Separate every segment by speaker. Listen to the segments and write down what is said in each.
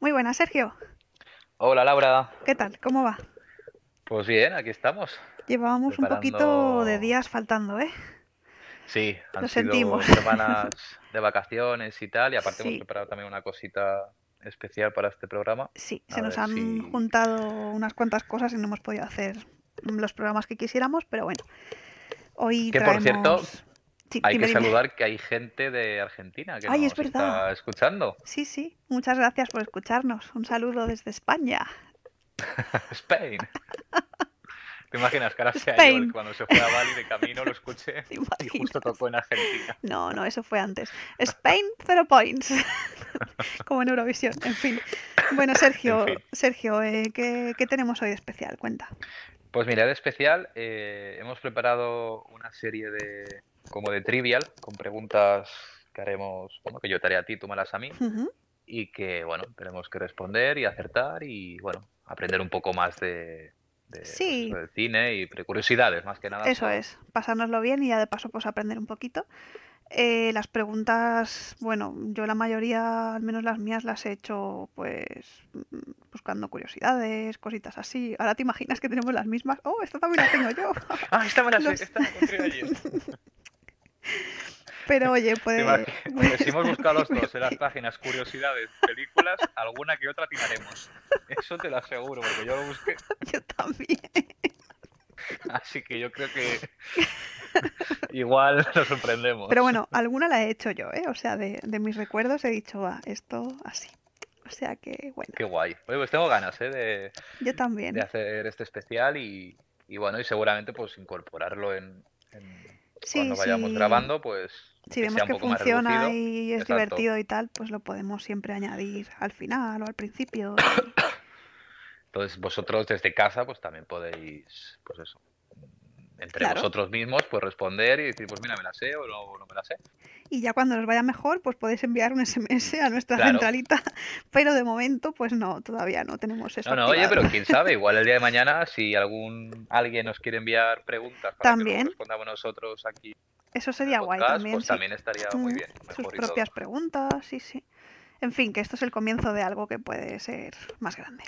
Speaker 1: Muy buenas, Sergio.
Speaker 2: Hola Laura,
Speaker 1: ¿Qué tal? ¿Cómo va?
Speaker 2: pues bien, aquí estamos.
Speaker 1: Llevábamos un poquito
Speaker 2: Preparando-
Speaker 1: de días faltando, ¿eh?
Speaker 2: Sí, han
Speaker 1: Lo
Speaker 2: sido
Speaker 1: sentimos.
Speaker 2: semanas de vacaciones y tal, y aparte
Speaker 1: Sí.
Speaker 2: hemos preparado también una cosita especial para este programa.
Speaker 1: Sí,
Speaker 2: A
Speaker 1: se nos
Speaker 2: ver
Speaker 1: han
Speaker 2: si-
Speaker 1: juntado unas cuantas cosas y no hemos podido hacer los programas que quisiéramos, pero bueno. Hoy
Speaker 2: Que, por cierto,
Speaker 1: traemos- Sí,
Speaker 2: Hay
Speaker 1: dime,
Speaker 2: que
Speaker 1: dime.
Speaker 2: saludar que hay gente de Argentina que
Speaker 1: Ay, es
Speaker 2: nos
Speaker 1: verdad.
Speaker 2: está escuchando.
Speaker 1: Sí, sí, muchas gracias por escucharnos. Un saludo desde España.
Speaker 2: Spain. ¿Te imaginas que ahora sea
Speaker 1: Spain.
Speaker 2: yo cuando se fue a Bali de camino lo escuché
Speaker 1: ¿Te
Speaker 2: y justo tocó en Argentina?
Speaker 1: No, no, eso fue antes. Spain, cero points. Como en Eurovisión, en fin. Bueno, Sergio,
Speaker 2: En fin.
Speaker 1: Sergio, eh, ¿qué, qué tenemos hoy de especial? Cuenta.
Speaker 2: Pues mira, de especial eh, hemos preparado una serie de como de trivial con preguntas que haremos, bueno, que yo te haré a ti, tú me las a mí.
Speaker 1: Ujú.
Speaker 2: y que, bueno, tenemos que responder y acertar y, bueno, aprender un poco más de, de,
Speaker 1: Sí.
Speaker 2: pues, eso, de cine y pre- curiosidades, más que nada.
Speaker 1: Eso es, pasárnoslo bien y ya de paso pues aprender un poquito. Eh, las preguntas, bueno, yo la mayoría, al menos las mías, las he hecho pues mm, buscando curiosidades, cositas así. Ahora te imaginas que tenemos las mismas. Oh, esta también la tengo yo.
Speaker 2: Ah, esta me la sé,
Speaker 1: Los-
Speaker 2: esta la encontré ayer.
Speaker 1: Pero oye, pues, puede...
Speaker 2: imagino.
Speaker 1: puede
Speaker 2: pues, Si hemos
Speaker 1: estar
Speaker 2: buscado los dos en las
Speaker 1: divertido.
Speaker 2: páginas curiosidades, películas, alguna que otra tiraremos. Eso te lo aseguro, porque yo lo busqué.
Speaker 1: Yo también.
Speaker 2: Así que yo creo que igual nos sorprendemos.
Speaker 1: Pero bueno, alguna la he hecho yo, ¿eh? O sea, de, de mis recuerdos he dicho, ah, esto así. O sea que, bueno,
Speaker 2: Qué guay. Oye, pues tengo ganas, ¿eh? De,
Speaker 1: yo también.
Speaker 2: de hacer este especial y, y bueno, y seguramente pues incorporarlo en, en-
Speaker 1: Sí,
Speaker 2: cuando vayamos
Speaker 1: sí.
Speaker 2: grabando, pues
Speaker 1: Si
Speaker 2: que
Speaker 1: vemos
Speaker 2: sea un
Speaker 1: que
Speaker 2: poco más
Speaker 1: funciona
Speaker 2: reducido.
Speaker 1: y es
Speaker 2: exacto.
Speaker 1: divertido y tal, pues lo podemos siempre añadir al final o al principio.
Speaker 2: Entonces vosotros desde casa pues también podéis, pues eso, entre
Speaker 1: Claro.
Speaker 2: vosotros mismos pues responder y decir pues mira, me la sé o no, no me la sé.
Speaker 1: Y ya cuando nos vaya mejor, pues podéis enviar un SMS a nuestra
Speaker 2: Claro.
Speaker 1: centralita. Pero de momento, pues no, todavía no tenemos eso.
Speaker 2: No, no, oye,
Speaker 1: activado.
Speaker 2: pero quién sabe, igual el día de mañana si algún alguien nos quiere enviar preguntas para que
Speaker 1: También.
Speaker 2: nos respondamos nosotros aquí en
Speaker 1: Eso
Speaker 2: el
Speaker 1: sería guay
Speaker 2: podcast,
Speaker 1: también.
Speaker 2: pues
Speaker 1: sí.
Speaker 2: también estaría muy
Speaker 1: Mm,
Speaker 2: bien.
Speaker 1: Sus
Speaker 2: mejor y todo.
Speaker 1: propias preguntas, sí, sí. En fin, que esto es el comienzo de algo que puede ser más grande.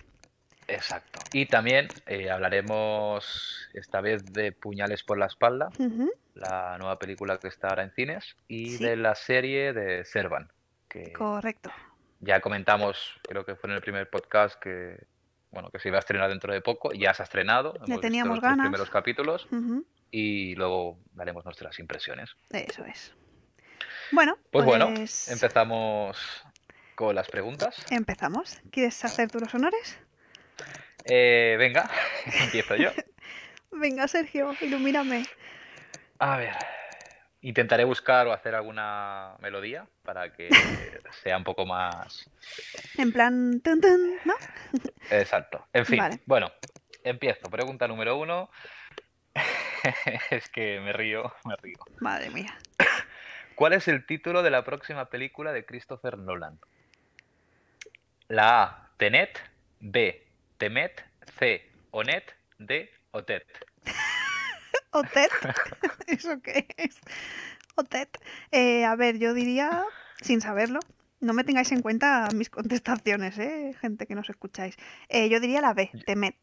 Speaker 2: Exacto. Y también eh, hablaremos esta vez de Puñales por la espalda,
Speaker 1: Ujú.
Speaker 2: la nueva película que está ahora en cines, y
Speaker 1: Sí.
Speaker 2: de la serie de Servan, que
Speaker 1: Correcto.
Speaker 2: ya comentamos, creo que fue en el primer podcast que bueno, que se iba a estrenar dentro de poco, ya se ha estrenado, hemos visto
Speaker 1: teníamos
Speaker 2: los tres
Speaker 1: ganas.
Speaker 2: primeros capítulos
Speaker 1: Ujú.
Speaker 2: y luego daremos nuestras impresiones.
Speaker 1: Eso es. Bueno,
Speaker 2: Pues bueno,
Speaker 1: pues Eh,
Speaker 2: Empezamos con las preguntas.
Speaker 1: empezamos. ¿Quieres hacer tú los honores?
Speaker 2: Eh, venga, empiezo yo.
Speaker 1: Venga, Sergio, ilumíname.
Speaker 2: A ver, intentaré buscar o hacer alguna melodía para que sea un poco más
Speaker 1: En plan, tun, tun, ¿no?
Speaker 2: exacto. En fin,
Speaker 1: Vale.
Speaker 2: bueno, empiezo. Pregunta número uno. Es que me río, me río.
Speaker 1: Madre mía.
Speaker 2: ¿Cuál es el título de la próxima película de Christopher Nolan? La A, Tenet, B, Temet, C, Onet, D, Otet.
Speaker 1: Otet. ¿Eso qué es? Otet. Eh, a ver, yo diría, sin saberlo, no me tengáis en cuenta mis contestaciones, ¿eh? gente que nos escucháis. Eh, yo diría la B, Temet.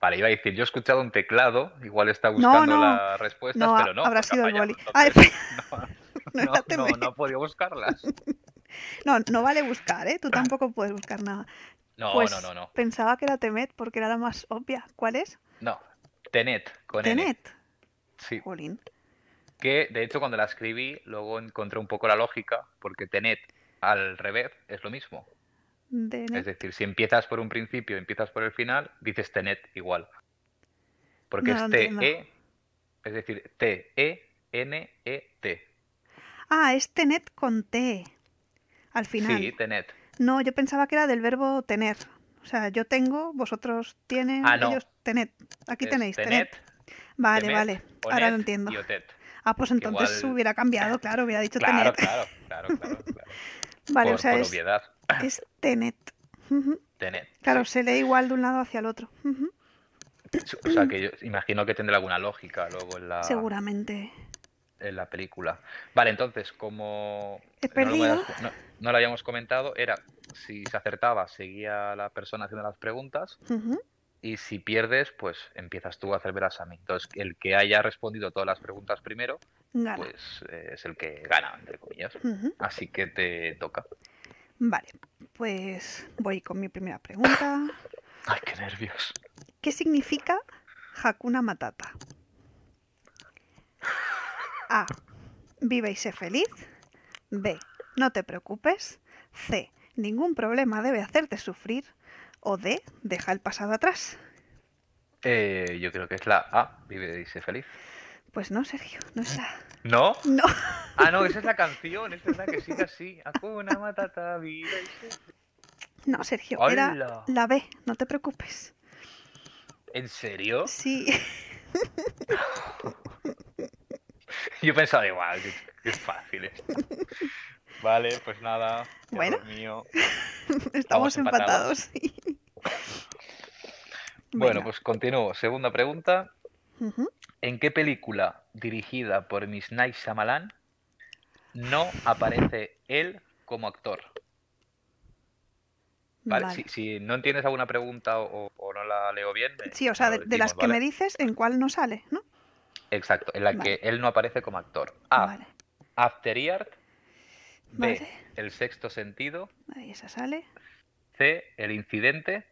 Speaker 2: Vale, iba a decir, yo he escuchado un teclado, igual está
Speaker 1: no.
Speaker 2: buscando las respuestas,
Speaker 1: No,
Speaker 2: pero no,
Speaker 1: habrá
Speaker 2: porque
Speaker 1: sido
Speaker 2: ha
Speaker 1: el
Speaker 2: fallado,
Speaker 1: boli. Ah,
Speaker 2: entonces, no,
Speaker 1: No
Speaker 2: no,
Speaker 1: era
Speaker 2: no,
Speaker 1: Temet.
Speaker 2: no ha podido buscarlas.
Speaker 1: No, no vale buscar, ¿eh? Tú tampoco puedes buscar nada.
Speaker 2: No,
Speaker 1: pues
Speaker 2: no, no, no.
Speaker 1: pensaba que era Temet porque era la más obvia. ¿Cuál es?
Speaker 2: No. Tenet, con N.
Speaker 1: Tenet.
Speaker 2: Sí.
Speaker 1: Jolín.
Speaker 2: Que de hecho cuando la escribí, luego encontré un poco la lógica, porque Tenet al revés es lo mismo. Es
Speaker 1: Tenet.
Speaker 2: decir, si empiezas por un principio y empiezas por el final, dices Tenet igual. Porque
Speaker 1: No lo
Speaker 2: es T-E,
Speaker 1: entiendo.
Speaker 2: es decir, E T-E-N-E-T.
Speaker 1: Ah, es Tenet con T. Al final.
Speaker 2: Sí, Tenet.
Speaker 1: No, yo pensaba que era del verbo tener. O sea, yo tengo, vosotros tienen,
Speaker 2: Ah, no.
Speaker 1: ellos tened. Aquí
Speaker 2: Es
Speaker 1: tenéis, tened.
Speaker 2: Tenet,
Speaker 1: Vale,
Speaker 2: Temet,
Speaker 1: vale.
Speaker 2: Onet
Speaker 1: Ahora lo entiendo.
Speaker 2: y Otet.
Speaker 1: Ah, pues entonces
Speaker 2: igual-
Speaker 1: hubiera cambiado, claro, hubiera dicho tener.
Speaker 2: Claro, claro, claro, claro, claro.
Speaker 1: Vale,
Speaker 2: por,
Speaker 1: o sea,
Speaker 2: por
Speaker 1: es,
Speaker 2: obviedad,
Speaker 1: es tenet. Ujú.
Speaker 2: Tenet.
Speaker 1: Claro,
Speaker 2: sí.
Speaker 1: se lee igual de un lado hacia el otro. Ujú.
Speaker 2: O sea, que yo imagino que tendrá alguna lógica luego en la,
Speaker 1: Seguramente.
Speaker 2: en la película. Vale, entonces, como
Speaker 1: He
Speaker 2: no lo,
Speaker 1: perdido.
Speaker 2: habías- no- no lo habíamos comentado, era si se acertaba, seguía la persona haciendo las preguntas.
Speaker 1: Ujú.
Speaker 2: Y si pierdes, pues empiezas tú a hacer veras a mí. Entonces, el que haya respondido todas las preguntas primero,
Speaker 1: Gana.
Speaker 2: pues eh, es el que gana, entre comillas.
Speaker 1: Ujú.
Speaker 2: Así que te toca.
Speaker 1: Vale, pues voy con mi primera pregunta.
Speaker 2: Ay, qué nervios.
Speaker 1: ¿Qué significa Hakuna Matata? A. Vive y sé feliz. B. No te preocupes. C. Ningún problema debe hacerte sufrir. O D. Deja el pasado atrás.
Speaker 2: Eh, yo creo que es la A, vive y sé feliz.
Speaker 1: Pues no, Sergio, no es la.
Speaker 2: ¿No?
Speaker 1: No.
Speaker 2: Ah, no, esa es la canción, es verdad que sigue así. Hakuna Matata, vive y sé
Speaker 1: No, Sergio, era
Speaker 2: ¡Hala!
Speaker 1: la B. No te preocupes.
Speaker 2: ¿En serio?
Speaker 1: Sí.
Speaker 2: Yo pensaba igual, qué, qué fácil es. Vale, pues nada.
Speaker 1: Bueno.
Speaker 2: error mío.
Speaker 1: Estamos empatados.
Speaker 2: empatados.
Speaker 1: sí.
Speaker 2: Bueno,
Speaker 1: Venga.
Speaker 2: pues continúo. Segunda pregunta. pues,
Speaker 1: Ujú.
Speaker 2: ¿En qué película dirigida por Miss Night Shyamalan no aparece él como actor? Vale,
Speaker 1: Vale.
Speaker 2: Si, si no entiendes alguna pregunta o, o no la leo bien. me-
Speaker 1: Sí, o
Speaker 2: me
Speaker 1: sea,
Speaker 2: lo
Speaker 1: de, de las
Speaker 2: decimos,
Speaker 1: que me
Speaker 2: ¿vale?
Speaker 1: dices, ¿en cuál no sale? ¿No?
Speaker 2: Exacto, en la
Speaker 1: Vale.
Speaker 2: que él no aparece como actor. A.
Speaker 1: Vale.
Speaker 2: After Earth. B.
Speaker 1: Vale.
Speaker 2: El sexto sentido.
Speaker 1: Ahí esa sale.
Speaker 2: C. El incidente.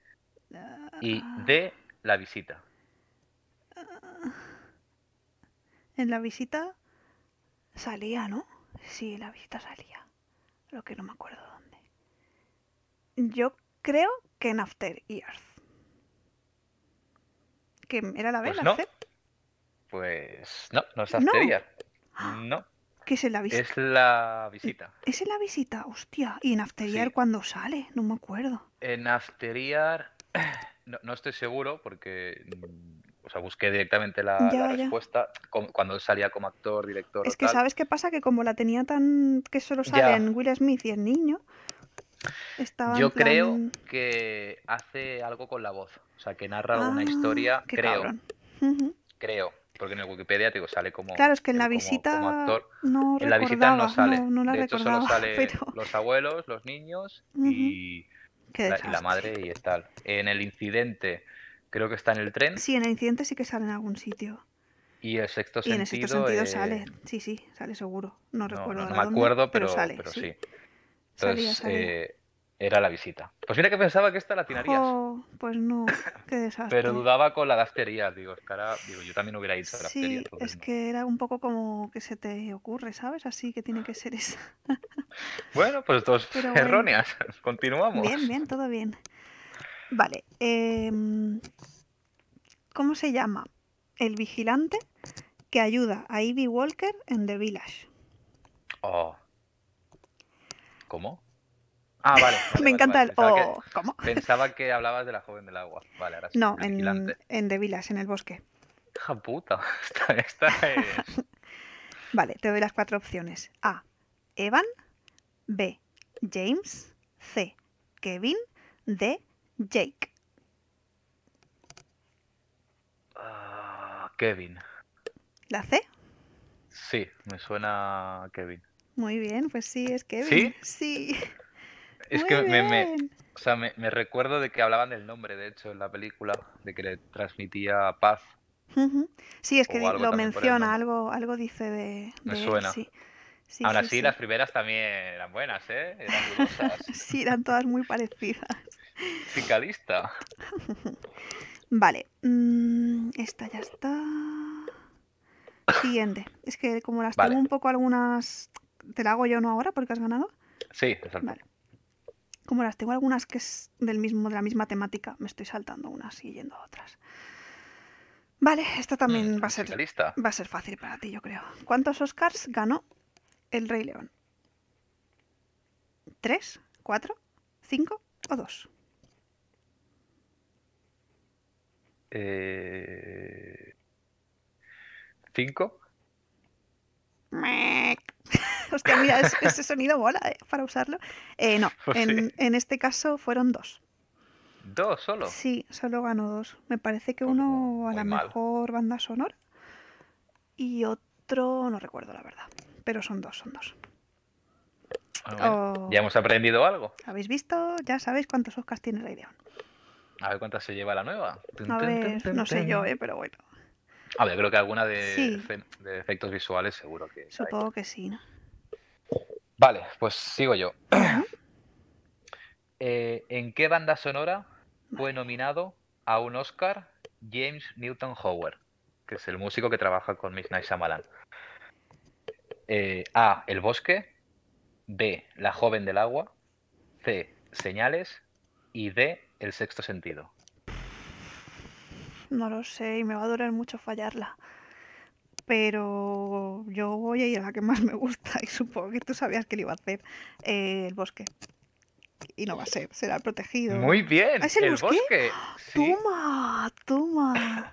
Speaker 2: Y
Speaker 1: Ah,
Speaker 2: D. La visita.
Speaker 1: En la visita salía, ¿no? Sí, en la visita salía. Lo que no me acuerdo dónde. Yo creo que en After Earth. ¿Que era la B,
Speaker 2: Pues
Speaker 1: la
Speaker 2: no.
Speaker 1: C?
Speaker 2: Pues no, no es
Speaker 1: No.
Speaker 2: After Earth.
Speaker 1: Ah, pues
Speaker 2: No,
Speaker 1: ¿Que es en la visita?
Speaker 2: Mm, es la visita.
Speaker 1: Es en la visita, hostia. ¿Y en After
Speaker 2: Sí.
Speaker 1: Earth cuando sale? No me acuerdo.
Speaker 2: En After Earth, no, no estoy seguro porque mm, o sea, busqué directamente la, la
Speaker 1: Ya, ya.
Speaker 2: respuesta com- cuando él salía como actor, director o
Speaker 1: Es que
Speaker 2: tal.
Speaker 1: ¿sabes qué pasa? Que como la tenía tan... que solo
Speaker 2: Ya.
Speaker 1: salen Will Smith y el niño, estaba en
Speaker 2: Yo creo
Speaker 1: plan,
Speaker 2: que hace algo con la voz, o sea, que narra alguna
Speaker 1: "Ah,
Speaker 2: historia,
Speaker 1: qué
Speaker 2: creo,
Speaker 1: cabrón". Ujú.
Speaker 2: creo, porque en el Wikipedia te digo, sale como
Speaker 1: Claro, es que en
Speaker 2: él
Speaker 1: la
Speaker 2: como-
Speaker 1: visita
Speaker 2: como actor.
Speaker 1: no
Speaker 2: En la visita
Speaker 1: recordaba,
Speaker 2: no sale.
Speaker 1: no, la
Speaker 2: de hecho,
Speaker 1: recordaba,
Speaker 2: solo sale
Speaker 1: pero
Speaker 2: los abuelos, los niños
Speaker 1: Ujú.
Speaker 2: y,
Speaker 1: qué
Speaker 2: la, y la
Speaker 1: desastre.
Speaker 2: madre y tal. En el incidente creo que está en el tren
Speaker 1: Sí, en el incidente sí que sale en algún sitio.
Speaker 2: y el sexto
Speaker 1: y en
Speaker 2: sentido,
Speaker 1: el sexto sentido
Speaker 2: eh,
Speaker 1: sale, sí, sí, sale seguro. No,
Speaker 2: no- no-
Speaker 1: recuerdo
Speaker 2: no
Speaker 1: ahora
Speaker 2: me
Speaker 1: dónde,
Speaker 2: acuerdo, pero,
Speaker 1: sale,
Speaker 2: pero
Speaker 1: sí.
Speaker 2: sí.
Speaker 1: Salía,
Speaker 2: Entonces,
Speaker 1: salía.
Speaker 2: eh, era la visita. Pues mira que pensaba que esta la atinarías,
Speaker 1: Jo, pues no, qué desastre.
Speaker 2: pero dudaba con la de After Earth, Digo, es que ahora- digo, yo también hubiera dicho la After
Speaker 1: Sí,
Speaker 2: Earth,
Speaker 1: es
Speaker 2: entonces no.
Speaker 1: que era un poco como que se te ocurre, ¿sabes? Así que tiene que ser esa.
Speaker 2: Bueno, pues dos
Speaker 1: Pero bueno.
Speaker 2: erróneas. Continuamos.
Speaker 1: Bien, bien, todo bien. Vale. em, ¿Cómo se llama el vigilante que ayuda a Ivy Walker en The Village?
Speaker 2: Oh. ¿Cómo? Ah, vale. vale,
Speaker 1: Me
Speaker 2: vale,
Speaker 1: encanta
Speaker 2: vale.
Speaker 1: el...
Speaker 2: Pensaba que-
Speaker 1: oh, ¿Cómo?
Speaker 2: Pensaba que hablabas de la joven del agua. Vale, ahora sí.
Speaker 1: No,
Speaker 2: el
Speaker 1: en,
Speaker 2: vigilante.
Speaker 1: en The Village, en el bosque.
Speaker 2: Hija ¡Ah, puta. Esta, esta es.
Speaker 1: Vale, te doy las cuatro opciones. A. Evan. B. James. C. Kevin. D. Jake.
Speaker 2: Ah, Kevin.
Speaker 1: ¿La C?
Speaker 2: Sí, me suena a Kevin.
Speaker 1: Muy bien, pues sí, es Kevin. Sí.
Speaker 2: Es
Speaker 1: muy
Speaker 2: que me, me-
Speaker 1: bien.
Speaker 2: o sea, me, me recuerdo de que hablaban del nombre, de hecho, en la película, de que le transmitía paz.
Speaker 1: Ujú. Sí, es
Speaker 2: O
Speaker 1: que di-
Speaker 2: algo
Speaker 1: lo
Speaker 2: también por el
Speaker 1: menciona,
Speaker 2: nombre.
Speaker 1: algo, algo dice de,
Speaker 2: Me
Speaker 1: de él,
Speaker 2: suena.
Speaker 1: sí. Sí,
Speaker 2: Aún
Speaker 1: sí,
Speaker 2: así,
Speaker 1: sí.
Speaker 2: las primeras también eran buenas, ¿eh? Eran dudosas.
Speaker 1: Sí, eran todas muy parecidas.
Speaker 2: Cicalista.
Speaker 1: Vale, mm, esta ya está. Siguiente. Es que como las
Speaker 2: Vale.
Speaker 1: tengo un poco algunas... ¿Te la hago yo no ahora porque has ganado?
Speaker 2: Sí, exacto.
Speaker 1: Vale. Como las tengo algunas que es del mismo, de la misma temática, me estoy saltando unas y yendo a otras. Vale, esta también
Speaker 2: Mm,
Speaker 1: va a ser,
Speaker 2: Cicalista.
Speaker 1: va a ser fácil para ti, yo creo. ¿Cuántos Oscars ganó El Rey León? ¿Tres? ¿Cuatro? ¿Cinco? ¿O dos?
Speaker 2: Eh... ¿Cinco?
Speaker 1: Mec. Hostia, mira, es- ese sonido mola ¿eh? para usarlo. Eh, no,
Speaker 2: Pues
Speaker 1: en, en este caso fueron dos.
Speaker 2: ¿Dos solo?
Speaker 1: Sí, solo ganó dos. Me parece que
Speaker 2: Pues
Speaker 1: uno
Speaker 2: mu-
Speaker 1: a la
Speaker 2: muy mal.
Speaker 1: mejor banda sonora y otro no recuerdo la verdad. Pero son dos, son dos. Oh.
Speaker 2: Ya hemos aprendido algo.
Speaker 1: ¿Habéis visto? Ya sabéis cuántos Oscars tiene Ray León.
Speaker 2: A ver cuántas se lleva la nueva. Tun,
Speaker 1: A
Speaker 2: tun, tun,
Speaker 1: ver,
Speaker 2: tun,
Speaker 1: no sé
Speaker 2: tun.
Speaker 1: yo, eh, pero bueno.
Speaker 2: A ver, creo que alguna de,
Speaker 1: Sí.
Speaker 2: efe- de efectos visuales seguro que. hay.
Speaker 1: Supongo que sí, ¿no?
Speaker 2: Vale, pues sigo yo. Eh, ¿En qué banda sonora fue nominado a un Oscar James Newton Howard, que es el músico que trabaja con Midnight Shyamalan? Eh, A. El bosque. B. La joven del agua. C. Señales. Y D. El sexto sentido.
Speaker 1: No lo sé y me va a doler mucho fallarla. Pero yo voy a ir a la que más me gusta y supongo que tú sabías que le iba a hacer eh, el bosque. Y no va a ser, será el protegido.
Speaker 2: Muy bien,
Speaker 1: ¿Es el bosque?
Speaker 2: Sí,
Speaker 1: Toma, toma.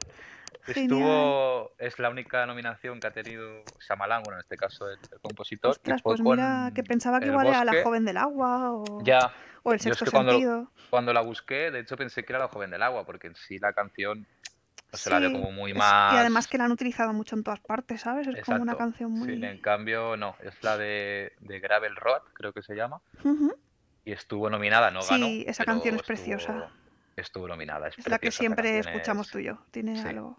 Speaker 1: Genial.
Speaker 2: estuvo, es la única nominación que ha tenido Shyamalan, bueno, en este caso el, el compositor. y
Speaker 1: Ostras,
Speaker 2: fue
Speaker 1: pues mira,
Speaker 2: con
Speaker 1: que pensaba que
Speaker 2: El
Speaker 1: igual era la
Speaker 2: Bosque.
Speaker 1: joven del agua o,
Speaker 2: Ya,
Speaker 1: o el
Speaker 2: yo es
Speaker 1: sexto
Speaker 2: que cuando-
Speaker 1: sentido.
Speaker 2: Cuando la busqué, de hecho pensé que era La Joven del Agua, porque en sí la canción no se la veo
Speaker 1: Sí,
Speaker 2: como muy
Speaker 1: es-
Speaker 2: más.
Speaker 1: Y además que la han utilizado mucho en todas partes, ¿sabes? Es como una
Speaker 2: Exacto,
Speaker 1: canción
Speaker 2: sí,
Speaker 1: muy...
Speaker 2: en cambio, no, es la de, de Gravel Road, creo que se llama,
Speaker 1: Ujú,
Speaker 2: y estuvo nominada, no ganó.
Speaker 1: Sí, esa
Speaker 2: pero
Speaker 1: canción es
Speaker 2: estuvo-
Speaker 1: preciosa.
Speaker 2: Estuvo nominada. Es,
Speaker 1: Es la
Speaker 2: preciosa,
Speaker 1: que
Speaker 2: esa
Speaker 1: siempre
Speaker 2: canción
Speaker 1: escuchamos
Speaker 2: es-
Speaker 1: tú y yo. Tiene
Speaker 2: sí.
Speaker 1: algo...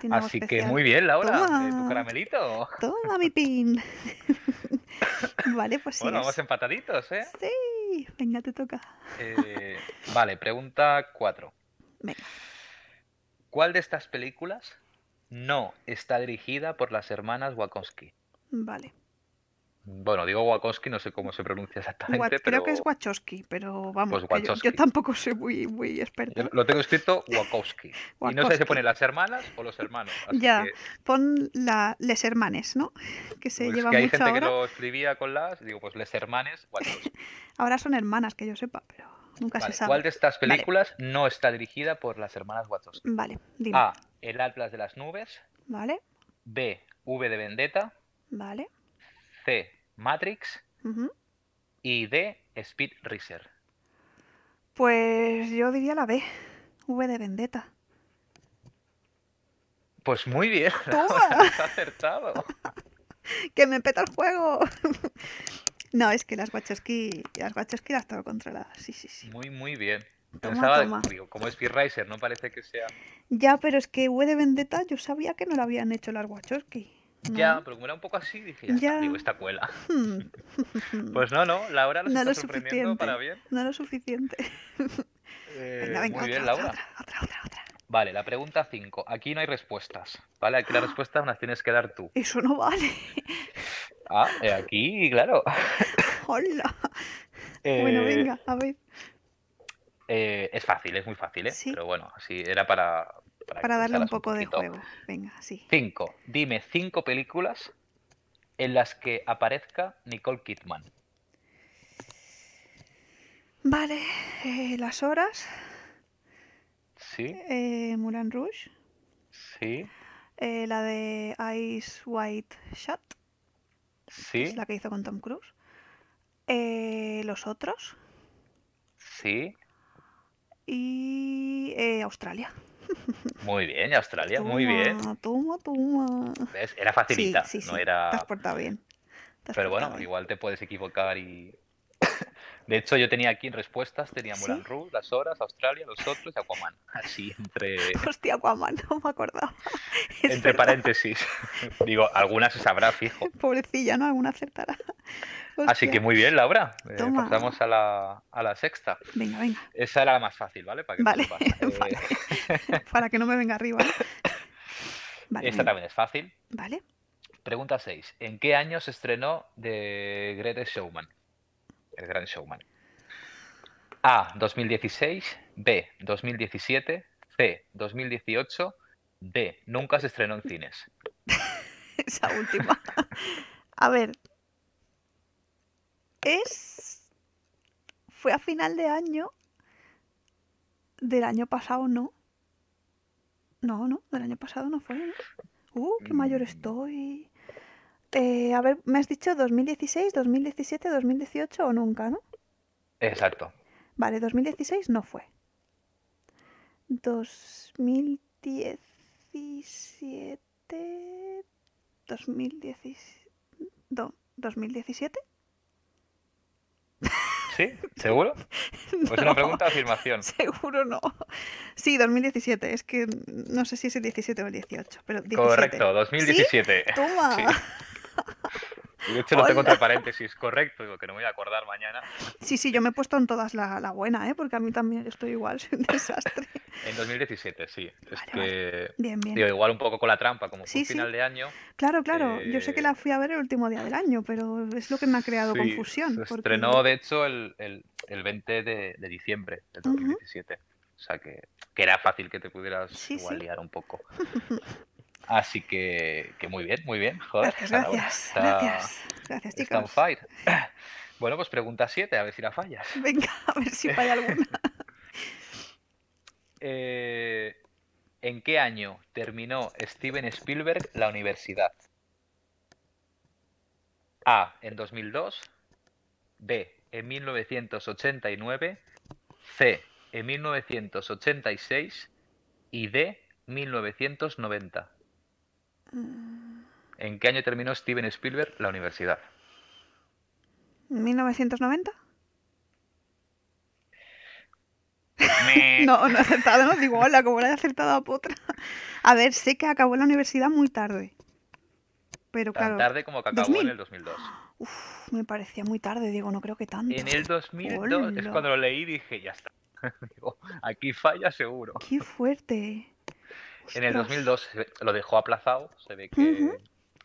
Speaker 1: tiene algo
Speaker 2: Así que
Speaker 1: especial.
Speaker 2: muy bien, Laura, eh, tu
Speaker 1: Toma.
Speaker 2: caramelito.
Speaker 1: Toma mi pin. vale, pues sí.
Speaker 2: bueno, vamos empataditos, ¿eh?
Speaker 1: Sí, venga, te toca.
Speaker 2: Eh, vale, pregunta 4.
Speaker 1: Venga.
Speaker 2: ¿Cuál de estas películas no está dirigida por las hermanas Wachowski?
Speaker 1: Vale.
Speaker 2: Bueno, digo Wachowski, no sé cómo se pronuncia exactamente,
Speaker 1: Wa-
Speaker 2: pero
Speaker 1: Creo que es Wachowski, pero vamos,
Speaker 2: Pues
Speaker 1: que yo- yo,
Speaker 2: Wachowski.
Speaker 1: tampoco soy muy, muy
Speaker 2: yo
Speaker 1: experta.
Speaker 2: lo tengo escrito Wachowski. Y no sé si
Speaker 1: Wachowski.
Speaker 2: pone las hermanas o los hermanos. así
Speaker 1: Ya,
Speaker 2: que,
Speaker 1: Pon la, les hermanes, ¿no? Que se
Speaker 2: pues,
Speaker 1: lleva
Speaker 2: que hay
Speaker 1: mucho
Speaker 2: gente que
Speaker 1: ahora.
Speaker 2: lo escribía con las, y digo, pues les hermanes Wachowski.
Speaker 1: Ahora son hermanas, que yo sepa, pero nunca
Speaker 2: Vale,
Speaker 1: se sabe.
Speaker 2: ¿Cuál de estas
Speaker 1: Vale.
Speaker 2: películas no está dirigida por las hermanas Wachowski?
Speaker 1: Vale, dime.
Speaker 2: A. El Atlas de las Nubes.
Speaker 1: Vale,
Speaker 2: B. V de Vendetta.
Speaker 1: vale.
Speaker 2: C. Matrix.
Speaker 1: ujú.
Speaker 2: Y D. Speed Racer.
Speaker 1: Pues yo diría la B. V de Vendetta.
Speaker 2: Pues muy bien,
Speaker 1: ¡Toma!
Speaker 2: has acertado.
Speaker 1: ¡Que me peta el juego! no, es que las Wachowski, las Wachowski las tengo controladas. Sí, sí, sí.
Speaker 2: Muy, muy bien.
Speaker 1: Toma,
Speaker 2: Pensaba, pues
Speaker 1: toma.
Speaker 2: digo, como Speed Racer, no parece que sea
Speaker 1: Ya, pero es que V de Vendetta yo sabía que no la habían hecho las Wachowski. ¿no?
Speaker 2: Ya, pero como era un poco así, dije, ya, está,
Speaker 1: Ya.
Speaker 2: digo, esta cuela.
Speaker 1: Hmm.
Speaker 2: Pues no, no, Laura nos
Speaker 1: No
Speaker 2: está
Speaker 1: lo
Speaker 2: sorprendiendo
Speaker 1: suficiente.
Speaker 2: para bien.
Speaker 1: No lo suficiente.
Speaker 2: Eh,
Speaker 1: Venga, venga,
Speaker 2: muy
Speaker 1: otra,
Speaker 2: bien,
Speaker 1: otra,
Speaker 2: Laura.
Speaker 1: otra, otra, otra, otra.
Speaker 2: Vale, la pregunta 5. Aquí no hay respuestas, ¿vale? Aquí
Speaker 1: Ah.
Speaker 2: las respuestas las tienes que dar tú.
Speaker 1: Eso no vale.
Speaker 2: Ah, eh, aquí, claro.
Speaker 1: Hola. Bueno,
Speaker 2: Eh,
Speaker 1: venga, a ver.
Speaker 2: eh, es fácil, es muy fácil, ¿eh?
Speaker 1: Sí.
Speaker 2: Pero bueno, así era para...
Speaker 1: Para darle un poco de juego. Venga, sí.
Speaker 2: 5. Dime cinco películas en las que aparezca Nicole Kidman.
Speaker 1: Vale, eh, las horas.
Speaker 2: ¿Sí?
Speaker 1: Eh, Moulin Rouge.
Speaker 2: ¿Sí?
Speaker 1: eh, la de Ice White Shut. que
Speaker 2: ¿Sí?
Speaker 1: Es la que hizo con Tom Cruise. Eh, los otros.
Speaker 2: ¿Sí?
Speaker 1: Y eh, Australia.
Speaker 2: Muy bien, Australia, muy bien.
Speaker 1: Toma, toma.
Speaker 2: ¿Ves? Era facilita,
Speaker 1: sí, sí,
Speaker 2: no
Speaker 1: sí,
Speaker 2: era...
Speaker 1: Te has portado bien. te has
Speaker 2: Ah, Pero bueno,
Speaker 1: portado bien.
Speaker 2: igual te puedes equivocar y... De hecho, yo tenía aquí en respuestas, tenía
Speaker 1: ¿Sí?
Speaker 2: Moulin Rouge, Las Horas, Australia, Los Otros y Aquaman. Así, entre,
Speaker 1: Hostia, Aquaman, no me acordaba. Es
Speaker 2: entre
Speaker 1: verdad,
Speaker 2: paréntesis. Digo, algunas se sabrá fijo.
Speaker 1: Pobrecilla, ¿no? Alguna acertará.
Speaker 2: Así que
Speaker 1: Hostia.
Speaker 2: muy bien, Laura. Eh,
Speaker 1: Toma.
Speaker 2: pasamos a la, a la sexta.
Speaker 1: Venga, venga,
Speaker 2: Esa era la más fácil, ¿vale? Para que no
Speaker 1: Vale,
Speaker 2: sepas. Eh,
Speaker 1: vale. para que no me venga arriba. ¿no? Vale,
Speaker 2: Esta
Speaker 1: venga,
Speaker 2: también es fácil.
Speaker 1: vale.
Speaker 2: Pregunta 6. ¿En qué año se estrenó The Greatest Showman? El Gran Showman. A. 2016. B. 2017. C. 2018. D. Nunca se estrenó en cines.
Speaker 1: Esa última. A ver. Es. Fue a final de año. Del año pasado, no. No, no, del año pasado no fue. ¿no? Uh, qué mayor
Speaker 2: Mm.
Speaker 1: estoy. Eh, a ver, me has dicho 2016, 2017, 2018 o nunca, ¿no?
Speaker 2: Exacto.
Speaker 1: Vale, 2016 no fue. 2017. 2017. do- 2017.
Speaker 2: ¿Sí? ¿Seguro? Pues
Speaker 1: No,
Speaker 2: una pregunta de afirmación.
Speaker 1: Seguro no. Sí, 2017. Es que no sé si es el 17 o el 18, pero 17.
Speaker 2: Correcto, 2017.
Speaker 1: Toma.
Speaker 2: Sí. Y de hecho lo tengo
Speaker 1: Hola.
Speaker 2: entre paréntesis, correcto, digo que no me voy a acordar mañana.
Speaker 1: Sí, sí, yo me he puesto en todas la, la buena, ¿eh? Porque a mí también estoy igual, soy un desastre.
Speaker 2: En 2017, sí. Es
Speaker 1: Vale,
Speaker 2: que,
Speaker 1: Bien, bien.
Speaker 2: digo, igual un poco con la trampa, como fue
Speaker 1: Sí,
Speaker 2: un
Speaker 1: sí.
Speaker 2: final de año.
Speaker 1: Claro, claro. Yo sé que
Speaker 2: Eh,
Speaker 1: la fui a ver el último día del año, pero es lo que me ha creado
Speaker 2: sí,
Speaker 1: confusión.
Speaker 2: Se
Speaker 1: porque-
Speaker 2: estrenó, de hecho, el, el, el 20 de, de diciembre de
Speaker 1: Ujú.
Speaker 2: 2017. O sea que, que era fácil que te pudieras
Speaker 1: Sí,
Speaker 2: igual
Speaker 1: sí.
Speaker 2: liar un poco. Así que, que muy bien, muy bien. Joder,
Speaker 1: Gracias,
Speaker 2: Sara, bueno,
Speaker 1: gracias.
Speaker 2: está-
Speaker 1: Gracias, gracias,
Speaker 2: Está on
Speaker 1: chicos.
Speaker 2: fire. Bueno, pues pregunta 7, a ver si la fallas.
Speaker 1: Venga, a ver si falla alguna.
Speaker 2: Eh, ¿En qué año terminó Steven Spielberg la universidad? A. En 2002. B. En 1989. C. En 1986. Y D. 1990.
Speaker 1: Mm,
Speaker 2: ¿En qué año terminó Steven Spielberg la universidad?
Speaker 1: ¿1990?
Speaker 2: Me-
Speaker 1: No, no he acertado, no digo hola, como la he acertado a potra. A ver, sé que acabó la universidad muy tarde. Pero
Speaker 2: Tan
Speaker 1: claro,
Speaker 2: tarde como que acabó
Speaker 1: 2000.
Speaker 2: en el 2002.
Speaker 1: uf, me parecía muy tarde, digo, no creo que tanto.
Speaker 2: En el 2002 es
Speaker 1: Hola.
Speaker 2: cuando lo leí y dije, ya está. Digo, aquí falla seguro.
Speaker 1: Qué fuerte.
Speaker 2: En el
Speaker 1: Ostras,
Speaker 2: 2002 se ve- lo dejó aplazado, se ve que
Speaker 1: Ujú,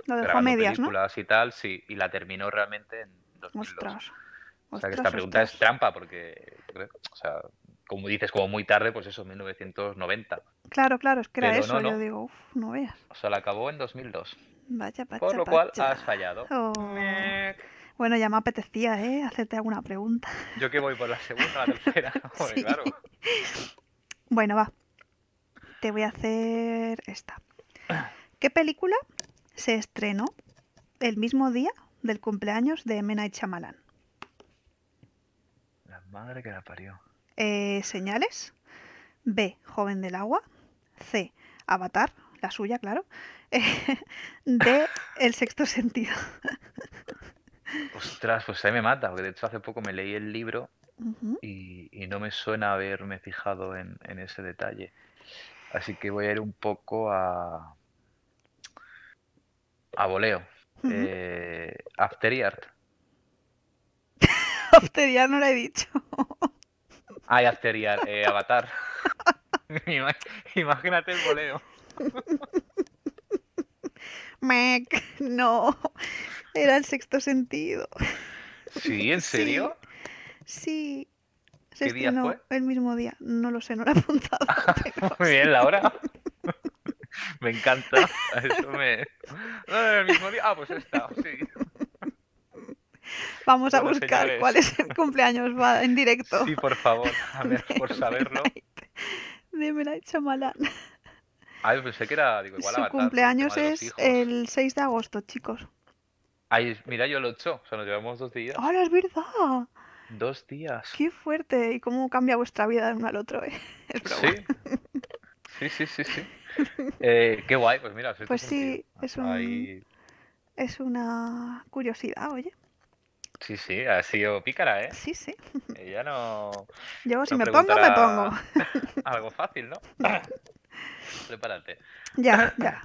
Speaker 1: Lo dejó a
Speaker 2: grabando
Speaker 1: medias, ¿no?
Speaker 2: películas y tal, sí, y la terminó realmente en 2002.
Speaker 1: Ostras.
Speaker 2: o sea que
Speaker 1: ostras,
Speaker 2: esta pregunta es
Speaker 1: ostras.
Speaker 2: trampa porque, creo- o sea, como dices, como muy tarde, pues eso, 1990.
Speaker 1: Claro, claro, es que era
Speaker 2: Pero
Speaker 1: eso.
Speaker 2: no, no.
Speaker 1: Yo digo, uff, no veas.
Speaker 2: O sea, la acabó en 2002.
Speaker 1: Vaya, pacha,
Speaker 2: Por lo cual
Speaker 1: pacha.
Speaker 2: has fallado.
Speaker 1: Oh. Bueno, ya me apetecía, ¿eh? Hacerte alguna pregunta.
Speaker 2: Yo que voy por la segunda, la tercera. Joder,
Speaker 1: Sí.
Speaker 2: claro.
Speaker 1: Bueno, va. Te voy a hacer esta. ¿Qué película se estrenó el mismo día del cumpleaños de M. Night Shyamalan?
Speaker 2: La madre que la parió.
Speaker 1: Eh, ¿Señales? B. Joven del agua. C. Avatar. La suya, claro. Eh, D. El sexto sentido.
Speaker 2: Ostras, pues ahí me mata, porque de hecho hace poco me leí el libro
Speaker 1: Ujú.
Speaker 2: y, y no me suena haberme fijado en, en ese detalle. Así que voy a ir un poco a, a voleo.
Speaker 1: Ujú.
Speaker 2: Eh, After Earth.
Speaker 1: After ya no la he dicho.
Speaker 2: Ay, After Earth, eh, Avatar. Ima- Imagínate el voleo.
Speaker 1: Mec, no. Era el sexto sentido.
Speaker 2: ¿Sí? ¿En
Speaker 1: Sí.
Speaker 2: serio?
Speaker 1: Sí. Se
Speaker 2: ¿Qué día
Speaker 1: estrenó
Speaker 2: fue?
Speaker 1: el mismo día. No lo sé, no lo he apuntado. pero
Speaker 2: Muy bien, Laura. Me encanta. Eso me... Ah, el mismo día. Ah, pues está. Sí,
Speaker 1: Vamos a
Speaker 2: Bueno,
Speaker 1: buscar
Speaker 2: señores.
Speaker 1: cuál es el cumpleaños va en directo.
Speaker 2: sí, por favor. A ver, por
Speaker 1: de
Speaker 2: saberlo.
Speaker 1: Night- De M. Night Shyamalan.
Speaker 2: Ah, yo pensé que era digo, Pues igual
Speaker 1: Su
Speaker 2: Avatar, por el
Speaker 1: cumpleaños
Speaker 2: tema de los
Speaker 1: es
Speaker 2: hijos.
Speaker 1: el 6 de agosto, chicos.
Speaker 2: Ay, es- mira, yo el 8, o sea, nos llevamos dos días.
Speaker 1: ¡Ahora es verdad!
Speaker 2: Dos días.
Speaker 1: ¡Qué fuerte! ¿Y cómo cambia vuestra vida de uno al otro? eh? Es broma.
Speaker 2: Sí. Sí, sí, sí, sí. Eh, qué guay, pues mira,
Speaker 1: Pues sí, es un-
Speaker 2: Ahí-
Speaker 1: Es una curiosidad, oye.
Speaker 2: Sí, sí, ha sido pícara, ¿eh?
Speaker 1: Sí, sí.
Speaker 2: Ella no...
Speaker 1: Yo Pues si
Speaker 2: no
Speaker 1: me pongo, me pongo.
Speaker 2: preguntará Algo fácil, ¿no? Prepárate.
Speaker 1: Ya, ya.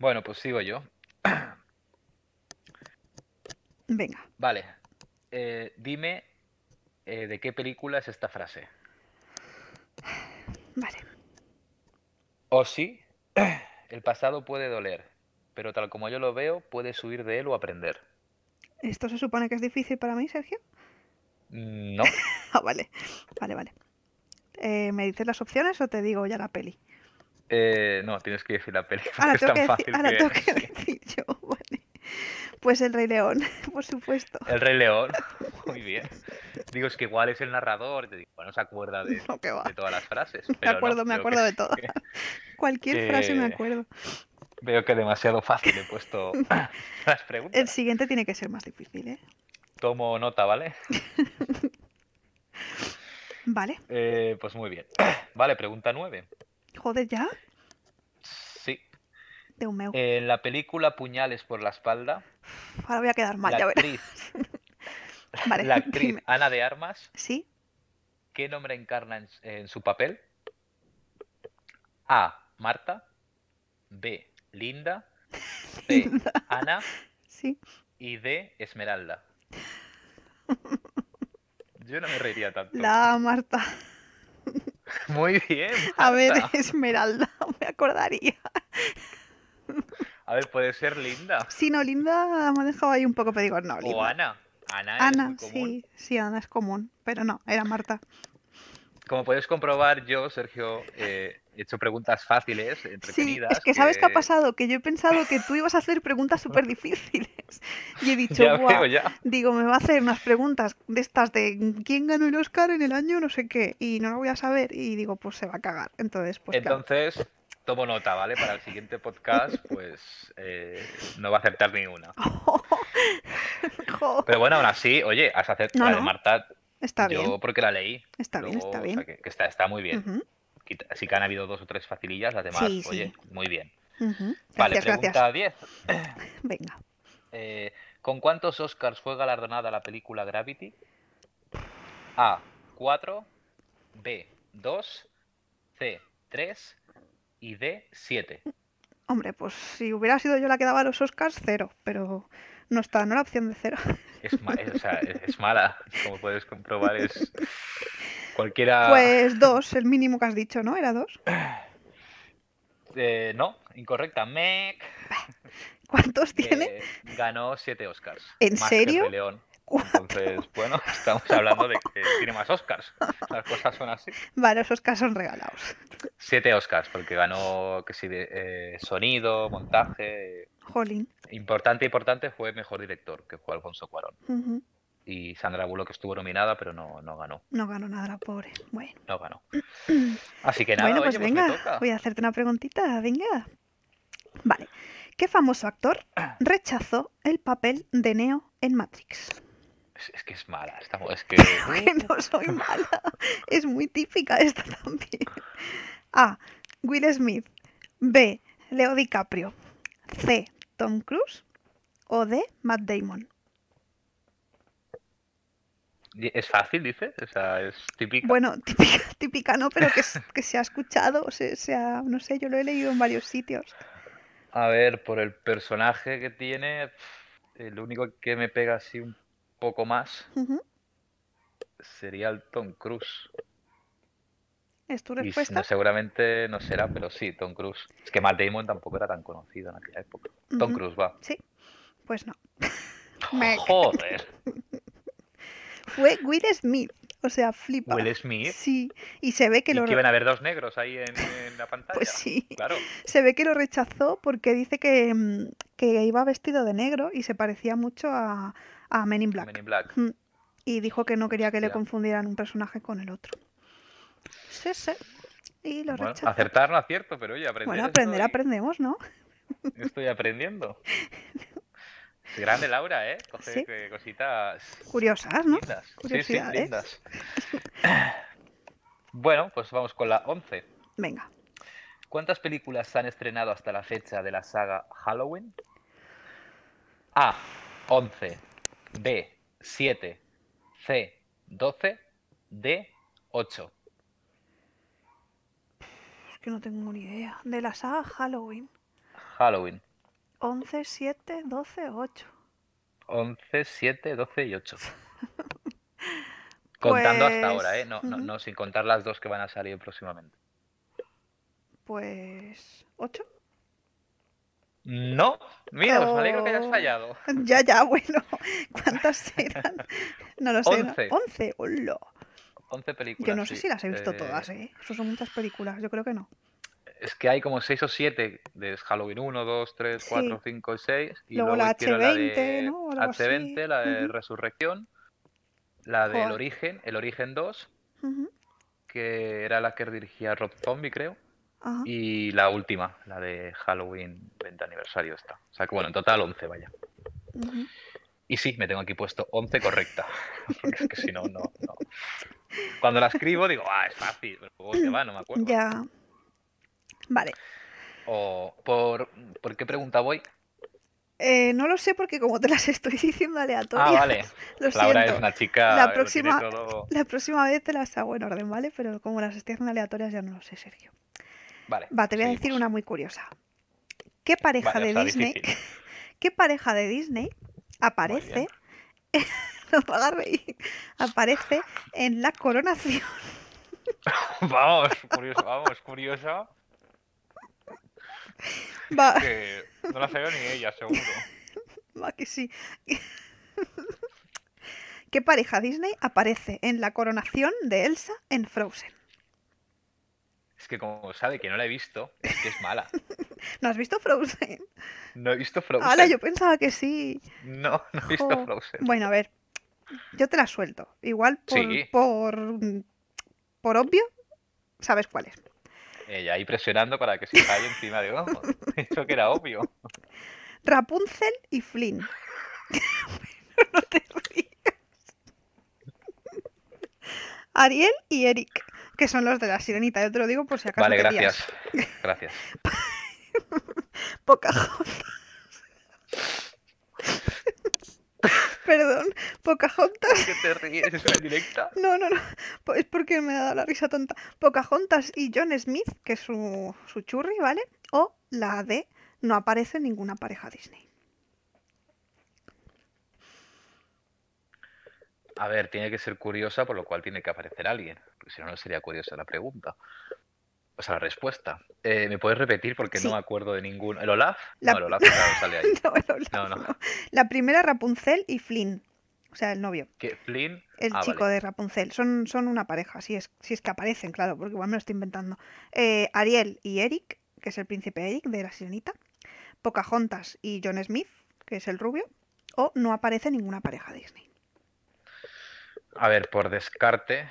Speaker 2: Bueno, pues sigo yo.
Speaker 1: Venga.
Speaker 2: Vale. Eh, dime eh, de qué película es esta frase.
Speaker 1: Vale.
Speaker 2: O sí, el pasado puede doler, pero tal como yo lo veo, puedes huir de él o aprender.
Speaker 1: ¿Esto se supone que es difícil para mí, Sergio?
Speaker 2: No.
Speaker 1: Ah, vale. Vale, vale. Eh, ¿Me dices las opciones o te digo ya la peli?
Speaker 2: Eh, no, tienes que decir la peli,
Speaker 1: Ahora
Speaker 2: porque es
Speaker 1: tengo,
Speaker 2: tan
Speaker 1: que decir,
Speaker 2: fácil
Speaker 1: ahora
Speaker 2: que-
Speaker 1: tengo que decir yo, vale. Pues el Rey León, por supuesto.
Speaker 2: El Rey León, muy bien. Digo, es que igual es el narrador, y te digo, bueno, se acuerda de,
Speaker 1: No, que va.
Speaker 2: de todas las frases.
Speaker 1: Me
Speaker 2: eh, pero no,
Speaker 1: acuerdo, me
Speaker 2: veo que
Speaker 1: acuerdo de
Speaker 2: sí,
Speaker 1: todo. Cualquier frase me
Speaker 2: Eh,
Speaker 1: acuerdo.
Speaker 2: Veo que demasiado fácil he puesto las preguntas.
Speaker 1: El siguiente tiene que ser más difícil, ¿eh?
Speaker 2: Tomo nota, ¿vale?
Speaker 1: Vale.
Speaker 2: Eh, pues muy bien. Vale, pregunta nueve.
Speaker 1: Joder, ya.
Speaker 2: Sí.
Speaker 1: De un
Speaker 2: Eh,
Speaker 1: meu.
Speaker 2: En la película Puñales por la espalda,
Speaker 1: Ahora voy a quedar mal,
Speaker 2: la
Speaker 1: ya verás.
Speaker 2: actriz
Speaker 1: Vale,
Speaker 2: la actriz
Speaker 1: dime.
Speaker 2: Ana de Armas,
Speaker 1: ¿Sí?
Speaker 2: ¿qué nombre encarna en, en su papel? A. Marta. B. Linda. C. Ana.
Speaker 1: Sí.
Speaker 2: Y D. Esmeralda. Yo no me reiría tanto.
Speaker 1: La Marta.
Speaker 2: Muy bien.
Speaker 1: A ver,
Speaker 2: Marta.
Speaker 1: Esmeralda, me acordaría.
Speaker 2: A ver, puede ser Linda.
Speaker 1: Si no, Linda me ha dejado ahí un poco, pero digo, no,
Speaker 2: O
Speaker 1: Ah, Linda.
Speaker 2: Ana. Ana, es
Speaker 1: Ana,
Speaker 2: muy común.
Speaker 1: sí, sí, Ana es común, pero no, era Marta.
Speaker 2: Como puedes comprobar, yo, Sergio, eh, he hecho preguntas fáciles,
Speaker 1: Sí,
Speaker 2: entretenidas.
Speaker 1: es que ¿sabes qué ha pasado? Que yo he pensado que tú ibas a hacer preguntas súper difíciles. Y he dicho,
Speaker 2: Ya
Speaker 1: "Buah,
Speaker 2: veo, ya.
Speaker 1: digo, me va a hacer unas preguntas de estas de quién ganó el Oscar en el año, no sé qué, y no lo voy a saber. Y digo, pues se va a cagar. Entonces, pues claro.
Speaker 2: Entonces, tomo nota, ¿vale? Para el siguiente podcast, pues eh, no va a acertar ninguna.
Speaker 1: Ah. Jo,
Speaker 2: Pero bueno, aún así, oye, has acertado
Speaker 1: No,
Speaker 2: la de
Speaker 1: no.
Speaker 2: Marta,
Speaker 1: está
Speaker 2: yo
Speaker 1: bien,
Speaker 2: porque la leí.
Speaker 1: está bien,
Speaker 2: Luego,
Speaker 1: está
Speaker 2: o
Speaker 1: bien.
Speaker 2: sea, que, que está, está muy bien.
Speaker 1: Ujú,
Speaker 2: Quita- Sí que han habido dos o tres facilillas, las demás,
Speaker 1: Sí, sí.
Speaker 2: oye, muy bien.
Speaker 1: ujú.
Speaker 2: Vale,
Speaker 1: Gracias, gracias.
Speaker 2: pregunta 10.
Speaker 1: Venga.
Speaker 2: Eh, ¿Con cuántos Oscars fue galardonada la película Gravity? A. 4. B. 2. C. 3. Y D. 7.
Speaker 1: Hombre, pues si hubiera sido yo la que daba los Oscars, cero, pero no está, no la opción de cero.
Speaker 2: Es, ma- es- o sea, es- es mala. Como puedes comprobar, es. Cualquiera.
Speaker 1: Pues dos, el mínimo que has dicho, ¿no? Era dos.
Speaker 2: Eh, no, incorrecta. Mec.
Speaker 1: ¿Cuántos tiene?
Speaker 2: eh, ganó 7 Oscars.
Speaker 1: ¿En
Speaker 2: más
Speaker 1: serio?
Speaker 2: Que el Rey León.
Speaker 1: Cuatro.
Speaker 2: Entonces, bueno, estamos hablando de que tiene más Oscars. Las cosas son así.
Speaker 1: Vale, los Oscars son regalados.
Speaker 2: Siete Oscars, porque ganó que sí, de, eh, sonido, montaje.
Speaker 1: Jolín.
Speaker 2: Importante, importante fue mejor director, que fue Alfonso Cuarón.
Speaker 1: Ujú.
Speaker 2: Y Sandra Bullock estuvo nominada, pero no, no ganó.
Speaker 1: No ganó nada la pobre. Bueno.
Speaker 2: No ganó. Así que nada,
Speaker 1: bueno, pues
Speaker 2: oye, pues me
Speaker 1: venga,
Speaker 2: toca.
Speaker 1: voy a hacerte una preguntita, venga. Vale. ¿Qué famoso actor rechazó el papel de Neo en Matrix?
Speaker 2: Es, es que es mala. Estamos, es que.
Speaker 1: que no soy mala. Es muy típica esta también. A. Will Smith. B. Leo DiCaprio. C. Tom Cruise. O D. Matt Damon.
Speaker 2: ¿Es fácil, dices? O sea, es típico.
Speaker 1: Bueno, típica, típica no, pero que, s- que se ha escuchado, se, se ha- no sé, yo lo he leído en varios sitios.
Speaker 2: A ver, por el personaje que tiene, pf, el único que me pega así un poco más
Speaker 1: Ujú.
Speaker 2: sería el Tom Cruise.
Speaker 1: ¿Es tu
Speaker 2: Y s-
Speaker 1: respuesta?
Speaker 2: no, seguramente no será, pero sí, Tom Cruise. Es que Matt Damon tampoco era tan conocido en aquella época. Tom
Speaker 1: Ujú.
Speaker 2: Cruise, va.
Speaker 1: Pues no. Mec.
Speaker 2: Joder,
Speaker 1: Fue Will Smith. O sea, flipa.
Speaker 2: Will Smith.
Speaker 1: Sí. Y se ve que
Speaker 2: ¿Y
Speaker 1: lo.
Speaker 2: que iban a ver dos negros ahí en, en la pantalla?
Speaker 1: Pues sí.
Speaker 2: Claro,
Speaker 1: Se ve que lo rechazó porque dice que, mm, que iba vestido de negro y se parecía mucho a, a Men in Black.
Speaker 2: Men in Black.
Speaker 1: Mm. Y dijo que no quería que le
Speaker 2: Hostia.
Speaker 1: confundieran un personaje con el otro. Sí, sí. Y lo
Speaker 2: Bueno,
Speaker 1: rechazó.
Speaker 2: acertar no acierto, pero oye, aprender
Speaker 1: Bueno, aprender
Speaker 2: estoy,
Speaker 1: aprendemos, ¿no?
Speaker 2: estoy aprendiendo. Grande Laura, ¿eh? Coge
Speaker 1: Sí.
Speaker 2: eh, cositas
Speaker 1: Curiosas, ¿no? ¿eh?
Speaker 2: Lindas. Sí, sí,
Speaker 1: Curiosidades.
Speaker 2: lindas. Bueno, pues vamos con la 11.
Speaker 1: Venga.
Speaker 2: ¿Cuántas películas se han estrenado hasta la fecha de la saga Halloween? A. 11. B. 7. C. 12. D. 8.
Speaker 1: Es que no tengo ni idea. De la saga Halloween.
Speaker 2: Halloween.
Speaker 1: 11, 7, 12, 8.
Speaker 2: 11, 7, 12 y 8. Contando hasta
Speaker 1: Pues,
Speaker 2: ahora, ¿eh? No, no,
Speaker 1: ujú.
Speaker 2: no, sin contar las dos que van a salir próximamente.
Speaker 1: Pues... ¿8?
Speaker 2: No, mira, os me alegro que hayas
Speaker 1: Oh.
Speaker 2: fallado.
Speaker 1: Ya, ya, bueno. ¿Cuántas eran? No lo sé. ¿no?
Speaker 2: Once.
Speaker 1: 11. hola.
Speaker 2: 11 películas.
Speaker 1: Yo no sé
Speaker 2: sí.
Speaker 1: si las he visto
Speaker 2: Eh,
Speaker 1: todas, ¿eh? Eso son muchas películas, yo creo que no.
Speaker 2: Es que hay como 6 o 7 de Halloween 1, 2, 3,
Speaker 1: Sí.
Speaker 2: 4, 5 y 6. Y
Speaker 1: Luego
Speaker 2: luego,
Speaker 1: la
Speaker 2: hicieron
Speaker 1: H20,
Speaker 2: de
Speaker 1: ¿no? O algo así.
Speaker 2: H20, la de
Speaker 1: Ujú.
Speaker 2: Resurrección, la del
Speaker 1: Joder.
Speaker 2: Origen, el Origen 2,
Speaker 1: Ujú,
Speaker 2: que era la que dirigía Rob Zombie, creo.
Speaker 1: ajá.
Speaker 2: Y la última, la de Halloween 20 aniversario esta. O sea que bueno, en total 11, vaya.
Speaker 1: Ujú.
Speaker 2: Y sí, me tengo aquí puesto 11 correcta. Porque es que si no, no, no. Cuando la escribo digo, ah, es fácil. Pero luego se va, no me acuerdo.
Speaker 1: Ya. Vale.
Speaker 2: O por, ¿por qué pregunta voy?
Speaker 1: Eh, no lo sé porque como te las estoy diciendo aleatorias.
Speaker 2: Ah, vale.
Speaker 1: Lo
Speaker 2: Laura
Speaker 1: siento.
Speaker 2: es una chica.
Speaker 1: La
Speaker 2: lo
Speaker 1: próxima-
Speaker 2: tiene todo-
Speaker 1: La próxima vez te las hago en orden, ¿vale? Pero como las estoy haciendo aleatorias ya no lo sé, Sergio.
Speaker 2: Vale.
Speaker 1: Va, te voy a decir
Speaker 2: seguimos.
Speaker 1: una muy curiosa. ¿Qué pareja
Speaker 2: Vale,
Speaker 1: de
Speaker 2: está
Speaker 1: Disney?
Speaker 2: difícil.
Speaker 1: ¿Qué pareja de Disney aparece? no me hagas reír. Aparece en la coronación.
Speaker 2: vamos, curioso, vamos, curiosa.
Speaker 1: Va,
Speaker 2: Que no la salió ni ella, seguro.
Speaker 1: va que sí. ¿Qué pareja Disney aparece en la coronación de Elsa en Frozen?
Speaker 2: Es que como sabe que no la he visto, es que es mala.
Speaker 1: ¿No has visto Frozen?
Speaker 2: No he visto Frozen.
Speaker 1: Ahora yo pensaba que sí.
Speaker 2: No, no he visto
Speaker 1: Jo.
Speaker 2: Frozen.
Speaker 1: Bueno, a ver, yo te la suelto. Igual por,
Speaker 2: Sí.
Speaker 1: por, por obvio, sabes cuál es.
Speaker 2: Ella ahí presionando para que se calle encima de ojo. Eso que era obvio.
Speaker 1: Rapunzel y Flynn. Pero no te rías. Ariel y Eric, que son los de la sirenita. Yo te lo digo por si acaso.
Speaker 2: Vale,
Speaker 1: te lías.
Speaker 2: gracias. Gracias.
Speaker 1: Pocahontas. Perdón, Pocahontas.
Speaker 2: ¿Por qué te ríes? ¿Es una directa?
Speaker 1: No, no, no. po- Es porque me ha dado la risa tonta. Pocahontas y John Smith, que es su, su churri, ¿vale? O la D, no aparece en ninguna pareja Disney.
Speaker 2: A ver, tiene que ser curiosa, por lo cual tiene que aparecer alguien. Porque si no, no sería curiosa la pregunta. O sea, la respuesta. Eh, ¿Me puedes repetir? Porque
Speaker 1: Sí.
Speaker 2: no me acuerdo de ningún. ¿El Olaf?
Speaker 1: La-
Speaker 2: No, el Olaf claro, sale ahí.
Speaker 1: No, el Olaf
Speaker 2: No, no.
Speaker 1: no. La primera, Rapunzel y Flynn. O sea, el novio,
Speaker 2: ¿Qué? ¿Flynn?
Speaker 1: el
Speaker 2: Ah,
Speaker 1: chico
Speaker 2: vale.
Speaker 1: de Rapunzel. Son, son una pareja, si es, si es que aparecen, claro, porque igual me lo estoy inventando. Eh, Ariel y Eric, que es el príncipe Eric de la sirenita. Pocahontas y John Smith, que es el rubio. O no aparece ninguna pareja Disney.
Speaker 2: A ver, por descarte,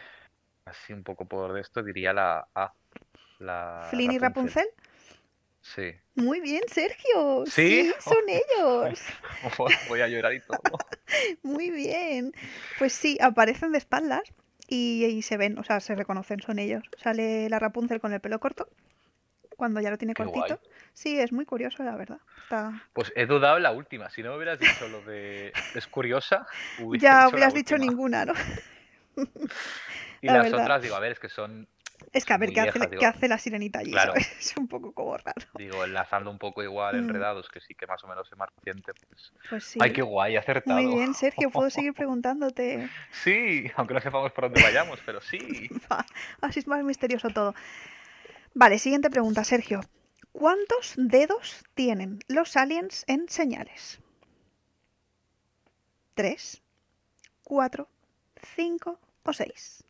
Speaker 2: así un poco por de esto, diría la A. La
Speaker 1: Flynn y Rapunzel.
Speaker 2: Sí.
Speaker 1: Muy bien, Sergio.
Speaker 2: ¿Sí?
Speaker 1: son ellos.
Speaker 2: Voy a llorar y todo.
Speaker 1: Muy bien. Pues sí, aparecen de espaldas y, y se ven, o sea, se reconocen, son ellos. Sale la Rapunzel con el pelo corto, cuando ya lo tiene
Speaker 2: Qué guay.
Speaker 1: cortito. Sí, es muy curioso, la verdad. Está-
Speaker 2: Pues he dudado en la última. Si no me hubieras dicho lo de es curiosa, hubiera
Speaker 1: Ya
Speaker 2: la
Speaker 1: hubieras dicho
Speaker 2: última.
Speaker 1: ninguna, ¿no?
Speaker 2: Y
Speaker 1: la
Speaker 2: las
Speaker 1: verdad.
Speaker 2: otras, digo, a ver, es que son,
Speaker 1: Es que a
Speaker 2: Son
Speaker 1: ver,
Speaker 2: muy
Speaker 1: ¿qué hace,
Speaker 2: viejas,
Speaker 1: qué
Speaker 2: digo.
Speaker 1: hace la sirenita allí?
Speaker 2: Claro.
Speaker 1: ¿sabes? Es un poco como raro.
Speaker 2: digo, enlazando un poco igual,
Speaker 1: Mm.
Speaker 2: enredados, que sí que más o menos es más reciente. pues.
Speaker 1: Pues sí.
Speaker 2: Ay, qué guay, acertado.
Speaker 1: muy bien, Sergio, puedo seguir preguntándote.
Speaker 2: Sí, aunque no sepamos por dónde vayamos, pero sí.
Speaker 1: Va, Así es más misterioso todo. Vale, siguiente pregunta, Sergio. ¿Cuántos dedos tienen los aliens en señales? ¿Tres? ¿Cuatro? ¿Cinco o seis?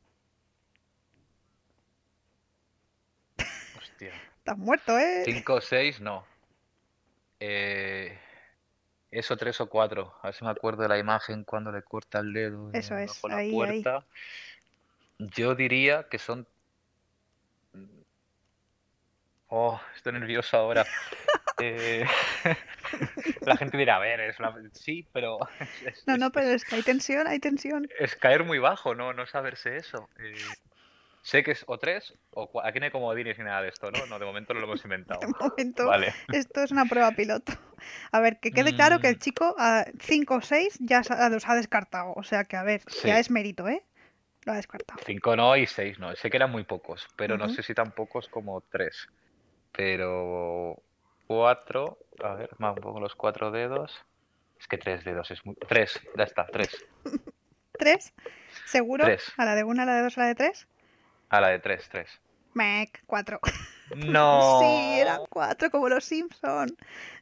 Speaker 2: Hostia.
Speaker 1: Estás muerto, ¿eh?
Speaker 2: 5 o 6, no. Eh, eso 3 o 4. A ver si me acuerdo de la imagen cuando le corta el dedo
Speaker 1: Eso es,
Speaker 2: con la
Speaker 1: ahí, ahí.
Speaker 2: puerta. Yo diría que son... Oh, estoy nervioso ahora. Eh, La gente dirá, a ver, es una... Sí, pero... es-
Speaker 1: No,
Speaker 2: es-
Speaker 1: no, pero es que hay tensión, hay tensión.
Speaker 2: es caer muy bajo, no, no saberse eso. Eh, sé que es o 3 o 4. Aquí no hay comodines ni nada de esto, ¿no? No, de momento no lo hemos inventado.
Speaker 1: De momento,
Speaker 2: Vale.
Speaker 1: esto es una prueba piloto. A ver, que quede claro que el
Speaker 2: Mm.
Speaker 1: chico a cinco o seis ya sa- los ha descartado. O sea que, a ver,
Speaker 2: Sí.
Speaker 1: ya es mérito, ¿eh? Lo ha descartado.
Speaker 2: Cinco no y seis no. Sé que eran muy pocos, pero no
Speaker 1: Ujú.
Speaker 2: sé si tan pocos como tres. Pero cuatro, a ver, más un poco los cuatro dedos. Es que tres dedos es muy... Tres, ya está, tres.
Speaker 1: ¿Tres? ¿Seguro?
Speaker 2: Tres.
Speaker 1: ¿A la de una, a la de dos, a la de tres?
Speaker 2: A Ah, la de tres, tres.
Speaker 1: Mec, cuatro.
Speaker 2: No.
Speaker 1: Sí, eran cuatro, como los Simpson.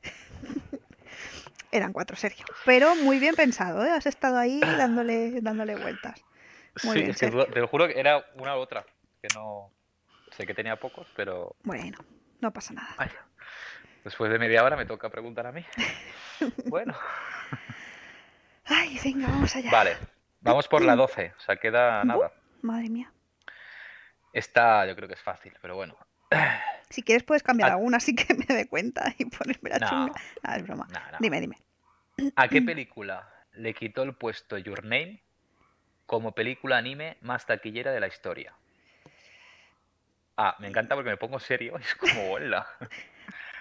Speaker 1: eran cuatro, Sergio. Pero muy bien pensado, ¿eh? Has estado ahí dándole, dándole vueltas. Muy
Speaker 2: Sí,
Speaker 1: bien,
Speaker 2: es que
Speaker 1: Sergio.
Speaker 2: te lo juro que era una u otra. Que no... Sé que tenía pocos, pero...
Speaker 1: Bueno, no pasa nada.
Speaker 2: ay, después de media hora me toca preguntar a mí. Bueno,
Speaker 1: Ay, venga, vamos allá.
Speaker 2: vale. Vamos por la 12, o sea, queda nada.
Speaker 1: Madre mía.
Speaker 2: Esta yo creo que es fácil, pero bueno.
Speaker 1: Si quieres puedes cambiar
Speaker 2: Ah.
Speaker 1: alguna, así que me dé cuenta y ponerme la
Speaker 2: No.
Speaker 1: chunga. Ah, es broma.
Speaker 2: Nah, nah.
Speaker 1: Dime, dime.
Speaker 2: ¿A
Speaker 1: Mm.
Speaker 2: qué película le quitó el puesto Your Name como película anime más taquillera de la historia? Ah,
Speaker 1: Eh.
Speaker 2: me encanta porque me pongo serio, es como hola.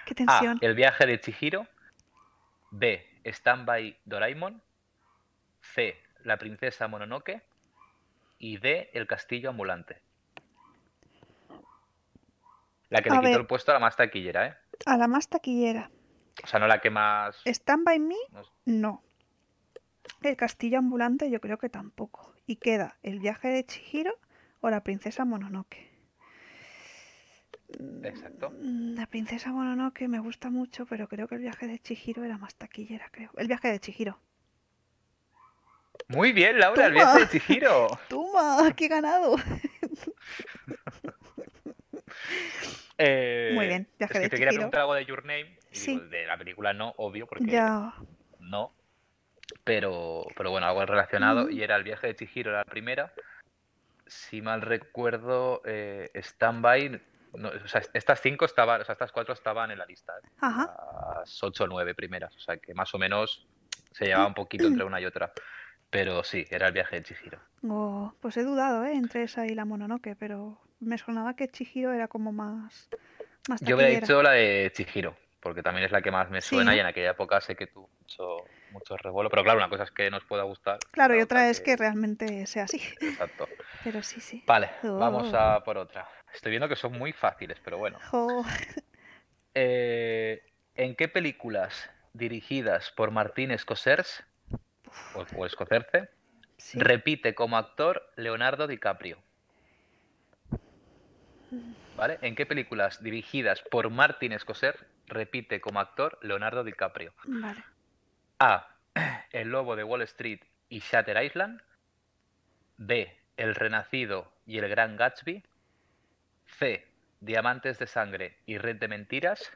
Speaker 1: Qué
Speaker 2: A.
Speaker 1: tensión.
Speaker 2: El viaje de Chihiro. B. Stand by Doraemon. C. La princesa Mononoke. Y D. El castillo ambulante. La que
Speaker 1: A
Speaker 2: le quitó
Speaker 1: ver.
Speaker 2: el puesto a la más taquillera, ¿eh?
Speaker 1: A la más taquillera.
Speaker 2: O sea, no la que más.
Speaker 1: Stand by me,
Speaker 2: no sé.
Speaker 1: no. El castillo ambulante yo creo que tampoco. Y queda el viaje de Chihiro o la princesa Mononoke. Mm,
Speaker 2: Exacto.
Speaker 1: La princesa Mononoke me gusta mucho, pero creo que el viaje de Chihiro era más taquillera, creo. El viaje de Chihiro.
Speaker 2: Muy bien, Laura, el viaje de Chihiro.
Speaker 1: ¡Toma! ¡Qué ganado!
Speaker 2: Eh,
Speaker 1: Muy bien,
Speaker 2: Es
Speaker 1: viaje
Speaker 2: que
Speaker 1: de
Speaker 2: te quería
Speaker 1: Chihiro.
Speaker 2: preguntar algo de Your Name. y
Speaker 1: Sí.
Speaker 2: digo, de la película no, obvio, porque
Speaker 1: Ya.
Speaker 2: no. Pero, pero bueno, algo relacionado.
Speaker 1: Ujú.
Speaker 2: Y era el viaje de Chihiro, la primera. Si mal recuerdo, eh, Stand By. no, o sea, estas cinco estaban, o sea, estas cuatro estaban en la lista. ¿eh?
Speaker 1: Ajá.
Speaker 2: Las ocho o nueve primeras. O sea, que más o menos se llevaba un poquito entre una y otra. Pero sí, era el viaje de Chihiro.
Speaker 1: Oh, pues he dudado, ¿eh? Entre esa y la Mononoke, pero me sonaba que Chihiro era como más. más
Speaker 2: Yo hubiera
Speaker 1: taquillera.
Speaker 2: dicho la de Chihiro, porque también es la que más me
Speaker 1: Sí,
Speaker 2: suena
Speaker 1: ¿no?
Speaker 2: y en aquella época sé que tuvo mucho, mucho revuelo. Pero claro, una cosa es que nos pueda gustar.
Speaker 1: Claro, y
Speaker 2: la
Speaker 1: otra es que realmente sea así.
Speaker 2: Exacto.
Speaker 1: Pero sí, sí.
Speaker 2: Vale, vamos
Speaker 1: Oh.
Speaker 2: a por otra. Estoy viendo que son muy fáciles, pero bueno.
Speaker 1: Jo,
Speaker 2: Eh, ¿En qué películas dirigidas por Martín Scorsese o, o Scorsese,
Speaker 1: sí.
Speaker 2: repite como actor Leonardo DiCaprio? ¿Vale? ¿En qué películas dirigidas por Martín Scorsese repite como actor Leonardo DiCaprio?
Speaker 1: Vale.
Speaker 2: A. El Lobo de Wall Street y Shatter Island. B. El Renacido y el Gran Gatsby. C. Diamantes de Sangre y Red de Mentiras.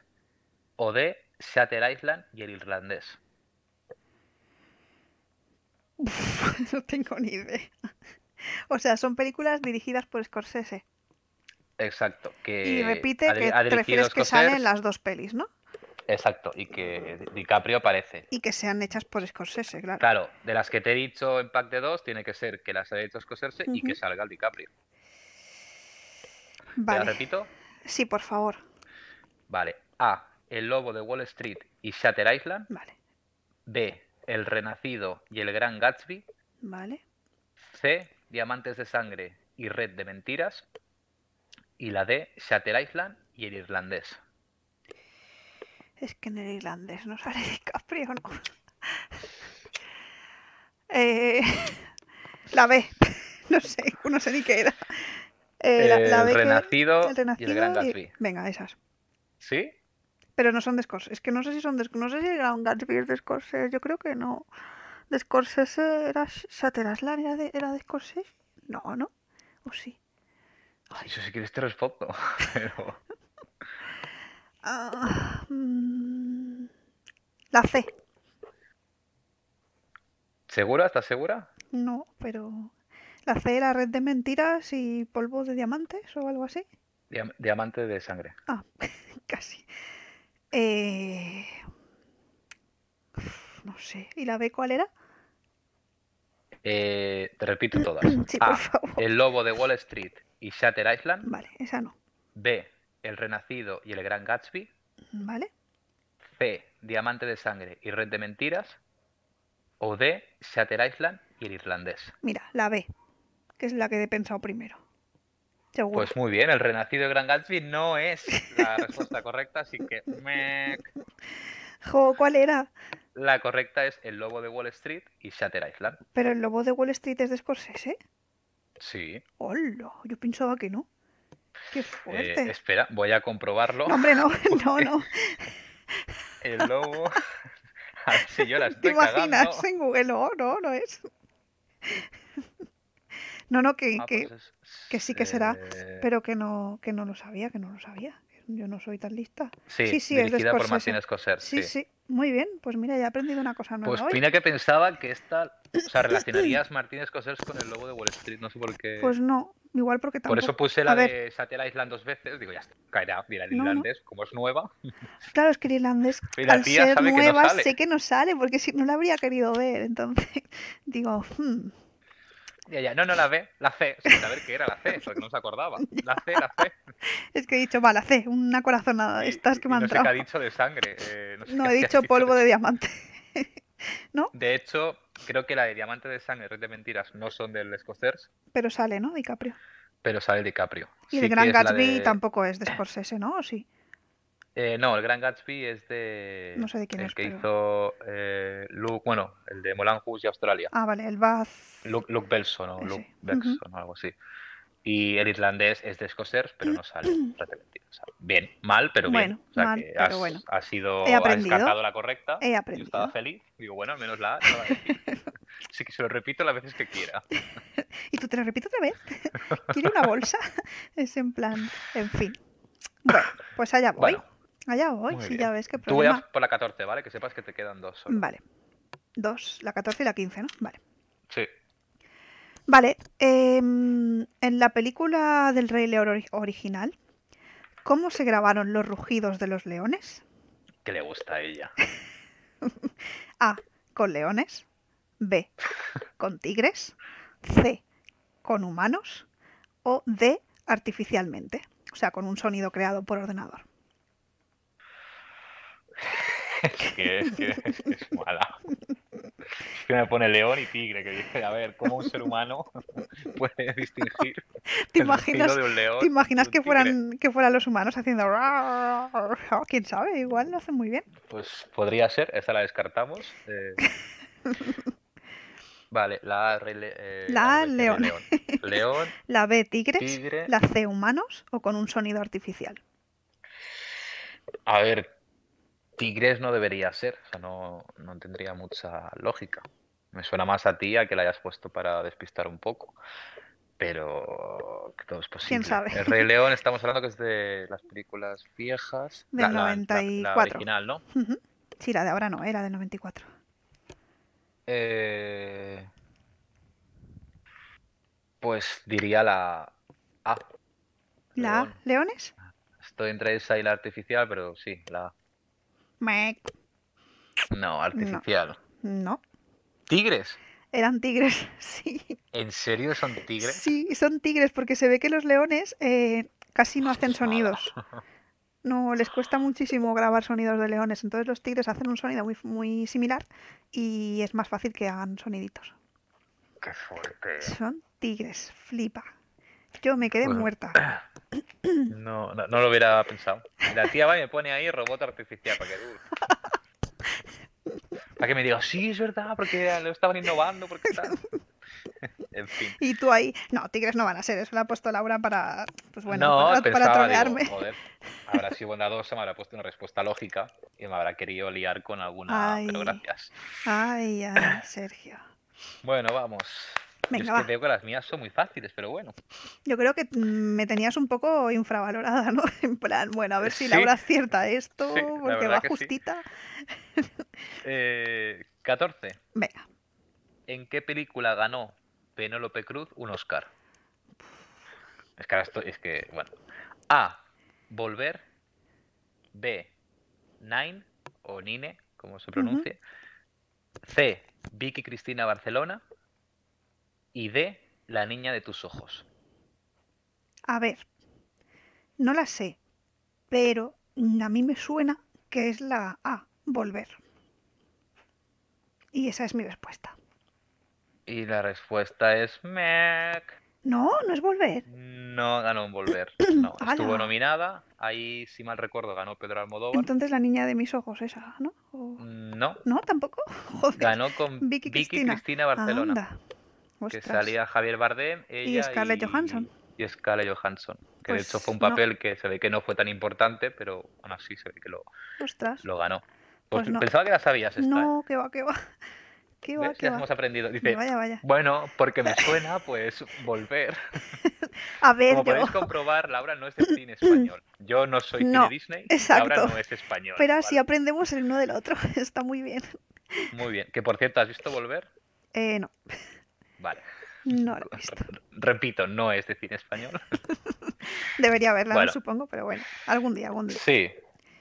Speaker 2: O D. Shatter Island y el Irlandés.
Speaker 1: no tengo ni idea. O sea, son películas dirigidas por Scorsese.
Speaker 2: Exacto. Que
Speaker 1: Y repite
Speaker 2: Eh, ha,
Speaker 1: que
Speaker 2: dir- ha
Speaker 1: te
Speaker 2: dirigido
Speaker 1: refieres que salen
Speaker 2: Scorsese.
Speaker 1: las dos pelis, ¿no?
Speaker 2: Exacto. Y que Di- DiCaprio aparece.
Speaker 1: Y que sean hechas por Scorsese, claro.
Speaker 2: Claro, de las que te he dicho en Pack de 2, tiene que ser que las haya hecho Scorsese y que
Speaker 1: Ujú.
Speaker 2: salga el DiCaprio. ¿Te la
Speaker 1: Vale.
Speaker 2: repito?
Speaker 1: Sí, por favor.
Speaker 2: Vale. A. El Lobo de Wall Street y Shatter Island.
Speaker 1: Vale.
Speaker 2: B. El Renacido y el Gran Gatsby.
Speaker 1: Vale.
Speaker 2: C. Diamantes de Sangre y Red de Mentiras. Y la D. Shatter Island y el Irlandés.
Speaker 1: Es que en el irlandés no sale DiCaprio, ¿no? Eh, la B. No sé, no sé ni qué era. Eh, la, la
Speaker 2: el,
Speaker 1: B que-
Speaker 2: renacido
Speaker 1: el Renacido
Speaker 2: y el Gran
Speaker 1: y-
Speaker 2: Gatsby.
Speaker 1: Venga, esas.
Speaker 2: ¿Sí?
Speaker 1: Pero no son de Scorsese. Es que no sé si son de No sé si era un Gatsby es de Scorsese. Yo creo que no. De Scorsese era Sh- Shutter Island. ¿Era de, era de Scorsese? No, ¿no? ¿O sí? Ay.
Speaker 2: Eso si quieres te respondo. Pero...
Speaker 1: Ah, mm, la C.
Speaker 2: ¿Segura? ¿Estás segura?
Speaker 1: No, pero... La C era Red de Mentiras y Polvo de Diamantes o algo así.
Speaker 2: Diam- diamante de Sangre.
Speaker 1: Ah, casi. Eh, No sé. ¿Y la B cuál era?
Speaker 2: Eh, te repito todas.
Speaker 1: Sí, por
Speaker 2: A.
Speaker 1: favor.
Speaker 2: El Lobo de Wall Street y Shatter Island.
Speaker 1: Vale, esa no.
Speaker 2: B. El Renacido y el Gran Gatsby.
Speaker 1: Vale.
Speaker 2: C. Diamante de sangre y red de mentiras. O D. Shatter Island y el irlandés.
Speaker 1: Mira, la B, que es la que he pensado primero. Seguro.
Speaker 2: Pues muy bien, el renacido de Gran Gatsby no es la respuesta correcta, así que mec.
Speaker 1: Jo, ¿cuál era?
Speaker 2: la correcta es El Lobo de Wall Street y Shatter Island.
Speaker 1: Pero el lobo de Wall Street es de Scorsese.
Speaker 2: Sí.
Speaker 1: Hola, yo pensaba que no. Qué
Speaker 2: eh,
Speaker 1: fuerte.
Speaker 2: espera, voy a comprobarlo.
Speaker 1: No, hombre, no, no,
Speaker 2: qué?
Speaker 1: no.
Speaker 2: El lobo. A ver si yo la
Speaker 1: ¿Te
Speaker 2: estoy
Speaker 1: imaginas
Speaker 2: cagando.
Speaker 1: en Google? No, no, no es. No, no, que,
Speaker 2: Ah,
Speaker 1: que,
Speaker 2: pues es-
Speaker 1: que sí que será,
Speaker 2: eh,
Speaker 1: pero que no, que no lo sabía, que no lo sabía. Yo no soy tan lista.
Speaker 2: Sí,
Speaker 1: sí, sí, es de
Speaker 2: dirigida por
Speaker 1: Scorsese.
Speaker 2: Martínez Coser.
Speaker 1: Sí, sí, Muy bien, pues mira, ya he aprendido una cosa nueva
Speaker 2: Pues
Speaker 1: hoy.
Speaker 2: mira que pensaba que esta, o sea, relacionarías Martínez Cosers con el lobo de Wall Street, no sé por qué.
Speaker 1: Pues no, igual porque
Speaker 2: eh, por
Speaker 1: tampoco.
Speaker 2: eso puse
Speaker 1: a
Speaker 2: la
Speaker 1: ver.
Speaker 2: de Satellite Island dos veces, digo, ya está, caerá, mira, el
Speaker 1: No, no.
Speaker 2: irlandés, como es nueva.
Speaker 1: Claro, es que el irlandés,
Speaker 2: Mira,
Speaker 1: al
Speaker 2: tía,
Speaker 1: ser
Speaker 2: sabe que no
Speaker 1: nueva,
Speaker 2: sale.
Speaker 1: sé que no sale, porque si no la habría querido ver. Entonces, digo, hmm,
Speaker 2: Y ella, no, no, la B, la C, sin saber qué era la C, porque no se acordaba. La C, la C.
Speaker 1: es que he dicho, va, la C, una corazonada de
Speaker 2: Y-
Speaker 1: estas que
Speaker 2: y
Speaker 1: me han
Speaker 2: no sé qué
Speaker 1: entrado.
Speaker 2: ha dicho de sangre. eh, no, sé
Speaker 1: No,
Speaker 2: qué
Speaker 1: he
Speaker 2: ha
Speaker 1: dicho polvo de diamante. ¿No?
Speaker 2: De hecho, creo que la de Diamante de Sangre y Red de Mentiras no son del Scorsese,
Speaker 1: Pero sale, ¿no? DiCaprio.
Speaker 2: pero sale DiCaprio.
Speaker 1: Y
Speaker 2: Sí
Speaker 1: el Gran
Speaker 2: que es la
Speaker 1: Gatsby
Speaker 2: de-
Speaker 1: tampoco es de Scorsese, ¿no? ¿O sí?
Speaker 2: Eh, no, el Gran Gatsby es de.
Speaker 1: No sé de quién
Speaker 2: el
Speaker 1: es,
Speaker 2: que
Speaker 1: pero-
Speaker 2: hizo eh, Luke, bueno, el de Moulin Rouge y Australia.
Speaker 1: Ah, vale, el Baz.
Speaker 2: Luke, Luke Belson o
Speaker 1: Ese.
Speaker 2: Luke Bergson o algo así. Y el irlandés es de Scorsese, pero no sale. Red de Mentiras. O sea, bien, mal, pero bien.
Speaker 1: Bueno,
Speaker 2: O sea,
Speaker 1: mal,
Speaker 2: que
Speaker 1: pero
Speaker 2: has,
Speaker 1: bueno.
Speaker 2: has sido.
Speaker 1: He
Speaker 2: has
Speaker 1: aprendido.
Speaker 2: descartado la correcta.
Speaker 1: He
Speaker 2: Yo
Speaker 1: aprendido.
Speaker 2: estaba feliz. Digo, bueno, al menos la A. no la decir. Así que se lo repito las veces que quiera.
Speaker 1: Y tú te lo repito otra vez. ¿Quiere una bolsa? es en plan, en fin. Bueno, pues allá voy.
Speaker 2: Bueno,
Speaker 1: allá voy,
Speaker 2: muy
Speaker 1: si
Speaker 2: bien.
Speaker 1: ya ves qué
Speaker 2: tú voy
Speaker 1: problema.
Speaker 2: a por la 14, ¿vale? Que sepas que te quedan dos solo.
Speaker 1: Vale. Dos, la 14 y la 15, ¿no? Vale.
Speaker 2: Sí.
Speaker 1: Vale, em, en la película del Rey León ori- original, ¿cómo se grabaron los rugidos de los leones?
Speaker 2: Que le gusta a ella.
Speaker 1: A. Con leones. B. Con tigres. C. Con humanos. O D. Artificialmente. O sea, con un sonido creado por ordenador.
Speaker 2: Es que es, que, es, que es mala. Es que me pone león y tigre. Que dije, a ver, ¿cómo un ser humano puede distinguir
Speaker 1: ¿Te
Speaker 2: el rugido
Speaker 1: imaginas,
Speaker 2: de un león?
Speaker 1: ¿te imaginas
Speaker 2: de un
Speaker 1: que,
Speaker 2: tigre?
Speaker 1: fueran, que fueran los humanos haciendo... Oh, ¿Quién sabe? Igual lo hacen muy bien.
Speaker 2: Pues podría ser, esa la descartamos. eh. Vale, la A, rey le- eh,
Speaker 1: La A,
Speaker 2: de
Speaker 1: león.
Speaker 2: león. León,
Speaker 1: La B. Tigres.
Speaker 2: tigre.
Speaker 1: La C. Humanos o con un sonido artificial.
Speaker 2: A ver, tigres no debería ser, o sea, no, no tendría mucha lógica. Me suena más a ti a que la hayas puesto para despistar un poco, pero que todo es
Speaker 1: ¿Quién
Speaker 2: posible.
Speaker 1: sabe?
Speaker 2: El Rey León, estamos hablando que es de las películas viejas,
Speaker 1: Del
Speaker 2: la, la- la- la
Speaker 1: 94.
Speaker 2: original, ¿no?
Speaker 1: Ujú. Sí, la de ahora no, era de 94.
Speaker 2: Eh, Pues diría la A.
Speaker 1: ¿La A,
Speaker 2: León.
Speaker 1: Leones?
Speaker 2: Estoy entre esa y la artificial, pero sí, la A.
Speaker 1: Mec.
Speaker 2: No, artificial.
Speaker 1: No,
Speaker 2: ¿Tigres?
Speaker 1: eran tigres, sí.
Speaker 2: ¿En serio son tigres?
Speaker 1: Sí, son tigres porque se ve que los leones eh, casi no hacen
Speaker 2: Ostras, mala.
Speaker 1: sonidos. No, les cuesta muchísimo grabar sonidos de leones, entonces los tigres hacen un sonido muy, muy similar y es más fácil que hagan soniditos.
Speaker 2: Qué fuerte.
Speaker 1: Son tigres, flipa. Yo me quedé
Speaker 2: Bueno.
Speaker 1: muerta.
Speaker 2: No, no, no lo hubiera pensado. Y La tía va y me pone ahí robot artificial para que uh. Para que me diga, sí, es verdad, porque lo estaban innovando, porque tal. En fin.
Speaker 1: Y tú ahí, no, tigres no van a ser, eso lo ha puesto Laura para, pues bueno, para,
Speaker 2: no,
Speaker 1: para
Speaker 2: pensaba, digo,
Speaker 1: trolearme.
Speaker 2: joder, habrá sido bondadosa, me habrá puesto una respuesta lógica y me habrá querido liar con alguna, pero
Speaker 1: Ay.
Speaker 2: gracias.
Speaker 1: Ay, ay, Sergio.
Speaker 2: Bueno, vamos. Yo
Speaker 1: Venga,
Speaker 2: es
Speaker 1: va.
Speaker 2: que veo que las mías son muy fáciles, pero bueno.
Speaker 1: Yo creo que mm, me tenías un poco infravalorada, ¿no? En plan, bueno, a ver si
Speaker 2: Sí.
Speaker 1: Laura acierta esto,
Speaker 2: Sí, la
Speaker 1: porque
Speaker 2: verdad
Speaker 1: va
Speaker 2: que sí.
Speaker 1: justita.
Speaker 2: Eh, 14.
Speaker 1: Venga,
Speaker 2: ¿En qué película ganó Penélope Cruz un Oscar? Es que ahora estoy, es que, bueno. A. Volver. B. Nine o Nine, como se pronuncie. C. Vicky Cristina Barcelona. Y D. La niña de tus ojos.
Speaker 1: a ver. No la sé, pero a mí me suena que es la A, volver. Y esa es mi respuesta.
Speaker 2: Y la respuesta es Mac.
Speaker 1: No, no es volver.
Speaker 2: No ganó en Volver. No, estuvo
Speaker 1: ¡Hala!
Speaker 2: nominada. Ahí, si mal recuerdo, ganó Pedro Almodóvar.
Speaker 1: Entonces la niña de mis ojos, esa, ¿no? O-
Speaker 2: No,
Speaker 1: ¿No? ¿Tampoco? Joder.
Speaker 2: Mm. ganó con
Speaker 1: Vicky
Speaker 2: Vicky
Speaker 1: Cristina.
Speaker 2: Cristina, Barcelona.
Speaker 1: Anda.
Speaker 2: que
Speaker 1: Ostras.
Speaker 2: salía Javier Bardem, ella
Speaker 1: Scarlett Johansson.
Speaker 2: Y Scarlett Johansson, que
Speaker 1: Pues
Speaker 2: de hecho fue un
Speaker 1: no.
Speaker 2: papel que se ve que no fue tan importante, pero aún así se ve que lo,
Speaker 1: Ostras.
Speaker 2: lo ganó.
Speaker 1: Pues
Speaker 2: Pues
Speaker 1: no.
Speaker 2: pensaba que la sabías esta, ¿eh?
Speaker 1: No, que va, que va. Que va,
Speaker 2: ¿Ves?
Speaker 1: que
Speaker 2: Ya
Speaker 1: va.
Speaker 2: hemos aprendido. Dice,
Speaker 1: Vaya, vaya.
Speaker 2: bueno, porque me suena, pues volver.
Speaker 1: A ver,
Speaker 2: Como
Speaker 1: yo-
Speaker 2: podéis comprobar, Laura no es de cine español. Yo no soy cine
Speaker 1: No,
Speaker 2: Disney,
Speaker 1: exacto.
Speaker 2: Laura no es español.
Speaker 1: Pero
Speaker 2: ¿vale?
Speaker 1: así aprendemos el uno del otro. Está muy bien.
Speaker 2: Muy bien. Que por cierto, ¿has visto volver?
Speaker 1: Eh, no,
Speaker 2: Vale.
Speaker 1: no lo he visto.
Speaker 2: Repito, no es de cine español.
Speaker 1: Debería verla,
Speaker 2: Bueno.
Speaker 1: supongo, pero bueno, algún día, algún día.
Speaker 2: Sí,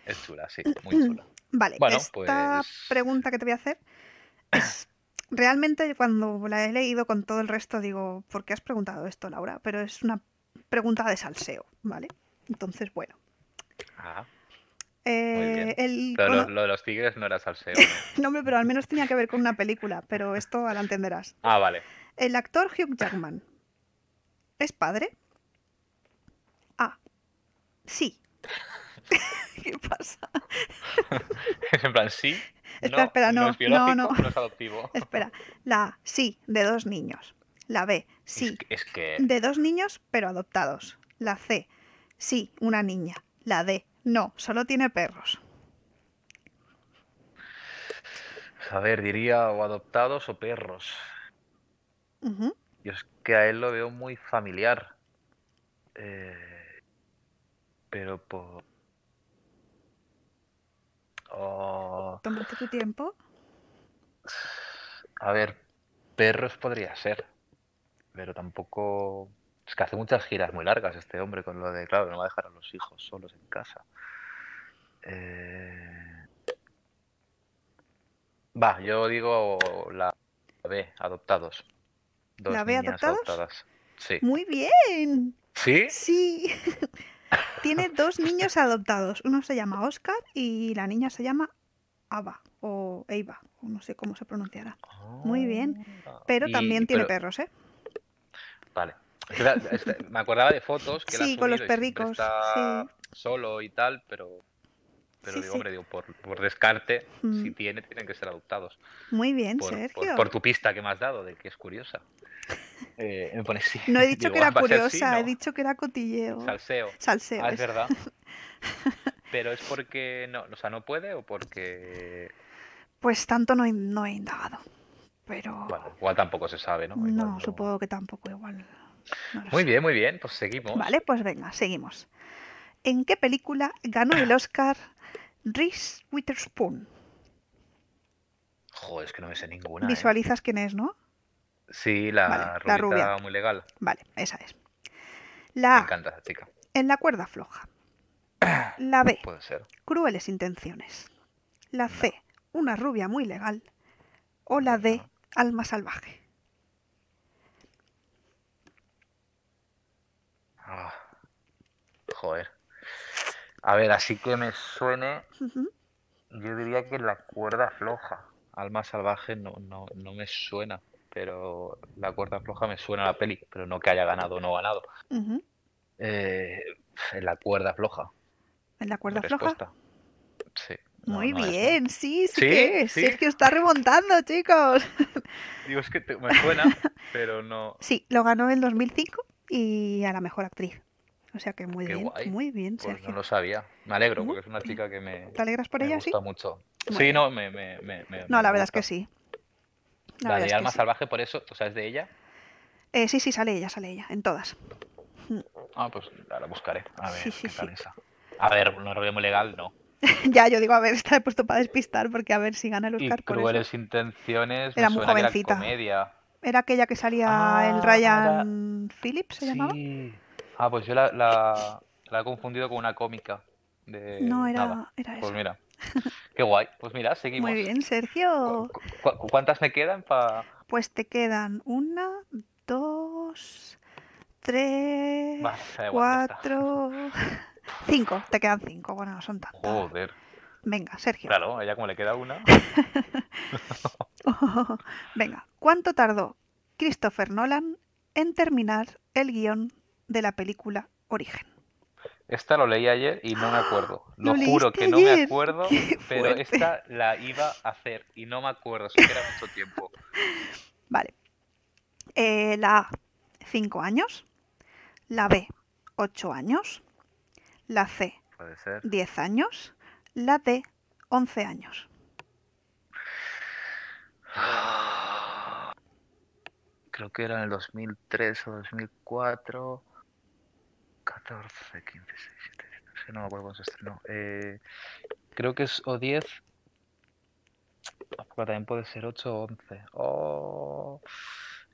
Speaker 2: es chula, sí, muy chula.
Speaker 1: Vale,
Speaker 2: Bueno,
Speaker 1: esta
Speaker 2: pues-
Speaker 1: pregunta que te voy a hacer es realmente cuando la he leído con todo el resto digo, ¿por qué has preguntado esto, Laura? Pero es una pregunta de salseo, ¿vale? Entonces, bueno,
Speaker 2: Ah,
Speaker 1: Eh,
Speaker 2: bien.
Speaker 1: el
Speaker 2: Lo, lo-
Speaker 1: cono-
Speaker 2: lo de los tigres no era salseo. ¿no?
Speaker 1: No, hombre, pero al menos tenía que ver con una película, pero esto la entenderás.
Speaker 2: Ah, vale.
Speaker 1: El actor Hugh Jackman es padre. Ah, sí. ¿Qué pasa?
Speaker 2: en plan, sí.
Speaker 1: Espera, espera, no,
Speaker 2: es biológico,
Speaker 1: no, no.
Speaker 2: es adoptivo.
Speaker 1: Espera, la A, sí de dos niños. La B, sí Mm.
Speaker 2: Es que- Es que.
Speaker 1: de dos niños pero adoptados. La C, sí una niña. La D, no, solo tiene perros.
Speaker 2: A ver, diría o adoptados o perros.
Speaker 1: Ujú.
Speaker 2: Yo es que a él lo veo muy familiar. Eh, pero por... Oh,
Speaker 1: Tómate tu tiempo.
Speaker 2: a ver, perros podría ser. Pero tampoco... Es que hace muchas giras muy largas este hombre con lo de, claro, no va a dejar a los hijos solos en casa. Eh, Va, yo digo la B, adoptados. Dos
Speaker 1: ¿La B,
Speaker 2: niñas
Speaker 1: adoptados? Mm.
Speaker 2: adoptadas. Sí.
Speaker 1: Muy bien.
Speaker 2: ¿Sí?
Speaker 1: Sí. Tiene dos niños adoptados. Uno se llama Oscar y la niña se llama Ava o Eva, o no sé cómo se pronunciará. Muy bien,
Speaker 2: Ah,
Speaker 1: Pero
Speaker 2: y-
Speaker 1: también tiene
Speaker 2: pero-
Speaker 1: perros, ¿eh?
Speaker 2: Vale. Es que la- esta- me acordaba de fotos que él ha
Speaker 1: Sí, con los
Speaker 2: subido y siempre
Speaker 1: perricos,
Speaker 2: está solo y tal, pero, pero
Speaker 1: Sí,
Speaker 2: digo,
Speaker 1: sí.
Speaker 2: hombre, digo, por, por descarte,
Speaker 1: Mm.
Speaker 2: si tiene, tienen que ser adoptados.
Speaker 1: Muy bien,
Speaker 2: Por, por-
Speaker 1: Sergio.
Speaker 2: por tu pista que me has dado, de que es curiosa. Eh, me pone sí.
Speaker 1: No he dicho
Speaker 2: Digo,
Speaker 1: que era
Speaker 2: "Ah, va a ser sí,
Speaker 1: curiosa, he
Speaker 2: ¿no?
Speaker 1: dicho que era cotilleo.
Speaker 2: Salseo.
Speaker 1: Salseo.
Speaker 2: Ah, es
Speaker 1: es.
Speaker 2: verdad. Pero es porque no, o sea, no puede o porque
Speaker 1: Pues tanto no he, no he indagado. Pero
Speaker 2: bueno, igual tampoco se sabe, ¿no?
Speaker 1: no,
Speaker 2: Igual
Speaker 1: supongo que tampoco igual. no lo
Speaker 2: Muy
Speaker 1: sé.
Speaker 2: bien, muy bien, pues seguimos.
Speaker 1: Vale, pues venga, seguimos. ¿En qué película ganó el Oscar Reese Witherspoon?
Speaker 2: Joder, es que no me sé ninguna. ¿eh?
Speaker 1: Visualizas quién es, ¿no?
Speaker 2: Sí, la
Speaker 1: Vale, la
Speaker 2: rubita
Speaker 1: rubia.
Speaker 2: muy legal.
Speaker 1: Vale, esa es.
Speaker 2: Me
Speaker 1: La A,
Speaker 2: encanta esa chica.
Speaker 1: en la cuerda floja. La B,
Speaker 2: Puede ser.
Speaker 1: crueles intenciones. La C, una rubia muy legal. O la D,
Speaker 2: No.
Speaker 1: alma salvaje.
Speaker 2: Ah, joder. A ver, así que me suene.
Speaker 1: Ujú.
Speaker 2: Yo diría que la cuerda floja. Alma salvaje no, no, no me suena. Pero la cuerda floja me suena a la peli. Pero no que haya ganado o no ganado.
Speaker 1: Ujú.
Speaker 2: Eh, en la cuerda floja.
Speaker 1: ¿En la
Speaker 2: mi
Speaker 1: cuerda floja?
Speaker 2: respuesta. Sí. No,
Speaker 1: Muy
Speaker 2: no es, ¿no?
Speaker 1: bien, sí, sí,
Speaker 2: Sí,
Speaker 1: que es.
Speaker 2: sí.
Speaker 1: Sergio está remontando, chicos.
Speaker 2: Digo, es que te- me suena, pero no.
Speaker 1: Sí, lo ganó en 2005 y a la mejor actriz. O sea que muy
Speaker 2: Qué
Speaker 1: bien,
Speaker 2: guay.
Speaker 1: muy bien,
Speaker 2: Pues no
Speaker 1: Sergio.
Speaker 2: lo sabía. Me alegro,
Speaker 1: Ujú.
Speaker 2: porque es una chica que me,
Speaker 1: ¿Te alegras por
Speaker 2: me
Speaker 1: ella, sí?
Speaker 2: gusta mucho.
Speaker 1: Muy
Speaker 2: Sí,
Speaker 1: bien.
Speaker 2: no, me, me, me, me-
Speaker 1: No,
Speaker 2: me
Speaker 1: la verdad es que
Speaker 2: gusta.
Speaker 1: sí. La
Speaker 2: La,
Speaker 1: verdad
Speaker 2: de
Speaker 1: es que
Speaker 2: Alma
Speaker 1: sí.
Speaker 2: Salvaje, por eso, o sea, es de ella.
Speaker 1: Eh, sí, sí, sale ella, sale ella, en todas.
Speaker 2: Ah, pues la la buscaré. A ver,
Speaker 1: Sí, sí,
Speaker 2: ¿qué tal
Speaker 1: sí.
Speaker 2: esa? A ver, una rubia muy legal, no.
Speaker 1: ya, yo digo, a ver, está puesto para despistar, porque a ver si gana el
Speaker 2: Y
Speaker 1: Oscar por eso.
Speaker 2: Crueles Intenciones, me
Speaker 1: Era muy
Speaker 2: suena que era
Speaker 1: jovencita.
Speaker 2: comedia.
Speaker 1: Era aquella que salía
Speaker 2: Ah,
Speaker 1: el
Speaker 2: era-
Speaker 1: Ryan Phillips, ¿se llamaba?
Speaker 2: Sí. Ah, pues yo la, la, la he confundido con una cómica. De...
Speaker 1: No, era,
Speaker 2: eh, Nada.
Speaker 1: era
Speaker 2: Pues
Speaker 1: esa.
Speaker 2: mira. Qué guay. Pues mira, seguimos.
Speaker 1: Muy bien, Sergio.
Speaker 2: ¿Cu- cu- cu- ¿Cuántas me quedan para...?
Speaker 1: Pues te quedan una, dos, tres, cuatro, cinco. Te quedan cinco. Bueno, no son tantas.
Speaker 2: Joder,
Speaker 1: Venga, Sergio.
Speaker 2: claro, a ella como le queda una.
Speaker 1: Venga, ¿cuánto tardó Christopher Nolan en terminar el guión de la película Origen?
Speaker 2: Esta lo leí ayer y no me acuerdo.
Speaker 1: Lo
Speaker 2: Lo juro
Speaker 1: leíste
Speaker 2: que no me
Speaker 1: ayer.
Speaker 2: acuerdo,
Speaker 1: Qué
Speaker 2: pero
Speaker 1: fuerte.
Speaker 2: esta la iba a hacer y no me acuerdo, sé que era mucho tiempo.
Speaker 1: Vale. Eh, la A, 5 años. La B, 8 años. La C,
Speaker 2: Puede ser.
Speaker 1: 10 años. La D, 11 años.
Speaker 2: Creo que era en el 2003 o 2004. 14, 15, 16, 17. Es que no me acuerdo cuándo se estrenó. Eh, creo que es o 10. Pero también puede ser 8 o 11. Oh.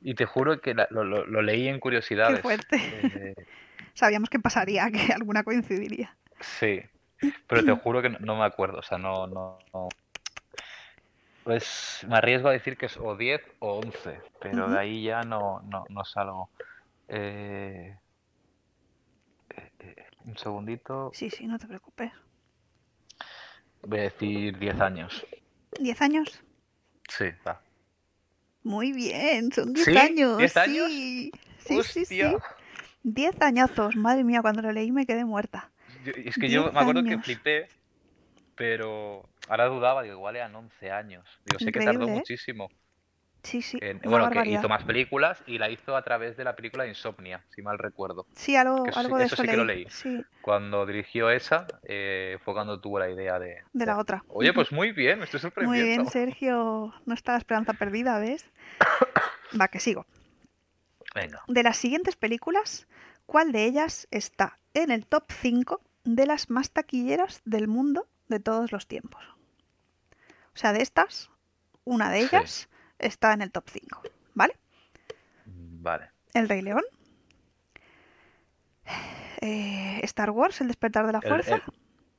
Speaker 2: Y te juro que la- lo, lo- lo leí en Curiosidades.
Speaker 1: fuerte.
Speaker 2: Eh,
Speaker 1: Sabíamos que pasaría, que alguna coincidiría.
Speaker 2: Sí, pero te juro que no, no me acuerdo, o sea, no, no, no. Pues me arriesgo a decir que es o 10 o 11, pero
Speaker 1: Ujú.
Speaker 2: de ahí ya no, no, no salgo. Eh, eh, eh, un segundito.
Speaker 1: Sí, sí, no te preocupes.
Speaker 2: Voy a decir 10 años.
Speaker 1: ¿Diez años?
Speaker 2: Sí, va.
Speaker 1: Muy bien, son diez
Speaker 2: ¿Sí?
Speaker 1: años.
Speaker 2: ¿Diez años?
Speaker 1: Sí, sí, sí, sí.
Speaker 2: Hostia.
Speaker 1: Diez añazos, madre mía, cuando lo leí me quedé muerta.
Speaker 2: Yo- es que yo
Speaker 1: Diez
Speaker 2: me acuerdo que
Speaker 1: años.
Speaker 2: flipé, pero ahora dudaba, digo, igual eran 11 años. Digo, sé que tardó
Speaker 1: Increíble, ¿eh?
Speaker 2: muchísimo.
Speaker 1: Sí, sí.
Speaker 2: en-
Speaker 1: una
Speaker 2: bueno, que
Speaker 1: barbaridad.
Speaker 2: hizo más películas y la hizo a través de la película Insomnia, si mal recuerdo.
Speaker 1: Sí, algo,
Speaker 2: que eso sí-
Speaker 1: algo de
Speaker 2: eso
Speaker 1: eso
Speaker 2: sí que lo
Speaker 1: leí.
Speaker 2: leí.
Speaker 1: Sí,
Speaker 2: Cuando dirigió esa, eh, fue cuando tuvo la idea de...
Speaker 1: de la otra.
Speaker 2: Oye,
Speaker 1: Ujú.
Speaker 2: pues muy bien, me estoy
Speaker 1: Muy
Speaker 2: sorprendiendo.
Speaker 1: bien, Sergio. No está la esperanza perdida, ¿ves? Va, que sigo.
Speaker 2: Venga.
Speaker 1: De las siguientes películas, ¿cuál de ellas está en el top 5 de las más taquilleras del mundo de todos los tiempos? O sea, de estas, una de
Speaker 2: Sí.
Speaker 1: ellas está en el top 5, ¿vale?
Speaker 2: Vale.
Speaker 1: El Rey León. eh, Star Wars, El despertar de la
Speaker 2: El-
Speaker 1: fuerza.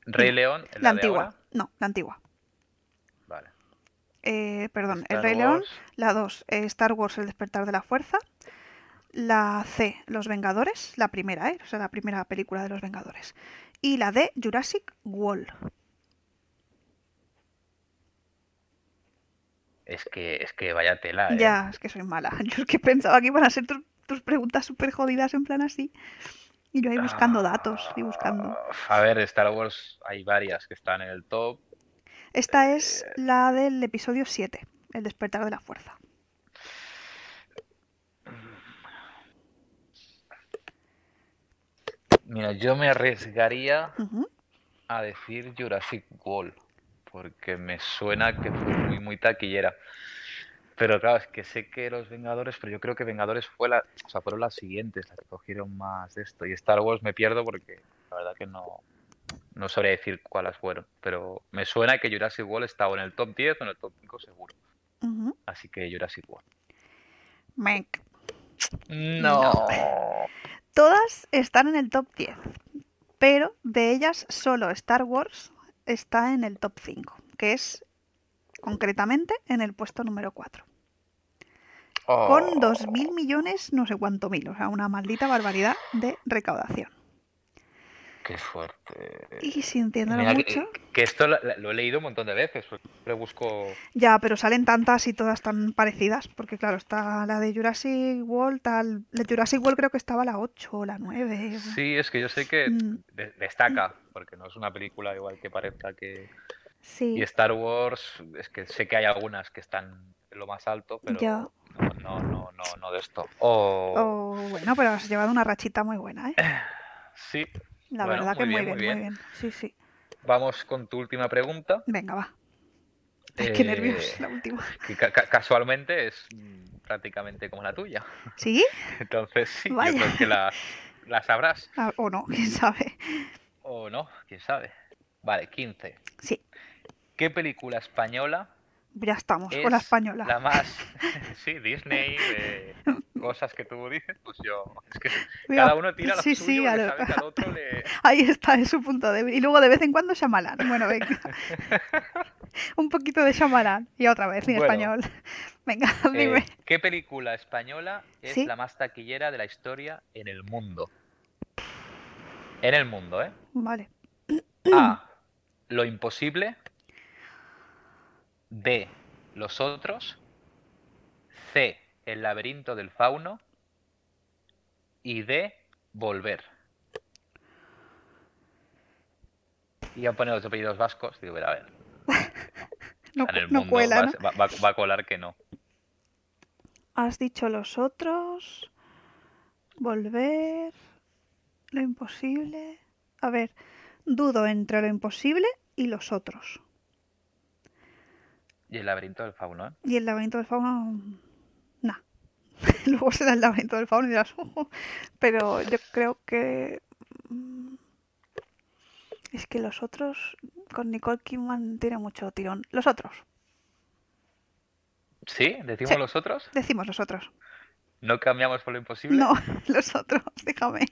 Speaker 2: el Rey León, la,
Speaker 1: la,
Speaker 2: de
Speaker 1: antigua.
Speaker 2: ahora.
Speaker 1: No, la antigua.
Speaker 2: Vale.
Speaker 1: Eh, perdón, El
Speaker 2: Star
Speaker 1: Rey León.
Speaker 2: Wars,
Speaker 1: La 2, Star Wars, El despertar de la fuerza. La C, Los Vengadores, la primera, ¿eh? O sea, la primera película de Los Vengadores. Y la D, Jurassic World.
Speaker 2: Es que, es que vaya tela, ¿eh?
Speaker 1: Ya, es que soy mala. Yo es que pensaba que iban a ser tus, tus preguntas súper jodidas en plan así. Y yo ahí
Speaker 2: Ah.
Speaker 1: buscando datos y buscando.
Speaker 2: A ver, Star Wars hay varias que están en el top.
Speaker 1: Esta es la del episodio 7, El despertar de la fuerza.
Speaker 2: Mira, yo me arriesgaría
Speaker 1: Ujú.
Speaker 2: a decir Jurassic World, porque me suena que fue muy, muy taquillera. Pero claro, es que sé que los Vengadores, pero yo creo que Vengadores fue la, o sea, fueron las siguientes, las que cogieron más de esto. Y Star Wars me pierdo porque la verdad que no, no sabría decir cuáles fueron. Pero me suena que Jurassic World estaba en el top 10 o en el top 5 seguro.
Speaker 1: Ujú.
Speaker 2: Así que Jurassic World.
Speaker 1: Mec.
Speaker 2: No.
Speaker 1: Todas están en el top 10, pero de ellas solo Star Wars está en el top 5, que es concretamente en el puesto número 4.
Speaker 2: Oh,
Speaker 1: Con 2.000 millones, no sé cuánto mil, o sea, una maldita barbaridad de recaudación.
Speaker 2: Qué fuerte.
Speaker 1: Y sintiéndolo
Speaker 2: Mira, que,
Speaker 1: mucho,
Speaker 2: que esto la- la- lo he leído un montón de veces, porque siempre busco...
Speaker 1: ya, pero salen tantas y todas tan parecidas, porque claro, está la de Jurassic World, tal, la de Jurassic World creo que estaba la 8 o la 9.
Speaker 2: Sí, es que yo sé que
Speaker 1: Mm,
Speaker 2: de- destaca, porque no es una película igual que parezca que...
Speaker 1: sí.
Speaker 2: Y Star Wars, es que sé que hay algunas que están en lo más alto, pero oh.
Speaker 1: Ya.
Speaker 2: no, no, no, no, no de esto. O...
Speaker 1: O, Oh, bueno, pero has llevado una rachita muy buena, ¿eh?
Speaker 2: Sí,
Speaker 1: La
Speaker 2: Bueno,
Speaker 1: verdad que
Speaker 2: muy
Speaker 1: muy
Speaker 2: bien,
Speaker 1: bien,
Speaker 2: muy
Speaker 1: muy bien. Sí, sí.
Speaker 2: vamos con tu última pregunta.
Speaker 1: Venga, va. Ay, qué
Speaker 2: Eh,
Speaker 1: nervios, la última.
Speaker 2: que ca- ca- casualmente es mm, prácticamente como la tuya.
Speaker 1: ¿Sí?
Speaker 2: Entonces sí,
Speaker 1: Vaya.
Speaker 2: yo creo que la, la sabrás.
Speaker 1: Ah, O no, quién sabe.
Speaker 2: O no, quién sabe. Vale, 15.
Speaker 1: Sí,
Speaker 2: ¿Qué película española
Speaker 1: ya estamos
Speaker 2: es
Speaker 1: con la española.
Speaker 2: la más... sí, Disney, eh, cosas que tú dices, pues yo... Es que
Speaker 1: Mira,
Speaker 2: cada uno tira lo
Speaker 1: sí,
Speaker 2: suyo,
Speaker 1: sí,
Speaker 2: que
Speaker 1: a lo-
Speaker 2: sabe que al otro le... eh,
Speaker 1: Ahí está, es su punto débil. Y luego de vez en cuando Shyamalan. Bueno, venga. Un poquito de Shyamalan. Y otra vez, en
Speaker 2: Bueno.
Speaker 1: español. Venga, dime.
Speaker 2: Eh, ¿Qué película española es
Speaker 1: ¿Sí?
Speaker 2: la más taquillera de la historia en el mundo? En el mundo, ¿eh?
Speaker 1: Vale.
Speaker 2: A. Lo imposible. B. Los otros. C. El laberinto del fauno. Y D. Volver. Y han ponido los apellidos vascos. Digo, a ver,
Speaker 1: No,
Speaker 2: en el
Speaker 1: no
Speaker 2: mundo
Speaker 1: cuela,
Speaker 2: va,
Speaker 1: ¿no?
Speaker 2: a- va- va- va a colar que no.
Speaker 1: Has dicho los otros. Volver. Lo imposible. A ver, dudo entre lo imposible y los otros.
Speaker 2: Y el laberinto del fauno, ¿eh?
Speaker 1: Y el laberinto del fauno. Nah. Luego será el laberinto del fauno y dirás, ojo. Pero yo creo que. mm, Es que los otros. Con Nicole Kidman tiene mucho tirón. Los otros.
Speaker 2: ¿Sí? ¿Decimos
Speaker 1: Sí.
Speaker 2: los otros?
Speaker 1: Decimos los otros.
Speaker 2: ¿No cambiamos por lo imposible?
Speaker 1: No, los otros. Déjame.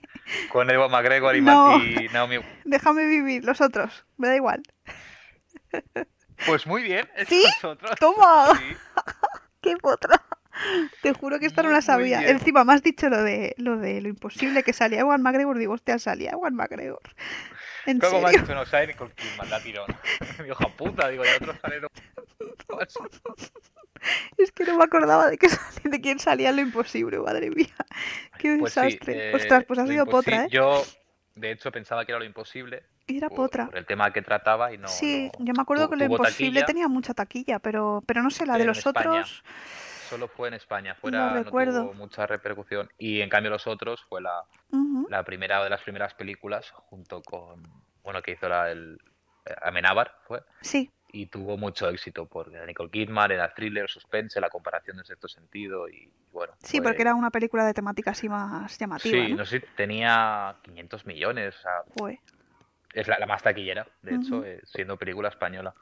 Speaker 2: Con Ewa McGregor y
Speaker 1: No.
Speaker 2: Mati Naomi.
Speaker 1: Déjame vivir. Los otros. Me da igual.
Speaker 2: Pues muy bien, es
Speaker 1: ¿Sí?
Speaker 2: nosotros.
Speaker 1: Toma.
Speaker 2: Sí.
Speaker 1: ¡Qué potra! Te juro que esta no
Speaker 2: Muy,
Speaker 1: la
Speaker 2: muy
Speaker 1: sabía.
Speaker 2: bien.
Speaker 1: Encima me has dicho lo de lo de lo imposible que salía Juan McGregor. Digo, hostia, salía Juan McGregor. ¿En
Speaker 2: Creo que me ha
Speaker 1: serio?
Speaker 2: dicho, no, sabe ni con quién manda tirón. Mi hija puta, digo, y el otro sale de-
Speaker 1: Es que no me acordaba de, que sal- de quién salía lo imposible, madre mía. Qué
Speaker 2: Pues sí,
Speaker 1: desastre.
Speaker 2: eh,
Speaker 1: Ostras, pues ha
Speaker 2: lo
Speaker 1: sido
Speaker 2: imposi-
Speaker 1: potra, ¿eh?
Speaker 2: Yo, de hecho, pensaba que era lo imposible.
Speaker 1: Y Era
Speaker 2: por-
Speaker 1: potra.
Speaker 2: Por el tema que trataba y no.
Speaker 1: sí,
Speaker 2: no-
Speaker 1: yo me acuerdo
Speaker 2: tu-
Speaker 1: que lo
Speaker 2: tuvo
Speaker 1: imposible
Speaker 2: taquilla.
Speaker 1: tenía mucha taquilla, pero, pero no sé, la de
Speaker 2: Pero en
Speaker 1: los
Speaker 2: España.
Speaker 1: otros.
Speaker 2: Solo fue en España, fuera no,
Speaker 1: recuerdo.
Speaker 2: tuvo mucha repercusión. Y en cambio, los otros fue la,
Speaker 1: ujú,
Speaker 2: la primera de las primeras películas, junto con. Bueno, que hizo la, el. eh, Amenábar, fue.
Speaker 1: Sí,
Speaker 2: Y tuvo mucho éxito porque era Nicole Kidman, era thriller, suspense, la comparación de cierto sentido y bueno.
Speaker 1: sí,
Speaker 2: fue-
Speaker 1: porque era una película de temática así más llamativa.
Speaker 2: Pues Sí,
Speaker 1: ¿no?
Speaker 2: no sé, tenía 500 millones, o sea,
Speaker 1: Jue.
Speaker 2: Es la, la más taquillera, de hecho,
Speaker 1: Ujú.
Speaker 2: eh, siendo película española.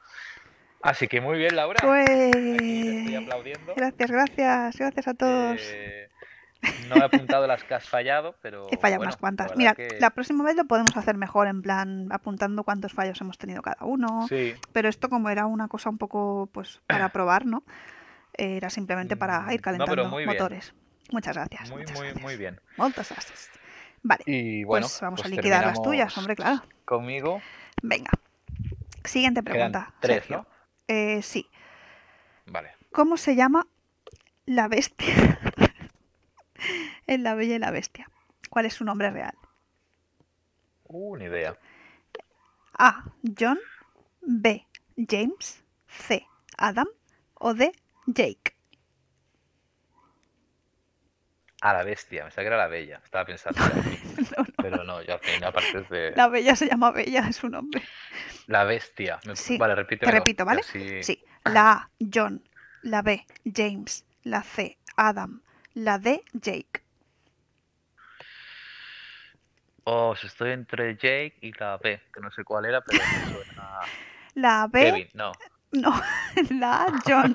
Speaker 2: Así que muy bien, Laura. Aquí te estoy
Speaker 1: Pues.
Speaker 2: aplaudiendo.
Speaker 1: Gracias, gracias, gracias a todos.
Speaker 2: Eh, no he apuntado las que has fallado, pero.
Speaker 1: He fallado
Speaker 2: bueno,
Speaker 1: unas cuantas.
Speaker 2: la
Speaker 1: Mira,
Speaker 2: verdad que-
Speaker 1: la próxima vez lo podemos hacer mejor, en plan, apuntando cuántos fallos hemos tenido cada uno.
Speaker 2: Sí,
Speaker 1: Pero esto como era una cosa un poco, pues, para probar, ¿no? Era simplemente para ir
Speaker 2: Mm, no, pero
Speaker 1: calentando
Speaker 2: muy bien.
Speaker 1: motores. Muchas gracias.
Speaker 2: muy,
Speaker 1: muchas
Speaker 2: muy,
Speaker 1: gracias.
Speaker 2: muy bien.
Speaker 1: Moltes gràcies. Vale,
Speaker 2: Y bueno.
Speaker 1: pues vamos a liquidar las tuyas,
Speaker 2: terminamos
Speaker 1: hombre, claro.
Speaker 2: Conmigo
Speaker 1: Venga. Siguiente
Speaker 2: quedan
Speaker 1: pregunta.
Speaker 2: tres,
Speaker 1: Sergio.
Speaker 2: ¿no?
Speaker 1: Eh, sí.
Speaker 2: Vale.
Speaker 1: ¿Cómo se llama la bestia? en la bella y la bestia. ¿Cuál es su nombre real?
Speaker 2: Uh, ni idea.
Speaker 1: A. John. B. James. C. Adam. O D. Jake.
Speaker 2: A la bestia, me que era la bella. Estaba pensando.
Speaker 1: No,
Speaker 2: Pero no, yo al final, aparte es de.
Speaker 1: La bella se llama Bella, es su nombre.
Speaker 2: La bestia. Me-
Speaker 1: Sí,
Speaker 2: Vale, repíteme.
Speaker 1: repito, ¿vale? Sí. La A. John. La B. James. La C. Adam. La D. Jake.
Speaker 2: Oh, estoy entre Jake y la B, que no sé cuál era, pero me suena.
Speaker 1: La B.
Speaker 2: Kevin, no.
Speaker 1: No, la A, John,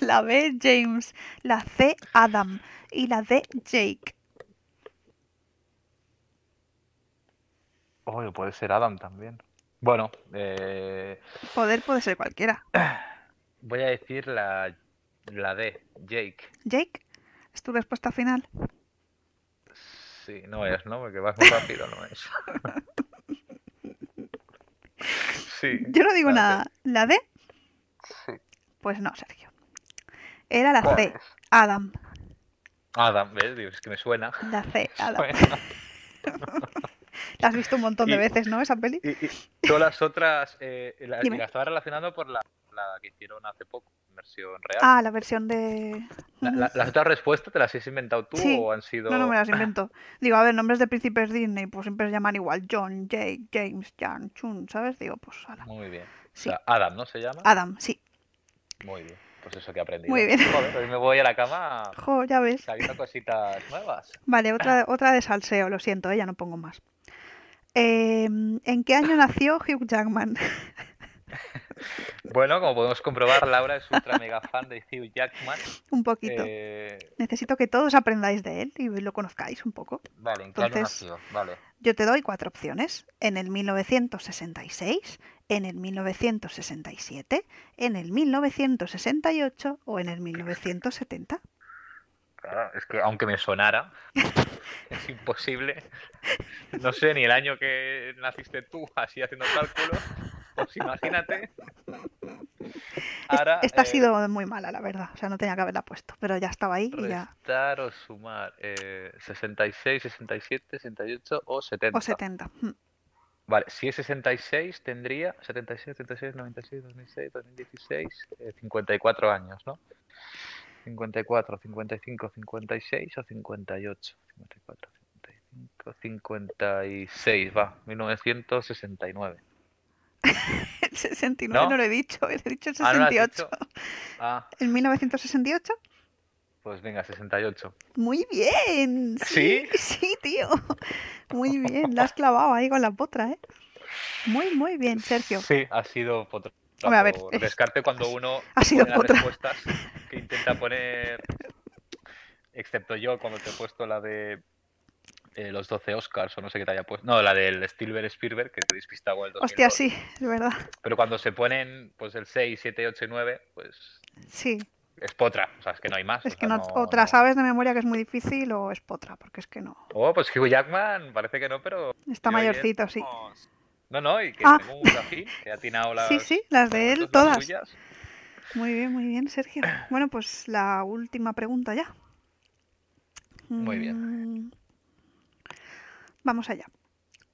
Speaker 1: la B, James, la C, Adam y la D, Jake.
Speaker 2: Oh, puede ser Adam también. Bueno, eh,
Speaker 1: Poder puede ser cualquiera.
Speaker 2: voy a decir la, la D, Jake.
Speaker 1: Jake, es tu respuesta final.
Speaker 2: Sí, no es, ¿no? Porque vas muy rápido, no es. Sí,
Speaker 1: Yo no digo
Speaker 2: la D.
Speaker 1: nada. ¿La D?
Speaker 2: Sí. Pues.
Speaker 1: Pues no, Sergio. Era la
Speaker 2: ¿Cuál
Speaker 1: C,
Speaker 2: es?
Speaker 1: Adam.
Speaker 2: Adam, ¿ves? Digo, es que me suena.
Speaker 1: La C, Adam.
Speaker 2: Suena.
Speaker 1: La has visto un montón de
Speaker 2: Pues. Y-
Speaker 1: veces, ¿no? Esa peli.
Speaker 2: Y, y todas las otras, eh, la,
Speaker 1: Dime.
Speaker 2: la estaba relacionando por la, la que hicieron hace poco, en versión real.
Speaker 1: Ah, la versión de.
Speaker 2: La- la- ah. ¿Las otras respuestas te las has inventado tú
Speaker 1: Sí.
Speaker 2: o han sido...?
Speaker 1: No, no me las invento. Digo, a ver, nombres de príncipes Disney, pues siempre se llaman igual. John, Jake, James, Jan, Chun, ¿sabes? Digo, pues ala.
Speaker 2: Muy bien.
Speaker 1: Sí.
Speaker 2: O sea, Adam, ¿no se llama?
Speaker 1: Adam, sí.
Speaker 2: Muy bien. Pues eso que he aprendido.
Speaker 1: Muy bien.
Speaker 2: Joder, hoy me voy a la cama
Speaker 1: Jo, ya ves.
Speaker 2: sabiendo cositas nuevas.
Speaker 1: Vale, otra, otra de salseo, lo siento, eh, ya no pongo más. Eh, ¿En qué año nació Hugh Jackman?
Speaker 2: Bueno, como podemos comprobar, Laura es ultra mega fan de Hugh Jackman.
Speaker 1: un poquito.
Speaker 2: Eh,
Speaker 1: Necesito que todos aprendáis de él y lo conozcáis un poco.
Speaker 2: vale, ¿en qué año
Speaker 1: Entonces-
Speaker 2: nació? Vale.
Speaker 1: Yo te doy cuatro opciones. En el 1966, en el 1967, en el 1968 o en el 1970.
Speaker 2: Claro, es que aunque me sonara, es imposible. No sé ni el año que naciste tú, así haciendo cálculos. Pues imagínate. Ahora,
Speaker 1: Esta ha
Speaker 2: eh,
Speaker 1: sido muy mala, la verdad. O sea, no tenía que haberla puesto, pero ya estaba ahí y ya.
Speaker 2: Restar o sumar. eh, 66, 67, 68 o 70.
Speaker 1: O 70. mm.
Speaker 2: Vale, si es 66 tendría 76, 76, 96, 2006, 2016, eh, 54 años, ¿no? 54, 55, 56 o 58. 54, 55, 56, va, 1969.
Speaker 1: 69 no
Speaker 2: ¿No?
Speaker 1: lo he dicho, he dicho el
Speaker 2: Ah, ¿no lo has
Speaker 1: 68.
Speaker 2: Ah,
Speaker 1: ¿En 1968?
Speaker 2: pues venga, 68.
Speaker 1: Muy bien. Sí, sí, tío. Muy bien, la has clavado ahí con la potra, ¿eh? Muy, muy bien, Sergio.
Speaker 2: Sí, ha sido potra.
Speaker 1: Hombre, a ver,
Speaker 2: por
Speaker 1: es-
Speaker 2: descarte cuando uno
Speaker 1: ha sido
Speaker 2: pone las
Speaker 1: potra.
Speaker 2: respuestas que intenta poner, excepto yo cuando te he puesto la de eh, los 12 Oscars o no sé qué te haya puesto, no, la del Spielberg Spielberg que te despista con el 2002.
Speaker 1: Hostia, sí, es verdad.
Speaker 2: Pero cuando se ponen pues el 6, 7, 8 y 9, pues
Speaker 1: Sí,
Speaker 2: es potra, o sea, es que no hay más.
Speaker 1: es
Speaker 2: o
Speaker 1: que
Speaker 2: sea,
Speaker 1: no,
Speaker 2: no-
Speaker 1: o te la
Speaker 2: no-
Speaker 1: sabes de memoria que es muy difícil o es potra, porque es que no.
Speaker 2: Oh, pues Hugh Jackman, parece que no, pero
Speaker 1: Está
Speaker 2: yo ayer,
Speaker 1: mayorcito, sí.
Speaker 2: vamos, No, no, y que
Speaker 1: Ah.
Speaker 2: tengo un café que ha atinado las.
Speaker 1: Sí, sí, las de él,
Speaker 2: las
Speaker 1: todas.
Speaker 2: suyas.
Speaker 1: Muy bien, muy bien, Sergio. Bueno, pues la última pregunta ya.
Speaker 2: Muy
Speaker 1: bien. Vamos allá.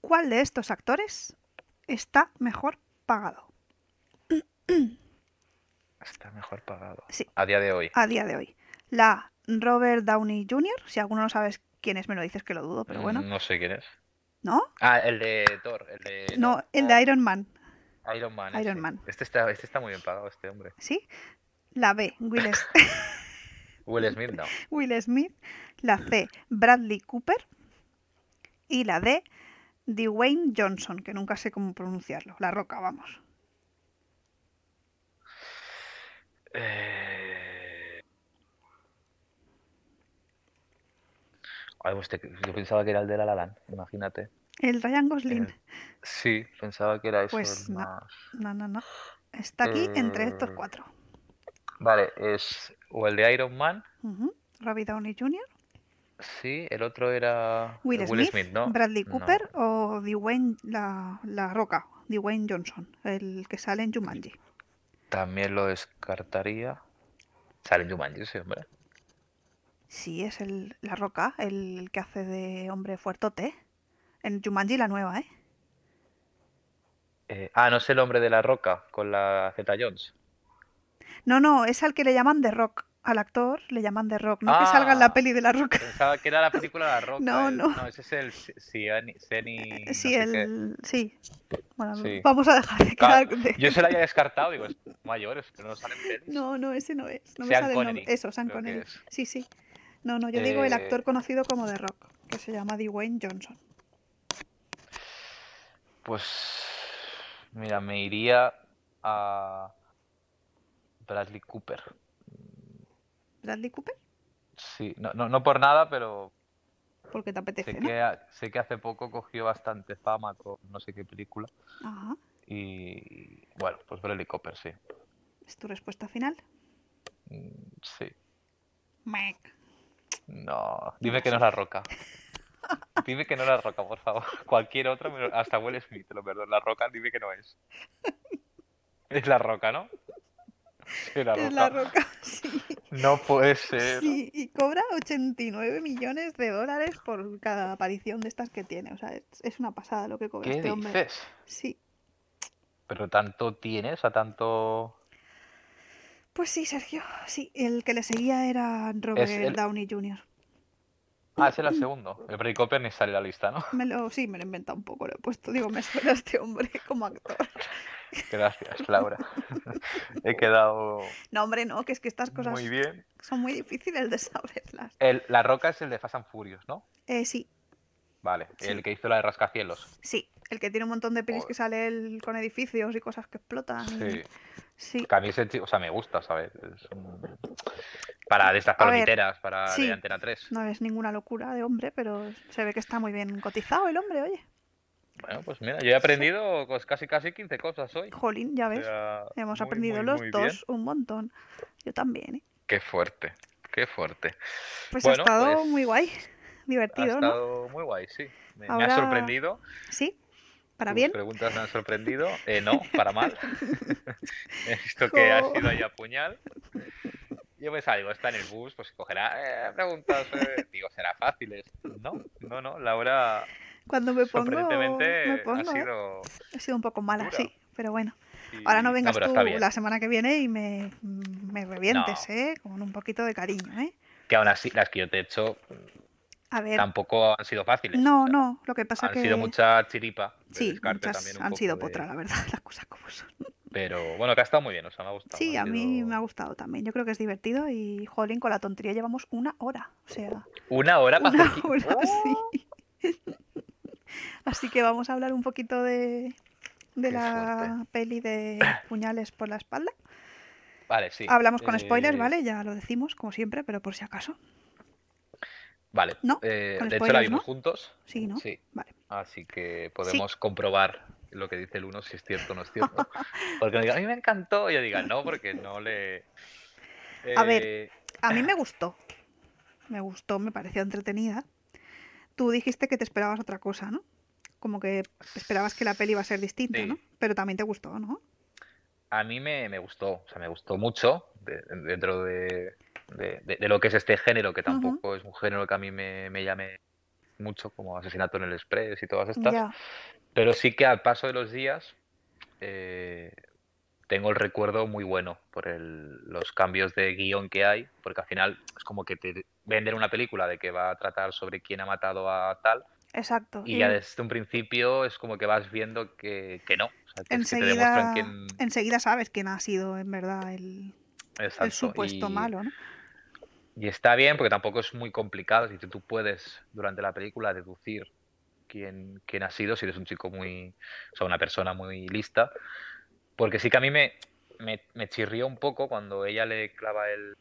Speaker 1: ¿Cuál de estos actores está mejor pagado
Speaker 2: Está mejor pagado.
Speaker 1: Sí.
Speaker 2: A día de hoy.
Speaker 1: a día de hoy? La A, Robert Downey Jr., si alguno no sabes quién es, me lo dices que lo dudo, pero bueno.
Speaker 2: No sé quién es.
Speaker 1: ¿No?
Speaker 2: Ah, el de Thor. El de
Speaker 1: No,
Speaker 2: Thor.
Speaker 1: el de Iron Man,
Speaker 2: Iron Man.
Speaker 1: Iron
Speaker 2: ese.
Speaker 1: Man.
Speaker 2: Este está, este está muy bien pagado, este hombre.
Speaker 1: ¿sí? La B, Will, S-
Speaker 2: Will Smith, no.
Speaker 1: Will Smith. La C, Bradley Cooper. Y la D, Dwayne Johnson, que nunca sé cómo pronunciarlo. La roca, vamos.
Speaker 2: Eh... Ay, pues te- yo pensaba que era el de La La Land, imagínate.
Speaker 1: El Ryan Gosling.
Speaker 2: Eh, Sí, pensaba que era eso.
Speaker 1: Pues
Speaker 2: el
Speaker 1: no.
Speaker 2: más-
Speaker 1: No, no, no. Está aquí entre estos
Speaker 2: Eh,
Speaker 1: cuatro.
Speaker 2: Vale, es o el de Iron Man,
Speaker 1: Ujú. Robbie Downey Jr.,
Speaker 2: sí, el otro era
Speaker 1: Will,
Speaker 2: el
Speaker 1: Smith,
Speaker 2: ¿no?
Speaker 1: Bradley
Speaker 2: No.
Speaker 1: Cooper o Dwayne la, la Roca, Dwayne Johnson, el que sale en Jumanji.
Speaker 2: También lo descartaría. Sale en Jumanji, sí, hombre.
Speaker 1: Sí, es el, la Roca, el que hace de hombre fuertote. En Jumanji la nueva, ¿eh?
Speaker 2: Eh, ah, no es el hombre de la roca con la Zeta Jones.
Speaker 1: No, no, es al que le llaman The Rock. Al actor le llaman The Rock, no que salga en
Speaker 2: Ah.
Speaker 1: la peli de la Roca.
Speaker 2: Pensaba que era la película La Roca.
Speaker 1: No,
Speaker 2: el-
Speaker 1: no. Eh,
Speaker 2: ese es el Si- Siani- Seni.
Speaker 1: Sí,
Speaker 2: no sé qué.
Speaker 1: el... Sí. Bueno,
Speaker 2: Sí.
Speaker 1: vamos a dejar de
Speaker 2: Claro,
Speaker 1: quedar de-
Speaker 2: Yo se la había descartado, digo, es mayores, pero no salen pelis.
Speaker 1: No, no, ese no es. No me
Speaker 2: Sean
Speaker 1: sale el nombre.
Speaker 2: Connery,
Speaker 1: Eso, San
Speaker 2: creo que
Speaker 1: Connery.
Speaker 2: es.
Speaker 1: Sí, sí. No, no, yo digo el
Speaker 2: Eh,
Speaker 1: actor conocido como The Rock, que se llama Dwayne Johnson.
Speaker 2: Pues. Mira, me iría a. Bradley Cooper.
Speaker 1: Bradley Cooper,
Speaker 2: Sí, no, no, no por nada, pero
Speaker 1: porque te apetece,
Speaker 2: sé
Speaker 1: ¿no?
Speaker 2: que, ha- sé que hace poco cogió bastante fama con no sé qué película.
Speaker 1: Ajá.
Speaker 2: Y. Bueno, pues Bradley Cooper, sí.
Speaker 1: ¿Es tu respuesta final?
Speaker 2: Mm, Sí.
Speaker 1: Mec.
Speaker 2: No, dime que no es La Roca. Dime que no es La Roca, por favor. Cualquier otra, menos- hasta Will Smith, te lo perdón. La Roca, dime que no es. Es La Roca, ¿no? Sí, La
Speaker 1: Es la
Speaker 2: Roca.
Speaker 1: roca, sí.
Speaker 2: No puede ser.
Speaker 1: Sí, y cobra 89 millones de dólares por cada aparición de estas que tiene. O sea, es, es una pasada lo que cobra
Speaker 2: ¿Qué
Speaker 1: este hombre.
Speaker 2: dices?
Speaker 1: Sí.
Speaker 2: Pero tanto tienes, a tanto...
Speaker 1: Pues sí, Sergio, sí. El que le seguía era Robert
Speaker 2: el-
Speaker 1: Downey Jr.
Speaker 2: Ah, es el segundo. El Bradley Cooper ni sale en la lista, ¿no?
Speaker 1: Me lo, sí, me lo he inventado un poco, lo he puesto. Digo, me suena este hombre como actor.
Speaker 2: Gracias, Laura. He quedado
Speaker 1: No, hombre, no, que es que estas cosas
Speaker 2: muy bien.
Speaker 1: son muy difíciles de saberlas.
Speaker 2: El- La Roca es el de Fast and Furious, ¿no?
Speaker 1: Eh, sí,
Speaker 2: Vale,
Speaker 1: Sí.
Speaker 2: el que hizo la de Rascacielos.
Speaker 1: sí. El que tiene un montón de pelis que sale él con edificios y cosas que explotan. y-
Speaker 2: Oh. Sí.
Speaker 1: Sí,
Speaker 2: Que a mí ese tío, o sea, me gusta, ¿sabes? Es un- Para de estas
Speaker 1: A ver,
Speaker 2: palomiteras, para
Speaker 1: sí.
Speaker 2: de Antena 3.
Speaker 1: no es ninguna locura de hombre, pero se ve que está muy bien cotizado el hombre, oye.
Speaker 2: Bueno, pues mira, yo he aprendido pues, casi casi 15 cosas hoy.
Speaker 1: Jolín, ya
Speaker 2: O
Speaker 1: ves.
Speaker 2: sea,
Speaker 1: Hemos
Speaker 2: muy,
Speaker 1: aprendido
Speaker 2: muy,
Speaker 1: los
Speaker 2: muy bien.
Speaker 1: dos un montón. Yo también, ¿eh?
Speaker 2: Qué fuerte, qué fuerte.
Speaker 1: Pues ha
Speaker 2: Bueno,
Speaker 1: estado
Speaker 2: pues,
Speaker 1: muy guay.
Speaker 2: Ha
Speaker 1: Divertido, ¿no?
Speaker 2: estado muy guay, sí. Me, me ha
Speaker 1: Ahora-
Speaker 2: sorprendido.
Speaker 1: Sí. Para
Speaker 2: Tus
Speaker 1: bien.
Speaker 2: preguntas me han sorprendido. Eh, no, para mal. He visto que ha
Speaker 1: Jo.
Speaker 2: sido ahí a puñal. Yo pensaba, digo, está en el bus, pues cogerá eh, preguntas. eh, Digo, será fácil. No, no, no. Laura,
Speaker 1: Cuando me pongo,
Speaker 2: sorprendentemente,
Speaker 1: me pongo,
Speaker 2: ha
Speaker 1: ¿eh?
Speaker 2: sido.
Speaker 1: He sido un poco mala,
Speaker 2: dura.
Speaker 1: sí. Pero bueno.
Speaker 2: y-
Speaker 1: Ahora no vengas
Speaker 2: pero
Speaker 1: tú
Speaker 2: está bien.
Speaker 1: la semana que viene y me, me revientes, ¿eh? Con un poquito de cariño, ¿eh?
Speaker 2: Que aún así, las que yo te he hecho
Speaker 1: A ver.
Speaker 2: tampoco han sido fáciles.
Speaker 1: Eh, No,
Speaker 2: O sea,
Speaker 1: no, lo que pasa
Speaker 2: Han
Speaker 1: que.
Speaker 2: sido mucha chiripa. de
Speaker 1: sí,
Speaker 2: descarte
Speaker 1: muchas
Speaker 2: también un
Speaker 1: han
Speaker 2: poco
Speaker 1: sido
Speaker 2: de-
Speaker 1: potra, la verdad, las cosas como son.
Speaker 2: Pero bueno, que ha estado muy bien, o sea, me ha gustado.
Speaker 1: Sí,
Speaker 2: ha
Speaker 1: a mí
Speaker 2: sido-
Speaker 1: me ha gustado también. Yo creo que es divertido y, jolín, con la tontería llevamos una hora. O sea,
Speaker 2: Una hora para
Speaker 1: una
Speaker 2: hacer qui-
Speaker 1: hora,
Speaker 2: ¡Oh!
Speaker 1: sí. Así que vamos a hablar un poquito de, de
Speaker 2: Qué
Speaker 1: la
Speaker 2: fuerte.
Speaker 1: peli de Puñales por la espalda.
Speaker 2: Vale, sí.
Speaker 1: Hablamos con spoilers,
Speaker 2: Eh,
Speaker 1: ¿vale? Ya lo decimos, como siempre, pero por si acaso.
Speaker 2: Vale.
Speaker 1: No,
Speaker 2: Eh,
Speaker 1: con
Speaker 2: de hecho, la
Speaker 1: spoilers,
Speaker 2: vimos
Speaker 1: ¿no?
Speaker 2: juntos.
Speaker 1: Sí, ¿no?
Speaker 2: Sí.
Speaker 1: Vale.
Speaker 2: Así que podemos comprobar lo que dice el uno, si es cierto o no es cierto. Porque me diga, a mí me encantó, y yo diga, no, porque no le.
Speaker 1: A ver,
Speaker 2: Eh,
Speaker 1: A mí me gustó. Me gustó, me pareció entretenida. Tú dijiste que te esperabas otra cosa, ¿no? Como que esperabas que la peli iba a ser distinta,
Speaker 2: Sí.
Speaker 1: ¿no? Pero también te gustó, ¿no?
Speaker 2: A mí me, me gustó, o sea, me gustó mucho de- dentro de, de- de- de lo que es este género, que tampoco es un género que a mí me, me llame mucho, como Asesinato en el Express y todas estas.
Speaker 1: Ya,
Speaker 2: Pero sí que al paso de los días eh, tengo el recuerdo muy bueno por el- los cambios de guión que hay, porque al final es como que te venden una película de que va a tratar sobre quién ha matado a tal,
Speaker 1: exacto.
Speaker 2: y ya desde un principio es como que vas viendo que, que no, o sea, que, es que te
Speaker 1: enseguida,
Speaker 2: demuestran quién...
Speaker 1: enseguida sabes quién ha sido en verdad el, el
Speaker 2: Exacto,
Speaker 1: supuesto
Speaker 2: y-
Speaker 1: malo, ¿no?
Speaker 2: Y está bien porque tampoco es muy complicado. Si tú puedes durante la película deducir quién, quién ha sido, si eres un chico muy, o sea, una persona muy lista. Porque sí que a mí me, me, me chirrió un poco cuando ella le clava el,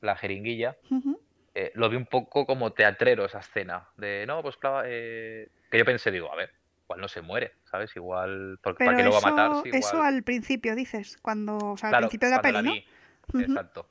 Speaker 2: la jeringuilla.
Speaker 1: Ujú.
Speaker 2: Eh, lo vi un poco como teatrero esa escena. De no, pues clava. eh", Que yo pensé, digo, a ver, igual no se muere, ¿sabes? Igual. porque-
Speaker 1: Pero
Speaker 2: ¿Para qué
Speaker 1: eso,
Speaker 2: lo va a matar? Si
Speaker 1: eso
Speaker 2: igual-
Speaker 1: al principio dices, cuando, o sea, al
Speaker 2: Claro,
Speaker 1: principio de la
Speaker 2: cuando
Speaker 1: peli, ¿no?
Speaker 2: vi.
Speaker 1: Ujú.
Speaker 2: Exacto.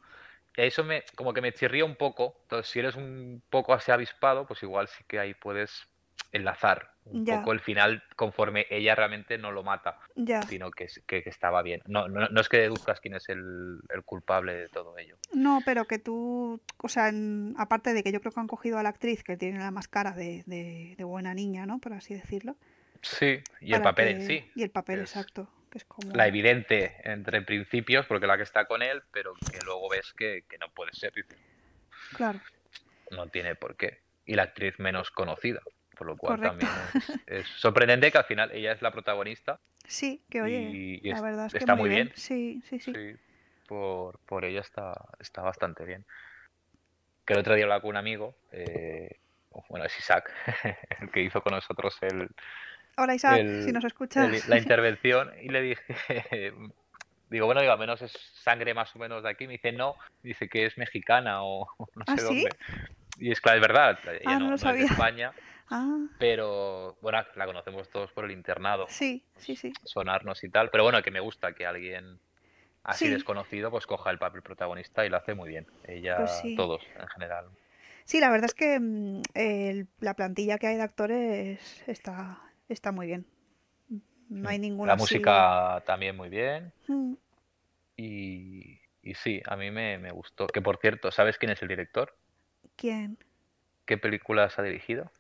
Speaker 2: Eso me, como que me chirría un poco. Entonces, si eres un poco así avispado, pues igual sí que ahí puedes enlazar un
Speaker 1: Ya.
Speaker 2: poco el final conforme ella realmente no lo mata,
Speaker 1: Ya.
Speaker 2: sino que, es- que, que estaba bien. No, no, no es que deduzcas quién es el, el culpable de todo ello.
Speaker 1: No, pero que tú, o sea, en- aparte de que yo creo que han cogido a la actriz que tiene la máscara de, de- de buena niña, ¿no? Por así decirlo.
Speaker 2: Sí, y el
Speaker 1: para
Speaker 2: papel en
Speaker 1: que-
Speaker 2: sí.
Speaker 1: Y el papel,
Speaker 2: es
Speaker 1: exacto. Que es como...
Speaker 2: La evidente entre principios, porque la que está con él, pero que luego ves que, que no puede ser. Dices,
Speaker 1: Claro.
Speaker 2: no tiene por qué. Y la actriz menos conocida, por lo cual
Speaker 1: Correcto.
Speaker 2: también es, es sorprendente que al final ella es la protagonista
Speaker 1: Sí, que oye,
Speaker 2: y, y
Speaker 1: la
Speaker 2: es-
Speaker 1: verdad es que
Speaker 2: está
Speaker 1: muy
Speaker 2: muy bien.
Speaker 1: Sí, sí, sí.
Speaker 2: Sí, por, por ella está, está bastante bien. Que el otro día hablaba con un amigo, eh, bueno, es Isaac, el que hizo con nosotros el,
Speaker 1: Hola Isaac,
Speaker 2: El-
Speaker 1: si nos
Speaker 2: el-
Speaker 1: escuchas.
Speaker 2: la intervención, y le dije, digo, bueno, digo, al menos es sangre más o menos de aquí. Me dice, no, dice que es mexicana o no
Speaker 1: ¿Ah,
Speaker 2: sé
Speaker 1: sí?
Speaker 2: dónde. Y es claro, es verdad, ella
Speaker 1: Ah, no lo
Speaker 2: no, no es de
Speaker 1: sabía.
Speaker 2: España.
Speaker 1: Ah,
Speaker 2: pero bueno, la conocemos todos por el internado,
Speaker 1: sí, sí, sí.
Speaker 2: sonarnos y tal, pero bueno, que me gusta que alguien así
Speaker 1: Sí.
Speaker 2: desconocido pues coja el papel protagonista y lo hace muy bien. Ella,
Speaker 1: Pues sí.
Speaker 2: todos en general.
Speaker 1: Sí, la verdad es que mm, el- la plantilla que hay de actores está, está muy bien. No hay ninguna
Speaker 2: La
Speaker 1: así-
Speaker 2: música también muy bien
Speaker 1: Mm,
Speaker 2: y, y sí, a mí me, me gustó. Que por cierto, ¿sabes quién es el director?
Speaker 1: ¿Quién?
Speaker 2: ¿Qué películas ha dirigido?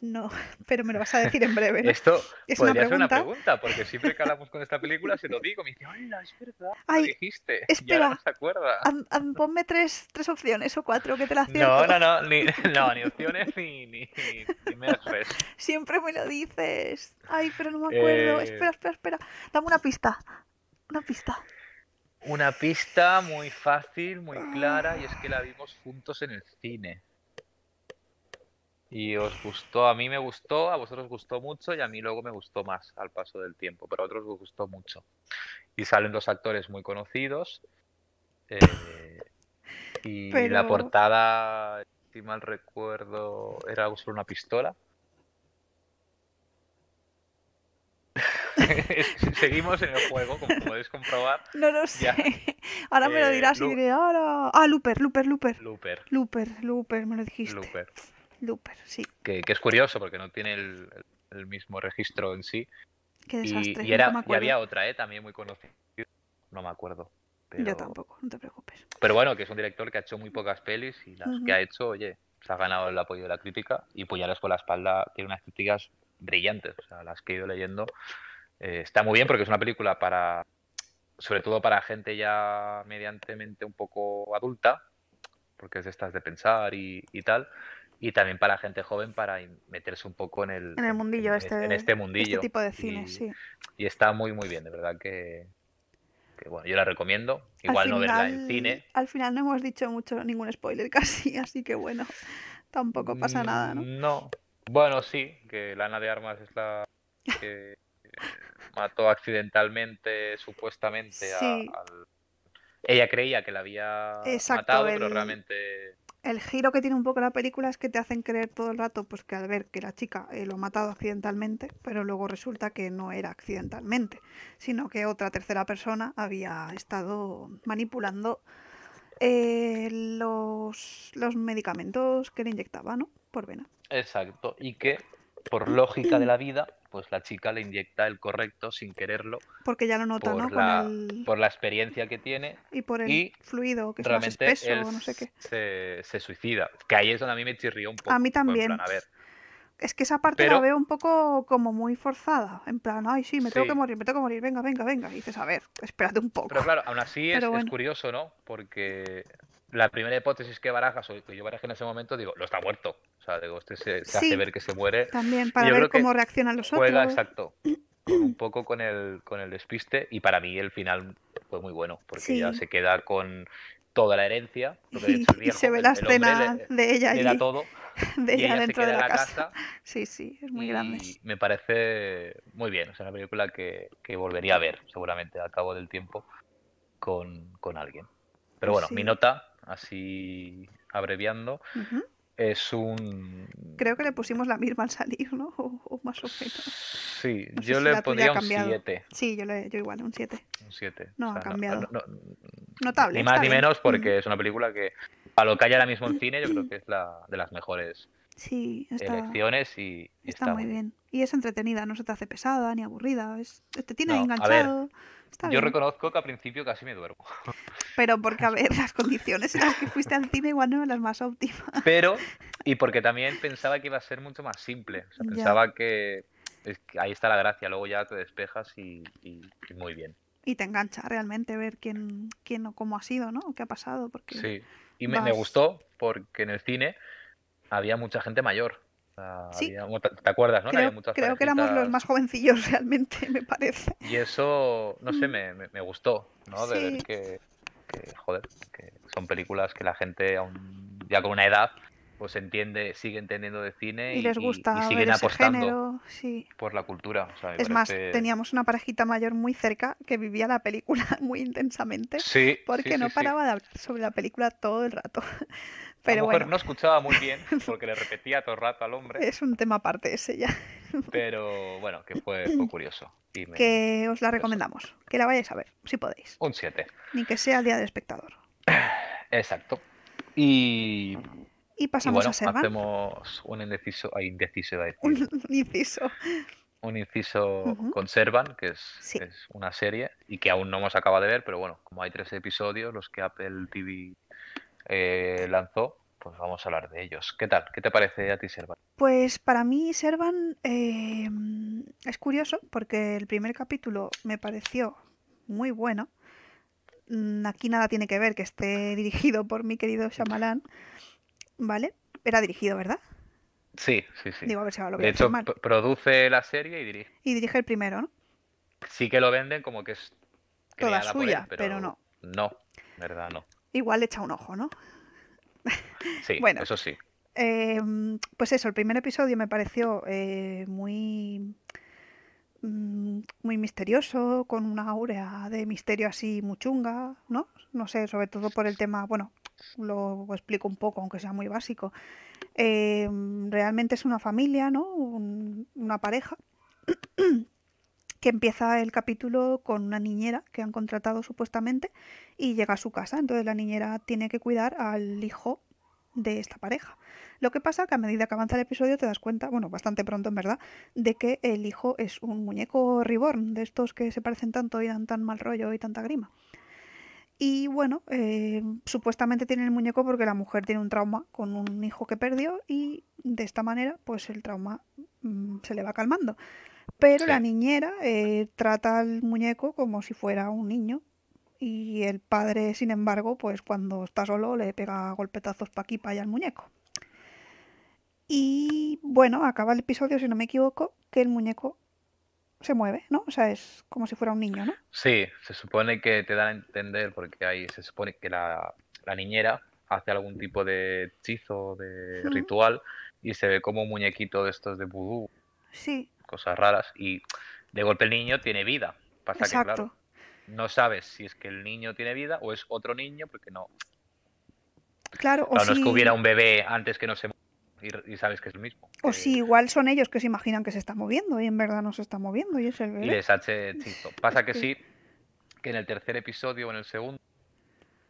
Speaker 1: No, pero me lo vas a decir en breve. ¿no?
Speaker 2: Esto
Speaker 1: es una
Speaker 2: podría ser una
Speaker 1: pregunta.
Speaker 2: pregunta, porque siempre que hablamos con esta película se lo digo, me dice, hola, es verdad, lo
Speaker 1: Ay,
Speaker 2: dijiste, y
Speaker 1: espera. Ah,
Speaker 2: ahora no se acuerda.
Speaker 1: Am- am, ponme tres, tres opciones o cuatro que te la
Speaker 2: No,
Speaker 1: acierto.
Speaker 2: no, no, ni, no, ni opciones ni, ni, ni, ni me das res.
Speaker 1: Siempre me lo dices. Ay, pero no me acuerdo.
Speaker 2: Eh.
Speaker 1: Espera, espera, espera. Dame una pista. Una pista.
Speaker 2: Una pista muy fácil, muy clara, y es que la vimos juntos en el cine. Y os gustó, a mí me gustó, a vosotros os gustó mucho y a mí luego me gustó más al paso del tiempo, pero a otros os gustó mucho. Y salen dos actores muy conocidos. eh, y la
Speaker 1: Pero-
Speaker 2: portada, si mal recuerdo, era algo sobre una pistola. Seguimos en el juego, como podéis comprobar.
Speaker 1: No lo sé.
Speaker 2: Ya.
Speaker 1: Ahora me lo
Speaker 2: Eh,
Speaker 1: dirás y
Speaker 2: Lu-
Speaker 1: diré, ahora. Ah, Looper, Looper, Looper.
Speaker 2: Looper,
Speaker 1: Looper, Looper, me lo dijiste.
Speaker 2: Looper.
Speaker 1: Looper, sí.
Speaker 2: que, que es curioso porque no tiene el, el mismo registro en sí.
Speaker 1: Qué
Speaker 2: Y-
Speaker 1: desastre.
Speaker 2: Y,
Speaker 1: nunca
Speaker 2: era,
Speaker 1: me
Speaker 2: y
Speaker 1: acuerdo.
Speaker 2: había otra, ¿eh? también muy conocida. No me acuerdo.
Speaker 1: Yo
Speaker 2: Pero,
Speaker 1: tampoco, no te preocupes.
Speaker 2: pero bueno, que es un director que ha hecho muy pocas pelis y las
Speaker 1: Ujú.
Speaker 2: que ha hecho, oye, se ha ganado el apoyo de la crítica y Puñales con la espalda tiene unas críticas brillantes. O sea, las que he ido leyendo. Eh, está muy bien porque es una película para, sobre todo para gente ya mediantemente un poco adulta, porque es de estas de pensar y, y tal. Y también para gente joven para in- meterse un poco en el,
Speaker 1: En el mundillo
Speaker 2: en,
Speaker 1: este-
Speaker 2: en este mundillo.
Speaker 1: Este tipo de cine,
Speaker 2: y,
Speaker 1: sí.
Speaker 2: y está muy, muy bien, de verdad que, que, bueno, yo la recomiendo. Igual
Speaker 1: al
Speaker 2: no
Speaker 1: final,
Speaker 2: verla en cine.
Speaker 1: Al final no hemos dicho mucho, ningún spoiler casi, así que bueno, tampoco pasa nada, ¿no?
Speaker 2: Mm, Bueno, sí, que Lana de Armas es la que eh, mató accidentalmente, supuestamente, a-
Speaker 1: Sí.
Speaker 2: al... Ella creía que la había
Speaker 1: Exacto,
Speaker 2: matado, pero
Speaker 1: el-
Speaker 2: realmente...
Speaker 1: El giro que tiene un poco la película es que te hacen creer todo el rato pues que al ver que la chica eh, lo ha matado accidentalmente, pero luego resulta que no era accidentalmente, sino que otra tercera persona había estado manipulando eh, los, los medicamentos que le inyectaba, ¿no? Por vena.
Speaker 2: Exacto, y que por lógica de la vida, pues la chica le inyecta el correcto sin quererlo
Speaker 1: Porque ya lo nota,
Speaker 2: por,
Speaker 1: ¿no? Con
Speaker 2: la,
Speaker 1: el-
Speaker 2: por la experiencia que tiene
Speaker 1: Y por el
Speaker 2: y
Speaker 1: fluido, que es más
Speaker 2: realmente
Speaker 1: espeso
Speaker 2: él
Speaker 1: o no sé qué.
Speaker 2: Se, se suicida. Que ahí es donde a mí me chirrió un poco.
Speaker 1: A mí
Speaker 2: fue en
Speaker 1: también.
Speaker 2: plan, a ver,
Speaker 1: Es que esa parte la
Speaker 2: Pero-
Speaker 1: veo un poco como muy forzada. En plan, ay, sí, me tengo que
Speaker 2: Sí.
Speaker 1: morir, me tengo que morir, venga, venga, venga. Y dices, a ver, espérate un poco.
Speaker 2: Pero claro, aún así es,
Speaker 1: Pero
Speaker 2: es
Speaker 1: bueno.
Speaker 2: curioso, ¿no? Porque la primera hipótesis que barajas o que yo barajé en ese momento, digo, lo está muerto. O sea, digo, este se, se
Speaker 1: Sí.
Speaker 2: hace ver que se muere.
Speaker 1: También para
Speaker 2: yo
Speaker 1: ver
Speaker 2: creo que
Speaker 1: cómo reaccionan los
Speaker 2: Juega,
Speaker 1: otros.
Speaker 2: exacto. con un poco con el, con el despiste. Y para mí el final fue muy bueno, porque ya
Speaker 1: Sí.
Speaker 2: se queda con toda la herencia. Lo que había
Speaker 1: Y,
Speaker 2: hecho el
Speaker 1: y
Speaker 2: viejo,
Speaker 1: se ve
Speaker 2: el-
Speaker 1: la
Speaker 2: el hombre
Speaker 1: escena
Speaker 2: le-
Speaker 1: de ella
Speaker 2: le da
Speaker 1: allí,
Speaker 2: todo.
Speaker 1: de
Speaker 2: Y
Speaker 1: ella
Speaker 2: ella se
Speaker 1: dentro
Speaker 2: queda
Speaker 1: de
Speaker 2: en
Speaker 1: la
Speaker 2: la
Speaker 1: casa.
Speaker 2: casa.
Speaker 1: Sí, sí, es muy grande.
Speaker 2: Y me parece muy bien. Es una película que, que volvería a ver, seguramente, al cabo del tiempo, con, con alguien. Pero bueno, mi
Speaker 1: Pues Sí.
Speaker 2: nota, así abreviando,
Speaker 1: Ujú.
Speaker 2: es un.
Speaker 1: Creo que le pusimos la misma al salir, ¿no? O, o más o menos.
Speaker 2: Sí,
Speaker 1: No sé
Speaker 2: yo
Speaker 1: si la
Speaker 2: le
Speaker 1: tuya ha
Speaker 2: pondría un
Speaker 1: cambiado.
Speaker 2: 7.
Speaker 1: Sí, yo, le, yo igual, un 7.
Speaker 2: Un 7.
Speaker 1: No, ha cambiado.
Speaker 2: ni
Speaker 1: Notable.
Speaker 2: más
Speaker 1: está
Speaker 2: ni
Speaker 1: bien.
Speaker 2: menos,
Speaker 1: Mm.
Speaker 2: porque es una película que, a lo que hay ahora mismo en cine, yo creo que es la de las mejores
Speaker 1: Sí, está,
Speaker 2: elecciones y, y
Speaker 1: está muy bien. Y es entretenida, no se te hace pesada ni aburrida. Es, te tiene
Speaker 2: No, a ver,
Speaker 1: enganchado. Está
Speaker 2: Yo
Speaker 1: bien.
Speaker 2: reconozco que al principio casi me duermo.
Speaker 1: Pero porque, a ver, las condiciones en las que fuiste al cine igual no eran las más óptimas.
Speaker 2: Pero, y porque también pensaba que iba a ser mucho más simple. O sea,
Speaker 1: Ya.
Speaker 2: pensaba que, es que ahí está la gracia, luego ya te despejas y, y- y muy bien.
Speaker 1: Y te engancha realmente ver quién, quién o cómo ha sido, ¿no? O qué ha pasado. Porque...
Speaker 2: Sí. Y me, me
Speaker 1: Vas.
Speaker 2: gustó porque en el cine había mucha gente mayor. O sea,
Speaker 1: Sí.
Speaker 2: había- bueno, ¿Te te acuerdas, no? Que había
Speaker 1: Creo,
Speaker 2: muchas
Speaker 1: creo que éramos los
Speaker 2: parejitas.
Speaker 1: más jovencillos realmente, me parece.
Speaker 2: Y eso, no sé, me, me- me gustó, ¿no? De
Speaker 1: Mm. Sí.
Speaker 2: ver que, que, joder, que son películas que la gente, aún ya con una edad, pues entiende, sigue entendiendo de cine
Speaker 1: Y les gusta
Speaker 2: y
Speaker 1: ver
Speaker 2: siguen
Speaker 1: ese
Speaker 2: apostando
Speaker 1: género. Sí.
Speaker 2: por la cultura. O sea, me
Speaker 1: Es más,
Speaker 2: parece-
Speaker 1: teníamos una parejita mayor muy cerca que vivía la película muy intensamente
Speaker 2: Sí,
Speaker 1: porque
Speaker 2: sí,
Speaker 1: no
Speaker 2: sí, sí.
Speaker 1: paraba de hablar sobre la película todo el rato.
Speaker 2: la
Speaker 1: Pero
Speaker 2: mujer
Speaker 1: bueno,
Speaker 2: no escuchaba muy bien porque le repetía todo el rato al hombre,
Speaker 1: es un tema aparte ese ya.
Speaker 2: pero bueno, que fue, fue curioso. Y me-
Speaker 1: Que os la recomendamos, que la vayáis a ver, si podéis.
Speaker 2: Un 7,
Speaker 1: Ni que sea Día del Espectador.
Speaker 2: exacto. Y, y
Speaker 1: Y pasamos
Speaker 2: bueno,
Speaker 1: a Servan.
Speaker 2: hacemos un indeciso, ay, indeciso iba a decir,
Speaker 1: Un inciso.
Speaker 2: un inciso
Speaker 1: Ujú.
Speaker 2: con Servan, que es,
Speaker 1: Sí.
Speaker 2: es una serie y que aún no hemos acabado de ver, pero bueno, como hay tres episodios, los que Apple TV eh, lanzó, pues vamos a hablar de ellos. ¿Qué tal? ¿Qué te parece a ti, Servan?
Speaker 1: Pues para mí Servan eh, es curioso porque el primer capítulo me pareció muy bueno. Mm, Aquí nada tiene que ver que esté dirigido por mi querido Shyamalan, ¿vale? Era dirigido, ¿verdad?
Speaker 2: Sí, sí, sí.
Speaker 1: Digo, a ver si ahora lo voy
Speaker 2: de
Speaker 1: a decir
Speaker 2: hecho,
Speaker 1: mal.
Speaker 2: p- produce la serie y dirige.
Speaker 1: Y dirige el primero, ¿no?
Speaker 2: sí que lo venden como que es
Speaker 1: Toda
Speaker 2: creada por él,
Speaker 1: suya, pero no.
Speaker 2: No, verdad, no.
Speaker 1: Igual le echa un ojo, ¿no?
Speaker 2: Sí,
Speaker 1: Bueno.
Speaker 2: eso sí.
Speaker 1: Eh, mm, pues eso, el primer episodio me pareció eh, muy, mm, muy misterioso, con una aura de misterio así muy chunga, ¿no? No sé, sobre todo por el tema, bueno, lo explico un poco, aunque sea muy básico. Eh, mm, realmente es una familia, ¿no? Un- una pareja que empieza el capítulo con una niñera que han contratado supuestamente y llega a su casa. Entonces la niñera tiene que cuidar al hijo de esta pareja. Lo que pasa que a medida que avanza el episodio te das cuenta, bueno, bastante pronto en verdad, de que el hijo es un muñeco reborn, de estos que se parecen tanto y dan tan mal rollo y tanta grima. Y bueno, eh, supuestamente tiene el muñeco porque la mujer tiene un trauma con un hijo que perdió y de esta manera pues el trauma mm, se le va calmando. Pero la
Speaker 2: Sí.
Speaker 1: niñera eh, trata al muñeco como si fuera un niño y el padre, sin embargo, pues cuando está solo le pega golpetazos pa' aquí, pa' allá al muñeco. Y bueno, acaba el episodio, si no me equivoco, que el muñeco se mueve, ¿no? O sea, es como si fuera un niño, ¿no?
Speaker 2: Sí, se supone que te dan a entender porque ahí se supone que la, la niñera hace algún tipo de hechizo, de
Speaker 1: Ujú.
Speaker 2: ritual y se ve como un muñequito de estos de vudú,
Speaker 1: Sí,
Speaker 2: cosas raras y de golpe el niño tiene vida. Pasa que claro,
Speaker 1: exacto.
Speaker 2: no sabes si es que el niño tiene vida o es otro niño porque no.
Speaker 1: Claro, o
Speaker 2: Claro, no es
Speaker 1: si,
Speaker 2: que hubiera un bebé antes que no se mu- y, y sabes que es el mismo.
Speaker 1: o
Speaker 2: que-
Speaker 1: si igual son ellos que se imaginan que se está moviendo y en verdad no se está moviendo y es el
Speaker 2: y
Speaker 1: bebé.
Speaker 2: les hace hechizo. Pasa que
Speaker 1: que-
Speaker 2: sí, que en el tercer episodio o en el segundo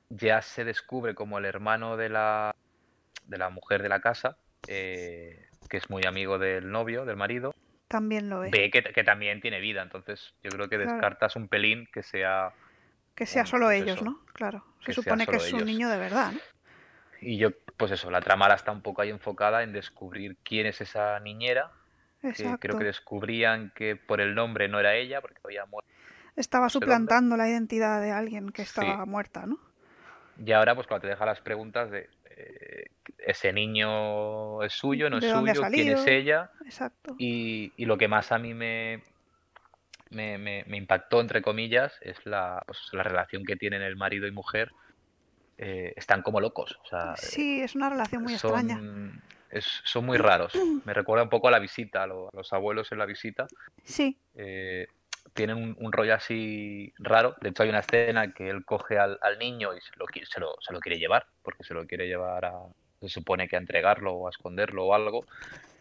Speaker 2: ya se descubre como el hermano de la, de la mujer de la casa eh, que es muy amigo del novio, del marido,
Speaker 1: También lo es.
Speaker 2: ve que, que también tiene vida. Entonces, yo creo que
Speaker 1: Claro.
Speaker 2: descartas un pelín que sea.
Speaker 1: Que sea
Speaker 2: Bueno,
Speaker 1: solo
Speaker 2: pues
Speaker 1: ellos,
Speaker 2: eso.
Speaker 1: ¿no? Claro. Se
Speaker 2: Que sea
Speaker 1: supone que
Speaker 2: solo
Speaker 1: es un
Speaker 2: ellos.
Speaker 1: niño de verdad, ¿no?
Speaker 2: Y yo, pues eso, la trama ahora está un poco ahí enfocada en descubrir quién es esa niñera. Que
Speaker 1: Exacto.
Speaker 2: creo que descubrían que por el nombre no era ella, porque había muerto.
Speaker 1: Estaba
Speaker 2: sé dónde.
Speaker 1: suplantando la identidad de alguien que
Speaker 2: Sí.
Speaker 1: estaba muerta, ¿no?
Speaker 2: Y ahora, pues cuando te deja las preguntas de. eh, ¿Ese niño es suyo? ¿No es
Speaker 1: ¿De dónde ha
Speaker 2: suyo? ¿Quién es
Speaker 1: salido?
Speaker 2: ella?
Speaker 1: Exacto.
Speaker 2: Y, y lo que más a mí me, me, me- me impactó, entre comillas, es la, pues, la relación que tienen el marido y mujer. Eh, están como locos, o sea,
Speaker 1: Sí, es una relación muy extraña.
Speaker 2: eh, son, es- son muy raros. Me recuerda un poco a la visita, a, lo- a los abuelos en la visita.
Speaker 1: Sí,
Speaker 2: Eh, tienen un, un rollo así raro. De hecho, hay una escena que él coge al, al niño y se lo, qui- se lo- se lo quiere llevar, porque se lo quiere llevar a, se supone que a entregarlo o a esconderlo o algo.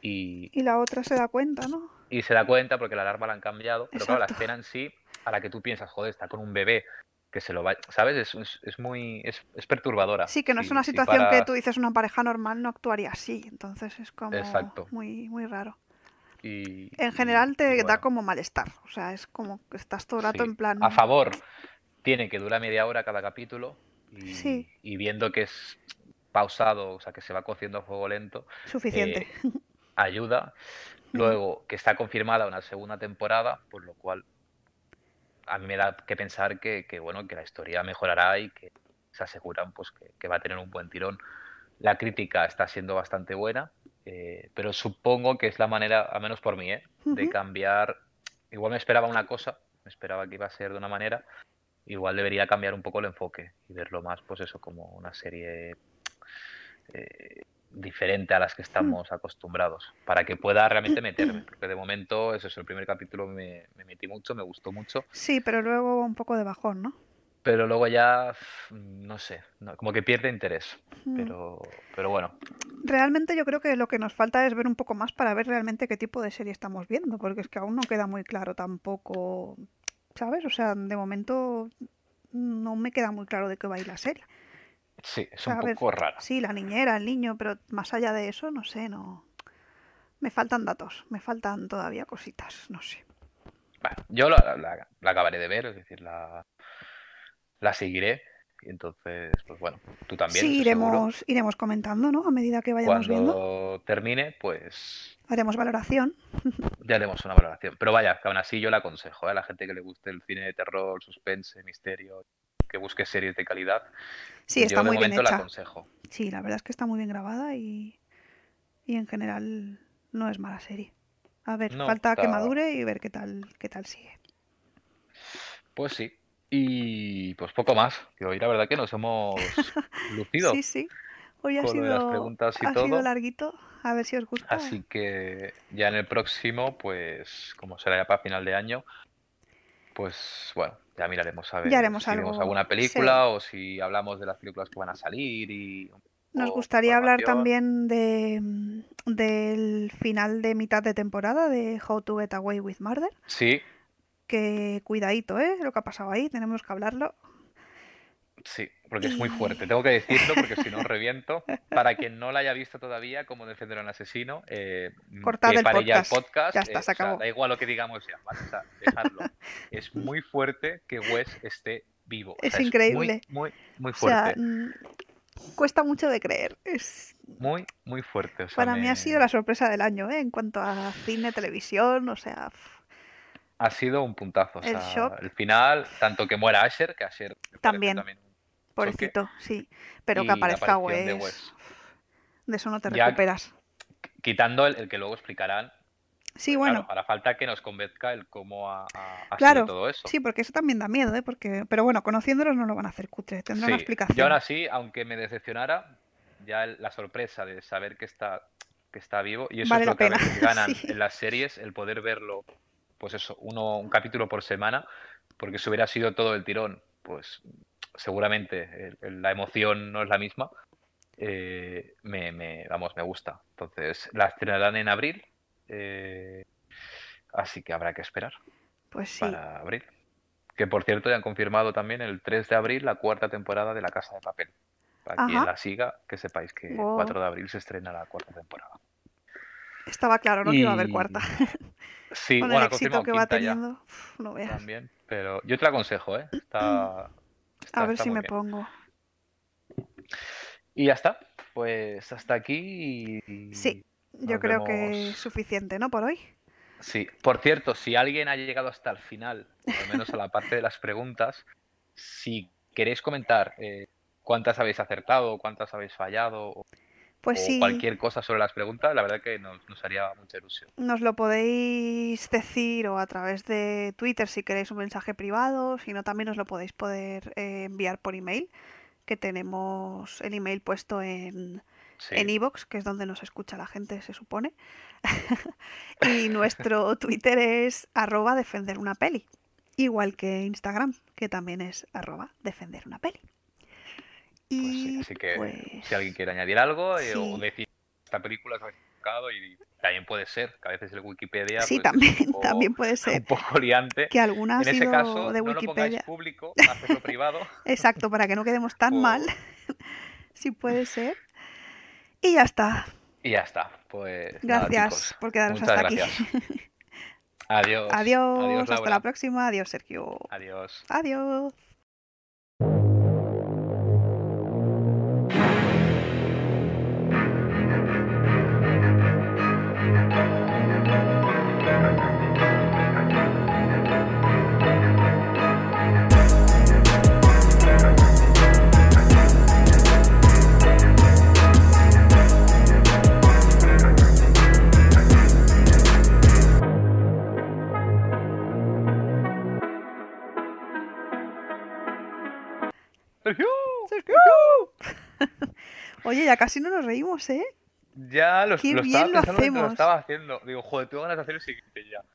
Speaker 2: Y,
Speaker 1: y la otra se da cuenta, ¿no?
Speaker 2: y se da cuenta porque la alarma la han cambiado. Pero claro, la
Speaker 1: Exacto.
Speaker 2: escena en sí, a la que tú piensas, joder, está con un bebé que se lo va, ¿sabes? Es, es- es muy, es, es perturbadora.
Speaker 1: Sí, que no es
Speaker 2: Ah, Si-
Speaker 1: una
Speaker 2: si
Speaker 1: situación que
Speaker 2: paras-
Speaker 1: tú dices una pareja normal no actuaría así, entonces es como
Speaker 2: Exacto.
Speaker 1: muy muy raro.
Speaker 2: y-
Speaker 1: En
Speaker 2: y-
Speaker 1: general te
Speaker 2: y
Speaker 1: da
Speaker 2: bueno,
Speaker 1: como malestar, o sea, es como que estás todo el rato
Speaker 2: sí.
Speaker 1: en plan
Speaker 2: A favor, tiene que durar media hora cada capítulo y,
Speaker 1: Sí.
Speaker 2: y viendo que es pausado, o sea, que se va cociendo a fuego lento, eh,
Speaker 1: suficiente.
Speaker 2: ayuda. Luego, que está confirmada una segunda temporada, por lo cual a mí me da que pensar que, que, bueno, que la historia mejorará y que se aseguran pues, que, que va a tener un buen tirón. La crítica está siendo bastante buena, eh, pero supongo que es la manera, al menos por mí, ¿eh? de
Speaker 1: Ujú.
Speaker 2: cambiar. Igual me esperaba una cosa, me esperaba que iba a ser de una manera. Igual debería cambiar un poco el enfoque y verlo más, pues eso, como una serie eh, diferente a las
Speaker 1: Mm.
Speaker 2: que estamos acostumbrados, para que pueda realmente meterme. Porque de momento, eso es el primer capítulo, me, me metí mucho, me gustó mucho,
Speaker 1: Sí, pero luego un poco de bajón, ¿no?
Speaker 2: pero luego ya, pf, no sé, no- como que pierde interés.
Speaker 1: Mm.
Speaker 2: Pero, pero bueno,
Speaker 1: Realmente yo creo que lo que nos falta es ver un poco más para ver realmente qué tipo de serie estamos viendo, porque es que aún no queda muy claro tampoco, ¿sabes? O sea, de momento no me queda muy claro de qué va a ir la serie.
Speaker 2: sí, es
Speaker 1: sea,
Speaker 2: un
Speaker 1: a ver,
Speaker 2: poco rara.
Speaker 1: Sí, la niñera, el niño, pero más allá de eso, no sé, no. Me faltan datos, me faltan todavía cositas, no sé.
Speaker 2: Bueno, yo la, la- la acabaré de ver, es decir, la, la seguiré. Y entonces, pues bueno, tú también.
Speaker 1: sí,
Speaker 2: estoy seguro.
Speaker 1: iremos, iremos comentando, ¿no? A medida que vayamos viendo,
Speaker 2: Cuando termine, pues
Speaker 1: haremos valoración.
Speaker 2: ya haremos una valoración. Pero vaya, que aún así yo la aconsejo ¿eh? a la gente que le guste el cine de terror, suspense, misterio, que busque series de calidad.
Speaker 1: Sí, está
Speaker 2: yo de
Speaker 1: muy bien
Speaker 2: momento la
Speaker 1: hecha.
Speaker 2: aconsejo.
Speaker 1: Sí, la verdad es que está muy bien grabada y, y en general no es mala serie. A ver,
Speaker 2: No,
Speaker 1: falta que
Speaker 2: está-
Speaker 1: madure y ver qué tal, qué tal sigue.
Speaker 2: Pues sí. Y pues poco más. Que hoy la verdad que nos hemos lucido
Speaker 1: Sí, sí. Hoy ha
Speaker 2: con lo de las
Speaker 1: sido,
Speaker 2: preguntas y
Speaker 1: ha
Speaker 2: todo.
Speaker 1: sido larguito. A ver si os gusta.
Speaker 2: Así que ya en el próximo, pues como será ya para final de año, pues bueno, ya miraremos a ver
Speaker 1: Ya haremos
Speaker 2: si vemos
Speaker 1: algo,
Speaker 2: alguna
Speaker 1: sí.
Speaker 2: película o si hablamos de las películas que van a salir y
Speaker 1: Nos
Speaker 2: o
Speaker 1: gustaría hablar
Speaker 2: información.
Speaker 1: también de, mm, del final de mitad de temporada de How to Get Away with Murder.
Speaker 2: Sí,
Speaker 1: Que cuidadito, ¿eh? Lo que ha pasado ahí, tenemos que hablarlo.
Speaker 2: sí, porque es muy
Speaker 1: Y-
Speaker 2: fuerte. Tengo que decirlo porque si no reviento. Para quien no la haya visto todavía, cómo defender a un asesino, eh,
Speaker 1: Cortad
Speaker 2: que
Speaker 1: el
Speaker 2: pare ya el
Speaker 1: podcast.
Speaker 2: podcast.
Speaker 1: Ya está,
Speaker 2: eh,
Speaker 1: se
Speaker 2: o sea,
Speaker 1: acabó.
Speaker 2: da igual lo que digamos ya, ¿vale? O sea, dejadlo. Es muy fuerte que Wes esté vivo. O
Speaker 1: Es
Speaker 2: sea, muy,
Speaker 1: increíble.
Speaker 2: muy, muy
Speaker 1: O sea,
Speaker 2: fuerte.
Speaker 1: mm, cuesta mucho de creer. Es,
Speaker 2: Muy, muy fuerte. o sea,
Speaker 1: para mí ha
Speaker 2: me-
Speaker 1: sido la sorpresa del año, ¿eh? En cuanto a cine, televisión, o sea, pf,
Speaker 2: ha sido un puntazo. o
Speaker 1: El
Speaker 2: sea,
Speaker 1: shock.
Speaker 2: el final, tanto que muera Asher, que Asher me parece
Speaker 1: También. pobrecito, sí. Pero
Speaker 2: Y
Speaker 1: que
Speaker 2: la
Speaker 1: aparezca
Speaker 2: aparición de
Speaker 1: Wes,
Speaker 2: Wes.
Speaker 1: de eso no te
Speaker 2: Ya-
Speaker 1: recuperas.
Speaker 2: Quitando el, el que luego explicarán.
Speaker 1: Sí,
Speaker 2: Claro,
Speaker 1: bueno,
Speaker 2: hará falta que nos convenzca el cómo ha, ha- ha
Speaker 1: Claro,
Speaker 2: sido todo eso.
Speaker 1: sí, porque eso también da miedo, ¿eh? Porque, pero bueno, conociéndolos no lo van a hacer cutre, tendrá una
Speaker 2: Sí, Yo
Speaker 1: explicación.
Speaker 2: ahora sí, aunque me decepcionara, ya el- la sorpresa de saber que está, que está vivo, y eso
Speaker 1: Vale
Speaker 2: es
Speaker 1: la
Speaker 2: lo que a
Speaker 1: pena,
Speaker 2: veces ganan
Speaker 1: sí.
Speaker 2: en las series, el poder verlo, pues eso, uno, un capítulo por semana, porque si hubiera sido todo el tirón, pues seguramente el- el- la emoción no es la misma. eh, me, me- vamos, me gusta. Entonces, la estrenarán en abril, eh, así que habrá que esperar
Speaker 1: Pues sí.
Speaker 2: para abril. Que por cierto ya han confirmado también el 3 de abril la cuarta temporada de La Casa de Papel. Para quien
Speaker 1: Ajá.
Speaker 2: la siga, que sepáis que el
Speaker 1: Wow.
Speaker 2: 4 de abril se estrena la cuarta temporada.
Speaker 1: Estaba claro, ¿no? Que iba a haber
Speaker 2: Y-
Speaker 1: cuarta.
Speaker 2: Sí,
Speaker 1: Con
Speaker 2: bueno,
Speaker 1: el
Speaker 2: ha
Speaker 1: éxito
Speaker 2: confirmado
Speaker 1: que va
Speaker 2: quinta ya
Speaker 1: teniendo. uf, no veas.
Speaker 2: también, pero yo te la aconsejo, ¿eh? Está, está-
Speaker 1: a ver
Speaker 2: está
Speaker 1: si
Speaker 2: muy
Speaker 1: me
Speaker 2: bien.
Speaker 1: pongo.
Speaker 2: Y ya está, pues hasta aquí. y-
Speaker 1: Sí, Yo
Speaker 2: Nos
Speaker 1: creo que es
Speaker 2: vemos.
Speaker 1: suficiente, ¿no? Por hoy.
Speaker 2: Sí, por cierto, si alguien ha llegado hasta el final, por lo menos a la parte de las preguntas, si queréis comentar eh, cuántas habéis acertado, cuántas habéis fallado o,
Speaker 1: Pues
Speaker 2: o
Speaker 1: sí,
Speaker 2: cualquier cosa sobre las preguntas, la verdad que nos, nos haría mucha ilusión.
Speaker 1: nos lo podéis decir o a través de Twitter si queréis un mensaje privado, si no también os lo podéis poder eh, enviar por email, que tenemos el email puesto en,
Speaker 2: Sí, pues
Speaker 1: en iVoox, que es donde nos escucha la gente, se supone. y nuestro Twitter es arroba defender una peli. Igual que Instagram, que también es arroba defender una peli.
Speaker 2: pues sí,
Speaker 1: Y
Speaker 2: así que
Speaker 1: pues,
Speaker 2: si alguien quiere añañadir algo eh, o
Speaker 1: sí.
Speaker 2: decir esta película es complicado y también puede ser, que a veces el Wikipedia
Speaker 1: sí,
Speaker 2: pues, es
Speaker 1: también,
Speaker 2: un poco,
Speaker 1: también puede
Speaker 2: un
Speaker 1: ser
Speaker 2: poco liante.
Speaker 1: que alguna ha
Speaker 2: En ese
Speaker 1: sido
Speaker 2: caso,
Speaker 1: de
Speaker 2: no lo pongáis
Speaker 1: Wikipedia.
Speaker 2: público, hacedlo privado.
Speaker 1: Exacto, para que no quedemos tan
Speaker 2: o-
Speaker 1: mal, si puede ser. Y ya está.
Speaker 2: Y ya está. Pues nada,
Speaker 1: Gracias
Speaker 2: chicos.
Speaker 1: por quedarnos
Speaker 2: Muchas
Speaker 1: hasta aquí.
Speaker 2: gracias. Adiós.
Speaker 1: Adiós, hasta
Speaker 2: Laura.
Speaker 1: la próxima. Adiós, Sergio.
Speaker 2: Adiós.
Speaker 1: Adiós. Oye, ya casi no nos reímos, ¿eh?
Speaker 2: Ya lo,
Speaker 1: Qué
Speaker 2: lo
Speaker 1: bien
Speaker 2: estaba
Speaker 1: lo
Speaker 2: pensando mientras
Speaker 1: hacemos.
Speaker 2: estaba haciendo. Digo, joder, tengo ganas de hacer el siguiente ya.